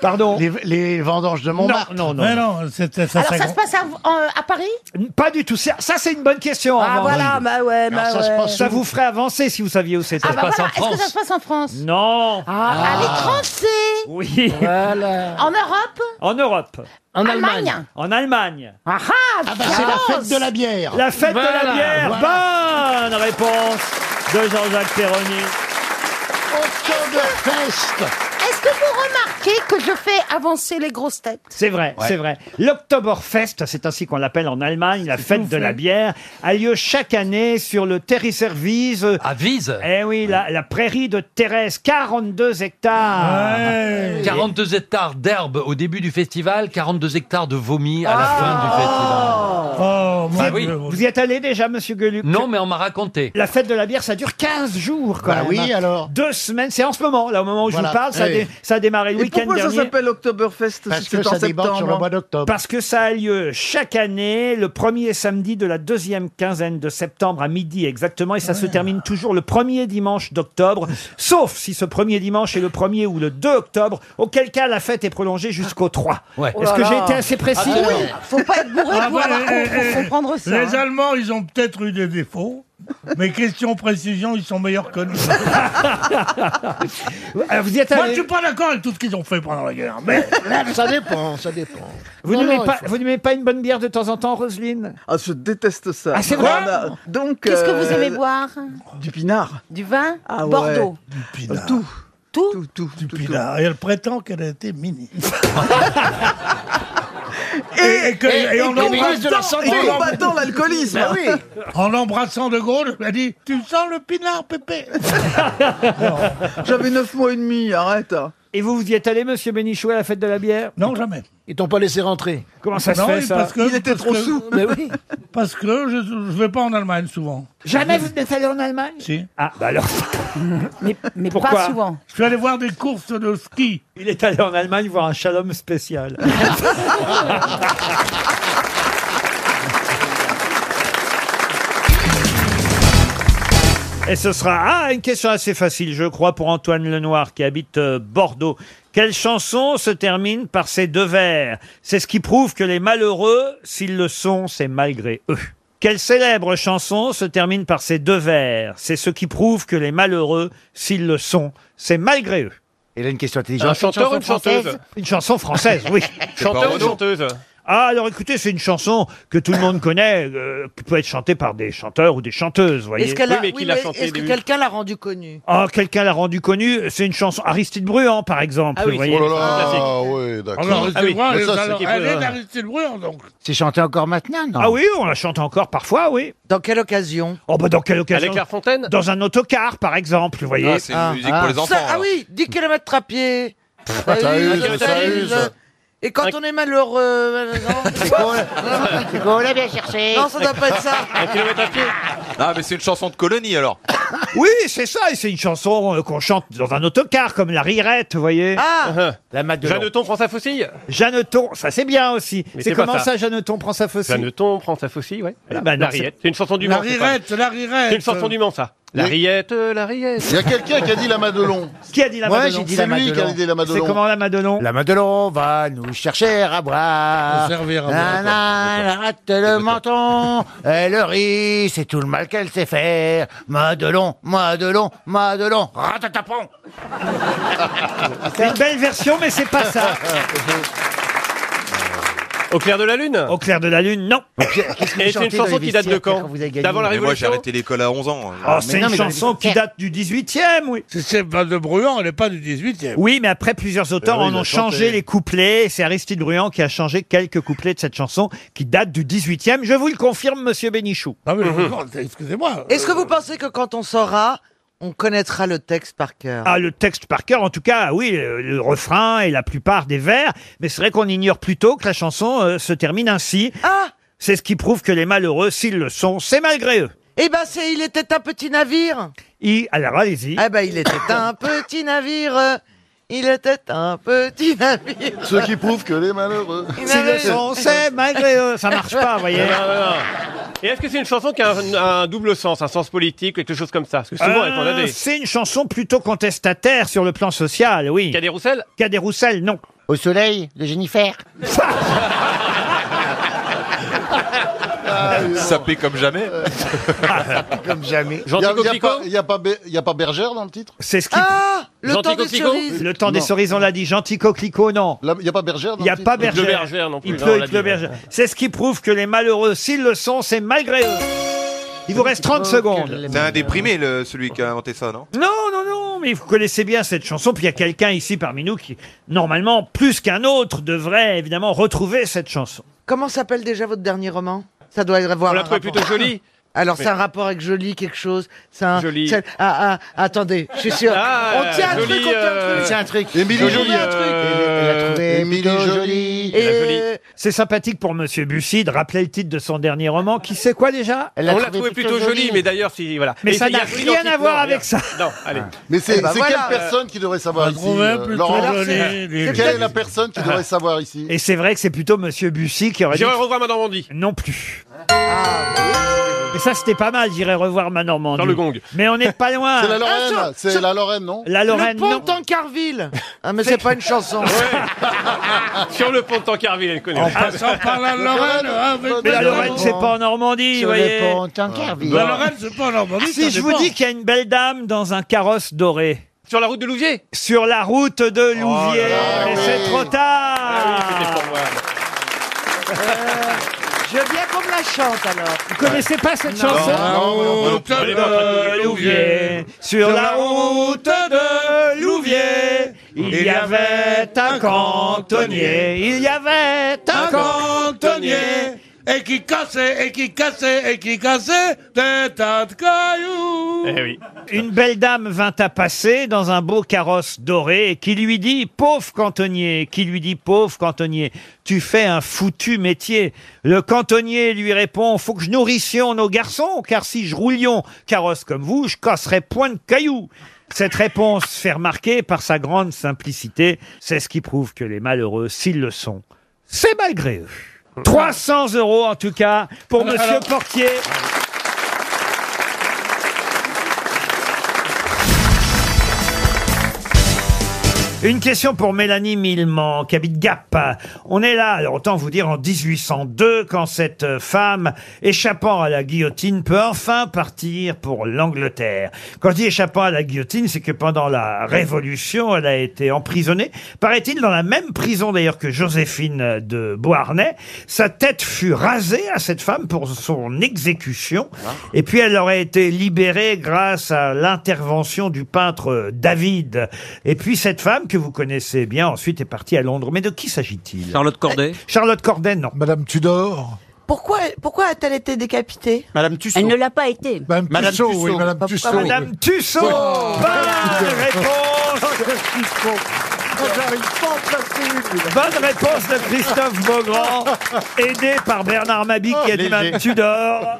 Pardon
les, les vendanges de Montmartre.
Non,
Mais non, c'était ça.
Alors
c'est
ça se
grand.
passe à, en- à Paris
Pas du tout. Ça, ça, c'est une bonne question. en
Ah,
revanche.
voilà, bah ouais, bah Alors, ça se ouais. passe
Ça
où
vous ferait avancer si vous saviez où c'était.
Ah bah voilà, est-ce que ça se passe en France
Non.
Ah, À l'étranger
Oui.
En Europe
(laughs) En Europe.
En Allemagne. Allemagne.
En Allemagne.
Ah
Ah bah c'est la fête de la bière.
La fête de la
Voilà,
bière. Bonne réponse de Jean-Jacques Perroni.
Oh, Est-ce que vous remarquez que je fais avancer les grosses têtes
C'est vrai,
Ouais.
c'est vrai. L'Oktoberfest, c'est ainsi qu'on l'appelle en Allemagne, la fête de la bière, a lieu chaque année sur le Terriservise.
À Vise
Eh oui, la, la prairie de Thérèse, 42 hectares.
42 hectares d'herbe au début du festival, 42 hectares de vomi à la
Ah.
fin du festival. Bah oui.
Oh, Vous y êtes allé déjà, monsieur Gueluc
Non, mais on m'a raconté.
La fête de la bière, ça dure 15 jours quand
Bah
même.
oui,
alors Deux semaines, c'est en ce moment, là, au moment où
Voilà.
je vous parle, ça, a
Oui.
dé- ça a démarré le
Et
week-end
pourquoi
dernier.
ça s'appelle Oktoberfest
Parce
si
que
c'est en
ça déborde
septembre
sur le mois
d'octobre.
Parce que ça a lieu chaque année, le premier samedi de la deuxième quinzaine de septembre à midi exactement, et ça se termine toujours le premier dimanche d'octobre, sauf si ce premier dimanche est le premier ou le 2 octobre, auquel cas la fête est prolongée jusqu'au 3.
Ouais.
Oh
Est-ce que j'ai été assez précis
Ah, Oui, faut pas être bourré
Ah
pour
bah,
avoir
eh,
compris,
eh,
faut comprendre ça.
Les
hein.
Allemands, ils ont peut-être eu des
(laughs)
défauts, mais question précision, ils sont meilleurs que nous.
vous êtes
Moi,
allé-
je suis pas d'accord avec tout ce qu'ils ont fait pendant la guerre.
(laughs)
Mais
Ça dépend, ça dépend.
Vous
Non,
n'aimez
non,
pas,
il faut-
vous n'aimez pas une bonne bière de temps en temps, Roselyne
Ah, je déteste ça.
Ah, c'est vrai
Voilà. Donc.
Qu'est-ce que vous
euh,
aimez boire
Du pinard.
Du vin
Ah ouais. (laughs)
Bordeaux.
Euh, Tout.
Tout
Tout, tout, tout,
Puis là, elle prétend qu'elle a été mini. Et, et que-
Et-
et en
et qu'on
embrassant-
baisse de la santé.
en
Et
embrassant-
combattant l'alcoolisme. Ben oui.
En embrassant De Gaulle, il a dit Tu sens le pinard, Pépé
J'avais 9 mois et demi, arrête.
Et vous, vous y êtes allé, monsieur Bénichou, à la fête de la bière
Non, jamais.
Ils t'ont pas laissé rentrer.
Comment ça se
Non,
fait,
et
ça
parce que-
Il était
parce
trop
que-
sous. Mais oui.
Parce que je, je vais pas en Allemagne souvent.
Jamais vous n'êtes allé en Allemagne
Si.
Ah, bah alors.
mais mais
pas Pourquoi souvent.
Je suis allé voir des courses de ski.
Il est allé en Allemagne voir un shalom spécial. Et ce sera ah, une question assez facile, je crois, pour Antoine Lenoir qui habite euh, Bordeaux. Quelle chanson se termine par ces deux vers C'est ce qui prouve que les malheureux, s'ils le sont, c'est malgré eux. Quelle célèbre chanson se termine par ces deux vers C'est ce qui prouve que les malheureux, s'ils le sont, c'est malgré eux.
Il a une question
intelligente. Une chanson française Une chanson française, oui.
Chanteur ou
chanteuse ah, alors écoutez, c'est une chanson que tout le monde connaît, euh, qui peut être chantée par des chanteurs ou des chanteuses, vous voyez.
Est-ce qu'elle a- oui, mais est-ce que quelqu'un l'a rendu connu
Ah, quelqu'un l'a rendu connu, c'est une chanson Aristide Bruand, par exemple.
Ah oui,
vous voyez.
c'est- Oh là là, Classique.
oui,
Alors,
Ah oui,
mais ça, c'est hein.
alors,
qui
elle
peut-
est d'Aristide Bruand, donc.
C'est chanté encore maintenant, non
Ah oui, on la chante encore parfois, oui.
Dans quelle occasion
Oh, bah dans quelle occasion
Avec La Fontaine
Dans un autocar, par exemple, vous voyez.
Ah, Ça- ah oui, 10 km à pied. Euh,
ça use, ça use.
Et quand on est malheureux. C'est
qu'on
l'a bien cherché. Non, ça doit pas être ça.
Un kilomètre à pied. Ah, mais c'est une chanson de colonie alors.
Oui, c'est ça, et c'est une chanson euh, qu'on chante dans un autocar, comme la rirette, vous voyez.
Ah
La
Jeanneton prend sa faucille
Jeanneton, ça c'est bien aussi.
Mais
C'est
c'est pas
comment
ça.
ça, Jeanneton prend sa faucille
Jeanneton prend sa faucille, ouais.
Ah bah non,
la rillette. C'est une chanson du
La
Mans. c'est pas-
Rirette, la Rirette.
C'est une chanson du Mans, ça. La
Oui.
rillette, euh, la rillette.
Il y a quelqu'un qui a dit la Madelon.
(laughs) Qui a dit la
Ouais,
Madelon
j'ai dit la
C'est lui
Madelon.
qui a dit la Madelon. C'est comment la Madelon
La Madelon va nous chercher à boire.
Nous servir à
Na,
boire,
na, na, rate le menton et le riz, c'est tout le mal qu'elle sait faire. Madelon, Madelon, Madelon,
Ah,
ratatapon.
Une belle version, mais c'est
(laughs)
pas ça.
Au clair de la lune
Au clair de la lune, non.
Et c'est une chanson qui date de quand D'avant la
Mais moi, j'ai
Révolution
arrêté l'école à 11 ans.
Oh, c'est une chanson qui date du 18e, oui.
C'est pas de Bruand, elle n'est pas du 18e.
Oui, mais après plusieurs auteurs
Eh oui,
en
il
ont
a chanté.
changé les couplets. C'est Aristide Bruand qui a changé quelques couplets de cette chanson qui date du 18e. Je vous le confirme, monsieur Bénichou.
Ah,
(laughs)
excusez-moi.
Est-ce que vous pensez que quand on saura, on connaîtra le texte par cœur
Ah, le texte par cœur, en tout cas, oui, le, le refrain et la plupart des vers. Mais c'est vrai qu'on ignore plutôt que la chanson euh, se termine ainsi.
Ah
C'est ce qui prouve que les malheureux, s'ils le sont, c'est malgré eux.
Eh ben, c'est Il était un petit navire.
Et, alors, allez-y.
Eh ben, il était un (coughs) petit navire. Il était un petit navire.
Ce qui prouve que les malheureux.
S'ils le sont, c'est malgré eux. Ça marche pas, vous voyez.
Non, non, non. Et est-ce que c'est une chanson qui a un, un double sens, un sens politique, quelque chose comme ça Parce que souvent, elle
Euh,
en a des.
C'est une chanson plutôt contestataire sur le plan social, oui. Cadet
Roussel
Cadet Roussel, non.
Au soleil, de Jennifer.
Ah,
Sapé comme jamais.
(laughs)
comme jamais.
Il n'y a, y a pas- y a pas Bé- y a pas Bergère dans le titre
(laughs) C'est ce qui.
Ah
Le temps des cerises. Le temps des cerises, on l'a dit. Gentil coquelicot, non.
Il n'y a pas Bergère
Il n'y a pas Bergère.
berger
Il pleut, il pleut Bergère. C'est ce qui prouve que les malheureux, s'ils le sont, c'est malgré eux. Il vous reste
Oh,
30 secondes.
C'est un déprimé, le- celui qui a inventé ça, non
Non, non, non, mais vous connaissez bien cette chanson. Puis il y a quelqu'un ici parmi nous qui, normalement, plus qu'un autre, devrait évidemment retrouver cette chanson.
Comment s'appelle déjà votre dernier roman Ça doit avoir.
On l'a
un
trouvé
rapport.
plutôt jolie.
(laughs) Alors,
Mais-
c'est un rapport avec joli, quelque chose. C'est un.
Jolie.
c'est- Ah, ah, attendez, je suis sûr.
Ah,
on tient un
jolie,
truc, on tient un
euh,
truc.
c'est un truc. Émilie
On tient
euh,
Jolie,
un truc.
Euh,
Et-
C'est sympathique pour Monsieur Bussy de rappeler le titre de son dernier roman, qui c'est quoi déjà
on l'a trouvé plutôt jolie, mais d'ailleurs, si. Voilà.
Mais
Et
ça
il y a
n'a
pris
rien
l'identité-
à voir
non,
avec
rien.
ça.
Non, allez.
Ah, Mais c'est
Eh ben
c'est
voilà.
quelle personne qui devrait savoir ici trouver euh, plutôt Laurent joli. C'est- Les- Quelle est la personne qui devrait savoir ici
Et c'est vrai que c'est plutôt Monsieur Bussy qui aurait dit.
J'irai revoir ma Normandie.
Non plus. Mais ça, c'était pas mal, j'irai revoir ma Normandie.
Dans le gong.
Mais on n'est pas
(laughs)
loin.
C'est la
Ah, sur-
Lorraine, c'est
sur-
la Lorraine, non
La Lorraine,
Le pont
non.
de Tancarville. (laughs) Ah, mais c'est pas une chanson.
Sur le pont de Tancarville, elle connaît.
passant par Ah, la Lorraine, ah, avec
Mais la Lorraine, c'est pas en Normandie,
Sur
vous
le
voyez.
pont Tancarville.
Bon.
La Lorraine, c'est pas en Normandie. ça
Si je vous
dépend.
dis qu'il y a une belle dame dans un carrosse doré.
Sur la route de Louviers
Sur la route
Oh
de Louviers, mais c'est trop
Ah
tard.
Je veux bien qu'on me la chante alors.
Vous connaissez pas cette
Non. Euh,
chanson
route
de Louviers, sur la route de Louviers, il Il y avait un cantonnier, il y avait un
cantonnier, et qui cassait, et qui cassait, et qui cassait des tas de cailloux.
Eh
Une belle dame vint à passer dans un beau carrosse doré qui lui dit Pauvre cantonnier, qui lui dit Pauvre cantonnier, tu fais un foutu métier. Le cantonnier lui répond Faut que je nourrissions nos garçons, car si je roulions carrosse comme vous, je casserais point de cailloux. Cette réponse fait remarquer par sa grande simplicité, c'est ce qui prouve que les malheureux, s'ils le sont, c'est malgré eux. 300 euros en tout cas pour
Alors-
Monsieur
alors-
Portier. Une question pour Mélanie Milman, qui habite Gap. On est là, alors autant vous dire, en 1802, quand cette euh, femme, échappant à la guillotine, peut enfin partir pour l'Angleterre. Quand je dis échappant à la guillotine, c'est que pendant la Révolution, elle a été emprisonnée, paraît-il, dans la même prison d'ailleurs que Joséphine de Beauharnais. Sa tête fut rasée à cette femme pour son exécution. Et puis elle aurait été libérée grâce à l'intervention du peintre David. Et puis cette femme que vous connaissez bien ensuite est partie à Londres. Mais de qui s'agit-il Eh,
Charlotte Corday
Charlotte Corday, non. Madame Tudor
Pourquoi, pourquoi a-t-elle été décapitée
Madame
Elle ne l'a pas été.
Madame
Madame
Tussaud, oui, Madame
Pourquoi
Tussaud. Madame Tussaud Bonne réponse Bonne réponse de Christophe Beaugrand, aidé par Bernard Mabi qui a dit
Léger.
Ah,
Madame Tudor.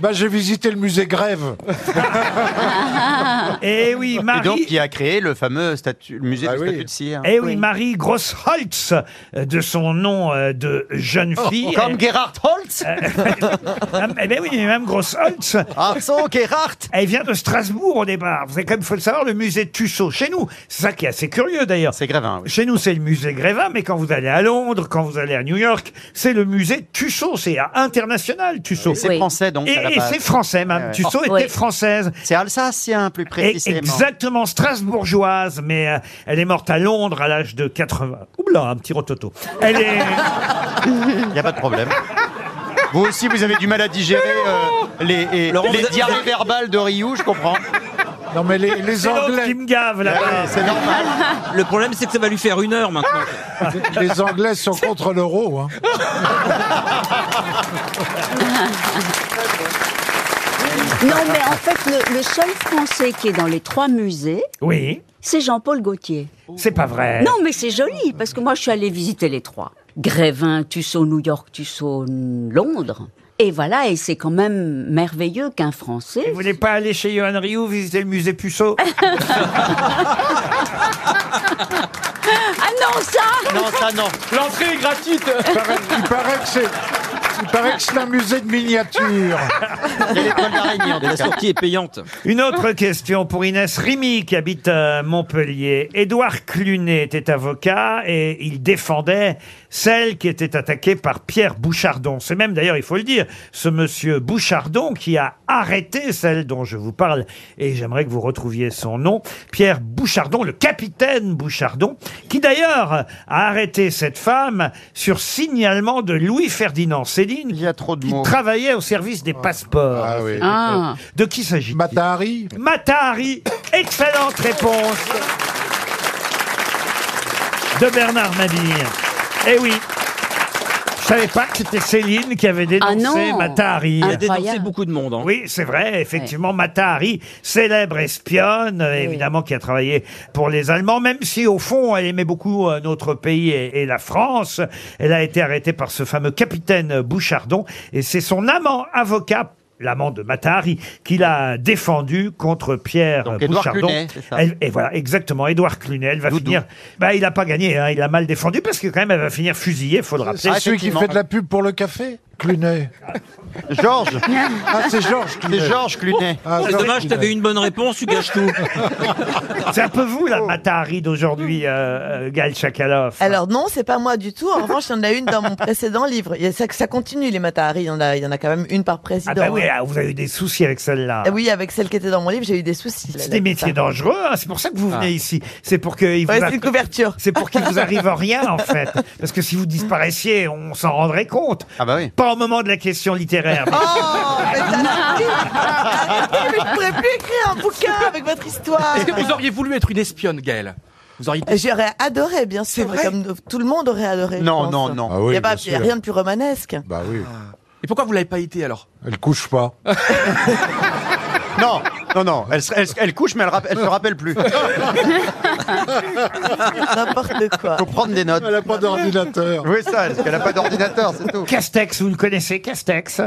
Bah, j'ai visité le musée
(laughs)
Grève.
Ah.
Et Eh oui, Marie.
Et donc, qui a créé le fameux statut, le
Ah
musée de statue de cire.
Eh oui, Marie Grossholtz, euh, de son nom euh, de jeune
Oh,
fille.
Oh,
Euh,
Comme
Gerhard Holtz Eh bien oui, mais même Grossholtz. Ah, son Gerhard Elle vient de Strasbourg au départ. Vous avez quand même, faut le savoir, le musée Tussaud. Chez nous, c'est ça qui est assez curieux d'ailleurs. C'est Grévin, Chez nous, c'est le musée Grévin, mais quand vous allez à Londres, quand vous allez à New York, c'est le musée Tussaud. C'est international, Tussaud.
Et c'est Oui. français, donc,
Et,
à la
et
base.
c'est français, même.
Ouais, ouais.
Tussaud
Oh,
était
oui.
française.
C'est alsacien, plus précisément.
Exactement, strasbourgeoise, mais euh, elle est morte à Londres à l'âge de 80. Oula, un petit rototo. Elle est.
(laughs) Il n'y a pas de problème. Vous aussi, vous avez du mal à digérer euh, les, et-
Laurent,
les
vous êtes-
diarrhées verbales de Ryu, je comprends. Non, mais les,
C'est l'autre qui me gave là.
c'est normal.
(laughs) Le problème, c'est que ça va lui faire une heure maintenant.
(laughs)
Les Anglais sont contre l'euro. Hein.
(laughs) Non, mais en fait, le, le seul Français qui est dans les trois musées,
Oui.
c'est Jean-Paul Gaultier.
C'est pas vrai.
Non, mais c'est joli, parce que moi, je suis allée visiter les trois. Grévin, Tussaud, New York, Tussaud, Londres. Et voilà, et c'est quand même merveilleux qu'un Français...
Vous voulez pas aller chez Johan Rioux visiter le musée Puceau
Ah non, ça
Non, ça non.
L'entrée est gratuite
Il paraît, il paraît que c'est. il paraît que c'est un musée de miniatures. (laughs)
La sortie
est payante.
Une autre question pour Inès Rimi qui habite à Montpellier. Édouard Clunet était avocat et il défendait celle qui était attaquée par Pierre Bouchardon. C'est même d'ailleurs, il faut le dire, ce monsieur Bouchardon qui a arrêté celle dont je vous parle et j'aimerais que vous retrouviez son nom. Pierre Bouchardon, le capitaine Bouchardon, qui d'ailleurs a arrêté cette femme sur signalement de Louis-Ferdinand Céline. Il y a trop de Qui travaillait au service des passeports.
Ah.
De qui s'agit-il Matahari. Matahari. Excellente réponse de Bernard Mabir. Eh oui. Je savais pas que c'était Céline qui avait dénoncé
Ah non.
Matahari.
Elle a dénoncé Incroyable.
beaucoup de monde. hein. Oui, c'est vrai. Effectivement, Matahari, célèbre espionne, euh, évidemment, qui a travaillé pour les Allemands, même si au fond, elle aimait beaucoup euh, notre pays et, et la France. Elle a été arrêtée par ce fameux capitaine Bouchardon et c'est son amant avocat l'amant de Matahari, qui l'a défendu contre Pierre
Donc, Édouard
Bouchardon.
Clunet, c'est ça.
Elle- et voilà, exactement, Édouard Clunet, elle va finir... Bah, il n'a pas gagné, hein, il a mal défendu, parce que quand même, elle va finir fusillée, faut le rappeler.
C'est celui qui fait de la pub pour le café Clunet.
(laughs)
Georges.
Ah, c'est Georges Clunet. Ah,
C'est
Georges
dommage,
Clunet.
t'avais une bonne réponse, tu gâches tout.
(laughs) C'est un peu vous, la Matahari d'aujourd'hui, euh, euh, Gaël Chakalov.
Alors non, c'est pas moi du tout. En revanche, il y en a une dans mon précédent livre. Il y a ça, ça continue les Matahari. Il y en a, il y en a quand même une par président.
Ah bah oui, ah, vous avez eu des soucis avec celle-là.
Ah oui, avec celle qui était dans mon livre, j'ai eu des soucis.
C'est des métiers dangereux, hein, c'est pour ça que vous venez
Ah.
ici. C'est pour qu'il vous,
Ouais,
a-
c'est une couverture.
C'est pour qu'il
(laughs)
vous arrive rien, en fait. Parce que si vous disparaissiez, on s'en rendrait compte.
Ah bah oui.
Pas au moment de la question littéraire. mais-
Oh, mais ça (laughs) l'arrive. Arrêtez, mais je pourrais plus écrire un bouquin avec votre histoire.
Est-ce que vous auriez voulu être une espionne, Gaëlle
Vous auriez...
Ah,
J'aurais adoré, bien sûr, comme tout le monde aurait adoré. je
Non,
pense.
non, non. Ah
Il
oui,
n'y a, pas-
bien
il y a
sûr.
rien de plus romanesque.
Bah oui. Et pourquoi vous l'avez pas été alors
Elle couche pas. (laughs) non, non, non. Elle, se- elle se- elle couche, mais elle, rappe- elle se rappelle plus.
(laughs) Oh
(laughs)
N'importe quoi.
Faut prendre des notes. Elle n'a pas d'ordinateur. Oui, ça, parce qu'elle n'a pas d'ordinateur, c'est tout.
Castex, vous le connaissez, Castex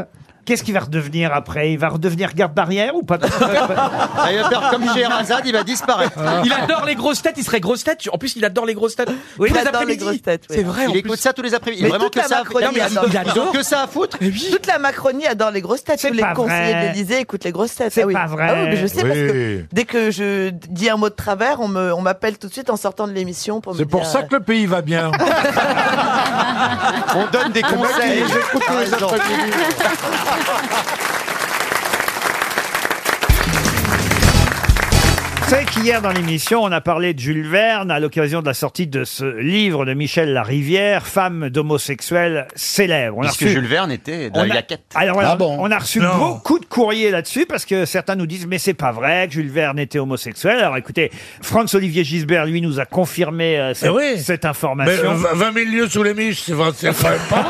Qu'est-ce qu'il va redevenir après Il va redevenir garde-barrière ou
(laughs)
pas
Il va faire comme Scheherazade, il va disparaître.
Ah. Il adore les grosses têtes, il serait grosse tête. En plus, il adore les grosses têtes.
Oui,
Tous
il
les
adore les
après-midi.
grosses têtes, oui.
C'est vrai.
Il
en
écoute
plus.
ça tous les après-midi. Vraiment
toute
que
la
ça à
Macronie
foutre. Non, mais
adore
ils
les
ont
grosses
que
têtes.
ça à foutre.
Toute la Macronie adore les grosses têtes. Tous les
pas
conseillers
vrai.
de l'Élysée écoutent les grosses têtes.
C'est
ah oui.
pas vrai.
Ah oui, mais je sais parce que
Oui.
dès que je dis un mot de travers, on me- on m'appelle tout de suite en sortant de l'émission pour me
C'est pour
dire,
ça que le pays va bien.
On donne des
Le mec,
conseils.
il les écoute tous les
Par exemple.
après-midi.
Vous savez qu'hier dans l'émission, on a parlé de Jules Verne à l'occasion de la sortie de ce livre de Michel Larivière, Femme d'homosexuel célèbre. On a
Puisque
reçu-
Jules Verne était dans
on a-
la quête.
Alors voilà,
Ah bon
on a reçu
Non.
beaucoup de courriers là-dessus parce que certains nous disent mais c'est pas vrai que Jules Verne était homosexuel. Alors écoutez, Franz-Olivier Gisbert, lui, nous a confirmé euh, cette,
Eh oui.
cette
Mais euh,
information.
20 000 lieux sous les miches, c'est vrai, c'est quand même pas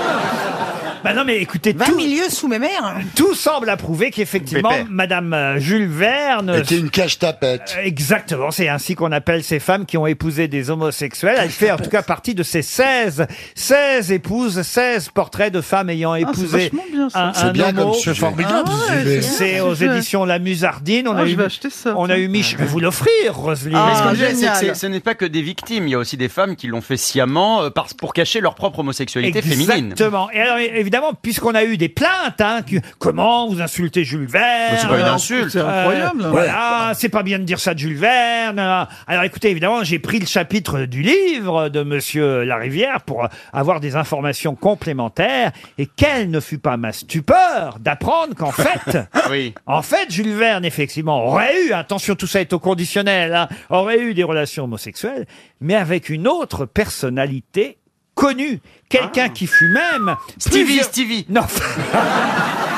Bah non, mais écoutez, 20 milieux sous mes
hein.
mères. Tout semble approuver qu'effectivement,
Pépère.
Madame euh, Jules Verne.
Était une cache tapette.
Euh, Exactement, c'est ainsi qu'on appelle ces femmes qui ont épousé des homosexuels. Elle fait en tout cas partie de ces 16, 16 épouses, 16 portraits de femmes ayant épousé
Ah, vachement bien, ça.
un,
C'est
un
bien
homo.
comme sujet. C'est formidable, Ah ouais, ce sujet. c'est
C'est
bien, ce
aux
sujet.
éditions La Musardine. On
Ah,
a
je
eu,
vais acheter ça,
On a
tiens.
eu Mich, je vais vous l'offrir, Roselyne.
Ah,
Mais ce que j'aime, c'est que
génial.
c'est- ce n'est pas que des victimes, il y a aussi des femmes qui l'ont fait sciemment euh, par- pour cacher leur propre homosexualité féminine.
Exactement. Et alors, é- évidemment, puisqu'on a eu des plaintes, hein, que- comment vous insultez Jules Verne
Mais c'est pas une insulte. C'est incroyable.
Voilà, Ah, c'est pas bien de dire ça de Jules Verne. Alors, écoutez, évidemment, j'ai pris le chapitre du livre de Monsieur Larivière pour euh, avoir des informations complémentaires. Et quelle ne fut pas ma stupeur d'apprendre
(laughs)
qu'en fait,
Oui.
en fait, Jules Verne, effectivement, aurait eu, attention, tout ça est au conditionnel, hein, aurait eu des relations homosexuelles, mais avec une autre personnalité connue. Quelqu'un
Ah.
qui fut même... Stevie, Stevie Non (laughs)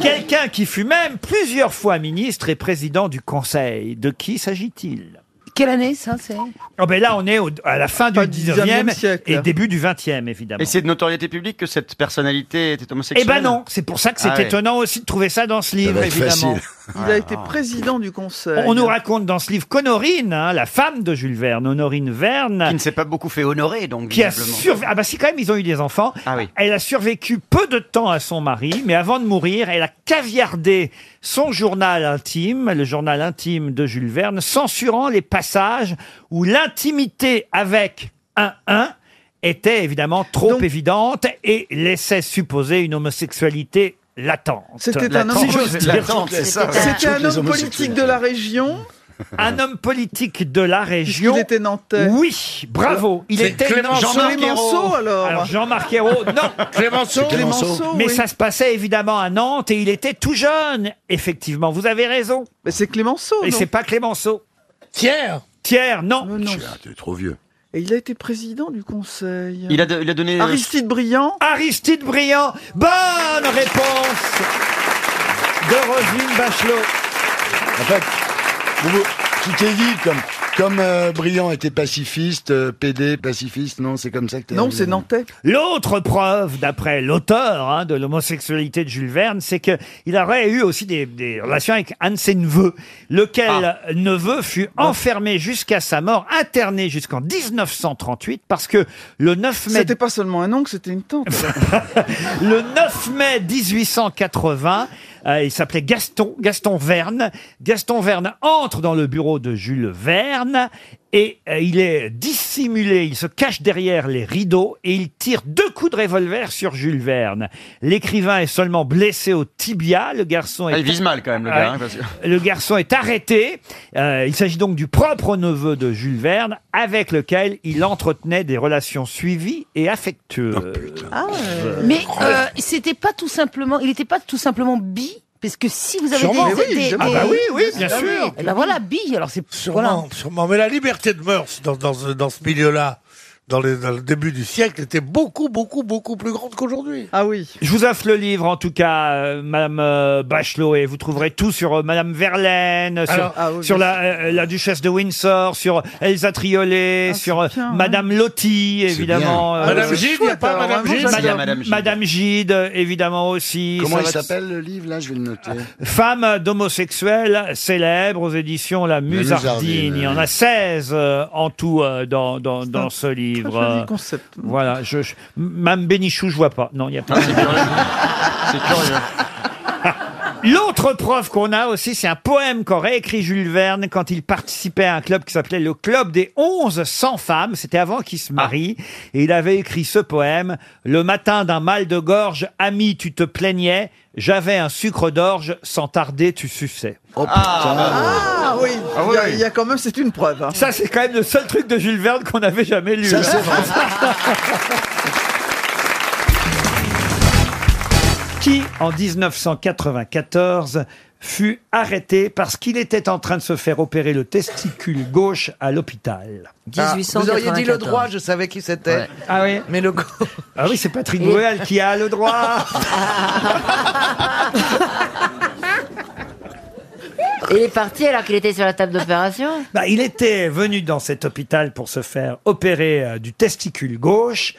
Quelqu'un qui fut même plusieurs fois ministre et président du Conseil. De qui s'agit-il
Quelle année ça c'est
Oh ben là, on est au- à la fin du 19e
siècle.
et début du 20e, évidemment.
Et c'est de notoriété publique que cette personnalité était
Eh
homosexuelle
ben non, c'est pour ça que c'est
Ah ouais. Ah.
étonnant aussi de trouver ça dans ce livre,
va être
évidemment.
facile.
Il a
Ah.
été président du
euh,
conseil.
On nous raconte dans ce livre qu'Honorine, hein, la femme de Jules Verne, Honorine Verne, qui ne
s'est pas beaucoup fait honorer, donc
qui a
visiblement. Ah
surv- Ah bah si quand même, ils ont eu des enfants. Elle a survécu peu de temps à son mari, mais avant de mourir, elle a caviardé son journal intime, le journal intime de Jules Verne, censurant les passages où l'intimité avec un un était évidemment trop évidente et laissait supposer une homosexualité latente.
C'était un homme politique. C'était un homme politique de la région.
Un homme politique de la région. Il était
nantais.
Oui, bravo. Il
C'est
était
Clémenceau. Clémenceau, alors.
Jean-Marc Ayrault, non.
Clémenceau. C'est Clémenceau,
Mais
oui.
ça se passait évidemment à Nantes et il était tout jeune. Effectivement, vous avez raison.
Mais c'est Clémenceau.
Et
non
c'est pas Clémenceau. Thiers. Thiers, non.
T'es trop vieux.
Et il a été président du conseil.
Il a, de- il a donné.
Aristide Briand.
Aristide Briand. Bonne réponse de Roselyne Bachelot.
En fait, vous, vous- tu t'es dit comme. Comme euh, Briand était pacifiste, euh, PD pacifiste, non, c'est comme ça que t'es.
Non, c'est
Nantais.
L'autre preuve, d'après l'auteur hein, de l'homosexualité de Jules Verne, c'est que il aurait eu aussi des, des relations avec un de ses neveux, lequel neveu fut enfermé jusqu'à sa mort, interné jusqu'en 1938, parce que le 9 mai...
C'était pas seulement un oncle, c'était une tante.
(laughs) le 9 mai 1880, euh, il s'appelait Gaston, Gaston Verne. Gaston Verne entre dans le bureau de Jules Verne et euh, il est dissimulé, il se cache derrière les rideaux et il tire deux coups de revolver sur Jules Verne. L'écrivain est seulement blessé au tibia, le garçon est...
Ah, il vise mal quand même, le gars, hein, parce que-
Le garçon est arrêté. Euh, il s'agit donc du propre neveu de Jules Verne, avec lequel il entretenait des relations suivies et affectueuses. Euh,
Ah, Mais euh, c'était pas tout simplement, il était pas tout simplement bi parce que si vous avez
Sûrement,
des,
oui,
des-
évidemment.
des-
Ah bah oui, oui, bien
Ah oui.
sûr.
Eh ben voilà bi alors c'est
Sûrement, sûrement. Mais la liberté de mœurs dans, dans ce- dans ce milieu-là, dans, les- dans le début du siècle, était beaucoup, beaucoup, beaucoup plus grande qu'aujourd'hui.
Ah
(laughs)
oui. Je vous offre le livre, en tout cas, euh, Madame euh, Bachelot, et vous trouverez tout sur euh, Madame Verlaine, sur,
Alors, ah oui,
sur
bien
la, euh, la Duchesse de Windsor, sur Elsa
Ah,
Triolet, sur euh, Madame Loti, évidemment.
bien. Madame Gide, il y a pas
alors,
Madame
vraiment,
Gide
Madame,
Madame Gide.
Madame Gide, évidemment aussi.
Comment
Ça
il
va-
s'appelle le livre là Je vais le noter.
Femmes d'homosexuels célèbres aux éditions La Musardine.
Musardine,
Il y en a 16 euh, en tout euh, dans, dans, dans ce
joli
livre. Euh,
concept.
Voilà. Je, je- Mme Bénichou, je vois pas. Non, il n'y a pas.
Ah, C'est curieux.
L'autre preuve qu'on a aussi, c'est un poème qu'aurait écrit Jules Verne quand il participait à un club qui s'appelait le Club des 11 sans femmes. C'était avant qu'il se marie. Et il avait écrit ce poème. Le matin d'un mal de gorge, ami, tu te plaignais. J'avais un sucre d'orge, sans tarder, tu suçais. Oh putain.
Ah oui, il y a- il y, a quand même, c'est une preuve. hein.
Ça, c'est quand même le seul truc de Jules Verne qu'on n'avait jamais lu.
Ça,
hein.
c'est vrai.
Qui, en 1994, fut arrêté parce qu'il était en train de se faire opérer le testicule gauche à l'hôpital.
Ah, vous auriez dit le droit, je savais qui c'était.
Ouais. Ah oui
Mais le
(laughs) Ah oui, c'est Patrick Bruel qui a le droit.
Il est parti alors qu'il était sur la table d'opération
Bah, il était venu dans cet hôpital pour se faire opérer euh, du testicule gauche.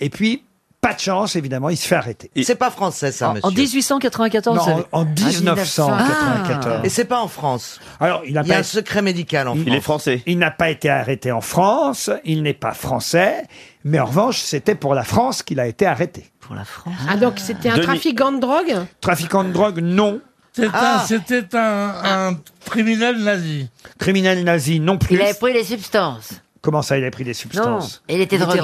Et puis, pas de chance, évidemment, il se fait arrêter.
C'est pas français, ça, monsieur.
en
1894
Non, vous avez- en-
Ah,
en 1994.
Et c'est pas en France.
Alors, il,
y a un secret médical en France.
français. Il n'a pas été arrêté en France, il n'est pas français, mais en revanche, c'était pour la France qu'il a été arrêté. Pour la France
Ah, donc c'était un
Denis-
trafiquant de drogue
Trafiquant de drogue, non.
C'était
Ah.
un, c'était un- un criminel nazi.
Criminel nazi, non plus.
Il avait pris les substances.
Comment ça, il a pris des
Non,
substances
il était drogué.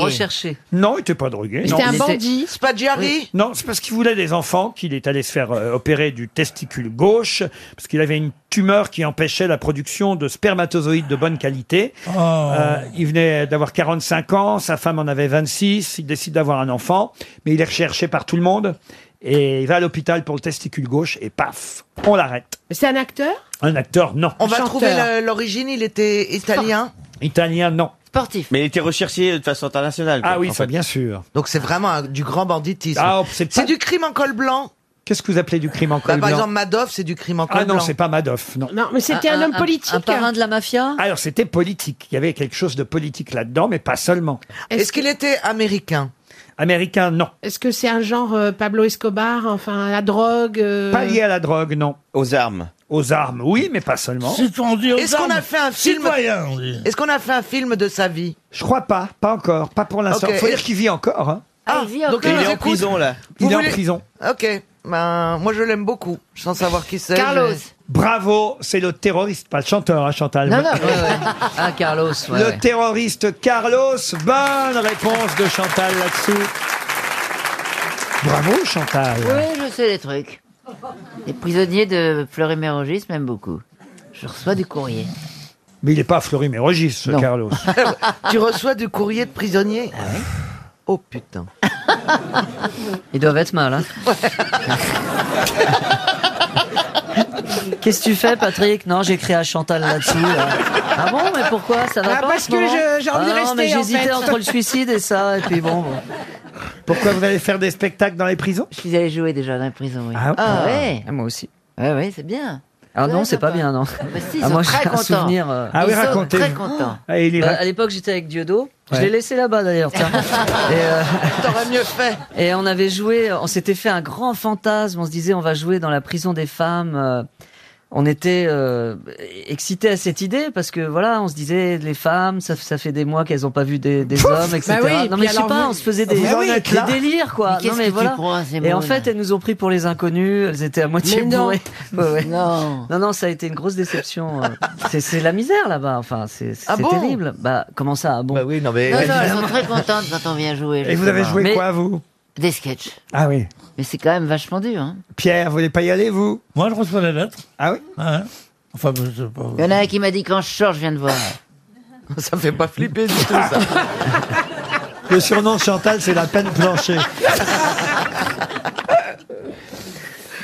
Non, il n'était pas drogué. non.
Spaggiari
Oui. Non, c'est parce qu'il voulait des enfants qu'il est allé se faire euh, opérer du testicule gauche, parce qu'il avait une tumeur qui empêchait la production de spermatozoïdes de bonne qualité.
Oh.
Euh, il venait d'avoir 45 ans, sa femme en avait 26, il décide d'avoir un enfant, mais il est recherché par tout le monde, et il va à l'hôpital pour le testicule gauche, et paf, on l'arrête.
C'est un acteur
Un acteur, non.
On va trouver la- l'origine, il était italien.
Italien, non.
Sportif.
Mais il était recherché de façon internationale.
Ah oui, ça bien sûr.
Donc c'est vraiment un- du grand banditisme.
Ah, c'est
du crime en col blanc.
Qu'est-ce que vous appelez du crime en col
Bah, Par
blanc
exemple, Madoff, c'est du crime en col
Ah
blanc.
non, c'est pas Madoff, non.
Non, mais c'était un, homme politique.
parrain
de la mafia
Alors c'était politique, il y avait quelque chose de politique là-dedans, mais pas seulement.
Est-ce Est-ce qu'il
était américain
Ah,
Américain, non.
Est-ce que c'est un genre euh, Pablo Escobar, enfin la drogue euh,
Pas lié à la drogue, non. Aux armes. Aux armes, oui, mais pas seulement.
Est-ce qu'on a fait un film Est-ce qu'on a fait un film de sa vie
Je crois pas, pas encore, pas pour l'instant.
Ok.
Faut dire qu'il vit encore. hein.
Ah, donc
encore.
on
Il est en
écoute.
prison, là.
Vous
Il est en
voulez-
prison.
Ok. Ben, moi je l'aime beaucoup, sans savoir qui c'est.
Carlos.
Bravo, c'est le terroriste, pas le chanteur, hein, Chantal.
Non, non.
Ah, Carlos,
le terroriste Carlos. Bonne réponse de Chantal là-dessous. Bravo,
Ah,
Chantal.
Oui, je sais des trucs. Les prisonniers de Fleury-Mérogis m'aiment beaucoup. Je reçois du courrier.
Mais il n'est pas à Fleury-Mérogis, ce Carlos.
tu reçois du courrier de prisonnier Oh putain.
(laughs) Ah Ils doivent
(laughs)
être mal, hein
(laughs)
Qu'est-ce que tu fais, Patrick Non, j'écris à Chantal là-dessous. là. Ah bon, mais pourquoi Ça va
Ah,
pas
parce
en ce
que
moment
je- j'ai envie
Ah
de
non,
rester,
mais
en
j'hésitais
fait.
entre le suicide et ça, et puis bon. bon.
Pourquoi vous allez faire des spectacles dans les prisons
Je suis allé jouer déjà dans les prisons, oui.
Ah,
ouais
Ah, moi aussi.
Ouais, ouais, c'est bien.
Ah
Ouais,
non, c'est pas
sympa.
bien, non.
Mais Bah si, ils
Ah,
sont
moi,
très
j'ai un
contents.
souvenir. euh,
Ah oui, Ils sont racontez. très contents.
Ah,
il y
bah,
va.
à l'époque, j'étais avec Dieudo. Je Ouais. l'ai laissé là-bas d'ailleurs.
(laughs)
tiens. Et, euh,
T'aurais mieux fait.
Et on avait joué, on s'était fait un grand fantasme. On se disait, on va jouer dans la prison des femmes. euh, On était euh, excités à cette idée parce que voilà, on se disait les femmes, ça, ça fait des mois qu'elles n'ont pas vu des, des hommes, etc.
Bah oui,
non
puis
mais je sais
alors
pas,
vous-
on se faisait des,
Vous en
des
êtes là
délires quoi.
Mais qu'est-ce
non mais
que tu
voilà.
crois, ces
Et en
mots-là
fait, elles nous ont pris pour les inconnus. Elles étaient à moitié
Mais non. (laughs)
bourrées. Ouais, ouais.
Non.
non, non, ça a été une grosse déception. euh. C'est- C'est la misère là-bas. Enfin, c'est c'est
Ah bon
terrible. Bah comment ça ah bon Bah oui, non mais.
Non, non,
(laughs)
elles sont très contentes quand on vient jouer.
Et vous avez
justement.
joué
Mais-
quoi,
vous
Des sketchs.
Ah oui.
Mais c'est quand même vachement dur. Hein.
Pierre, vous voulez pas y aller, vous
Moi, je reçois la lettre.
Ah oui
Enfin, je sais pas.
Il y en a un qui m'a dit quand je sors, je viens de voir.
(laughs) Ça fait pas flipper du tout, ça.
Le surnom de Chantal, c'est la peine planchée.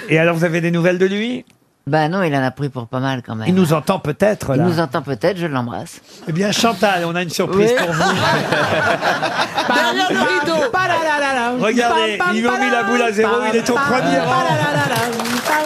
Et alors, vous avez des nouvelles de lui
Ben non, il en a pris pour pas mal quand même.
Il nous entend peut-être,
Il
là.
nous entend peut-être, je l'embrasse.
Eh bien, Chantal, on a une surprise
Oui.
pour vous.
Derrière
Ah,
le rideau
Regardez, ils lui ont mis la boule à zéro, il est au premier rang.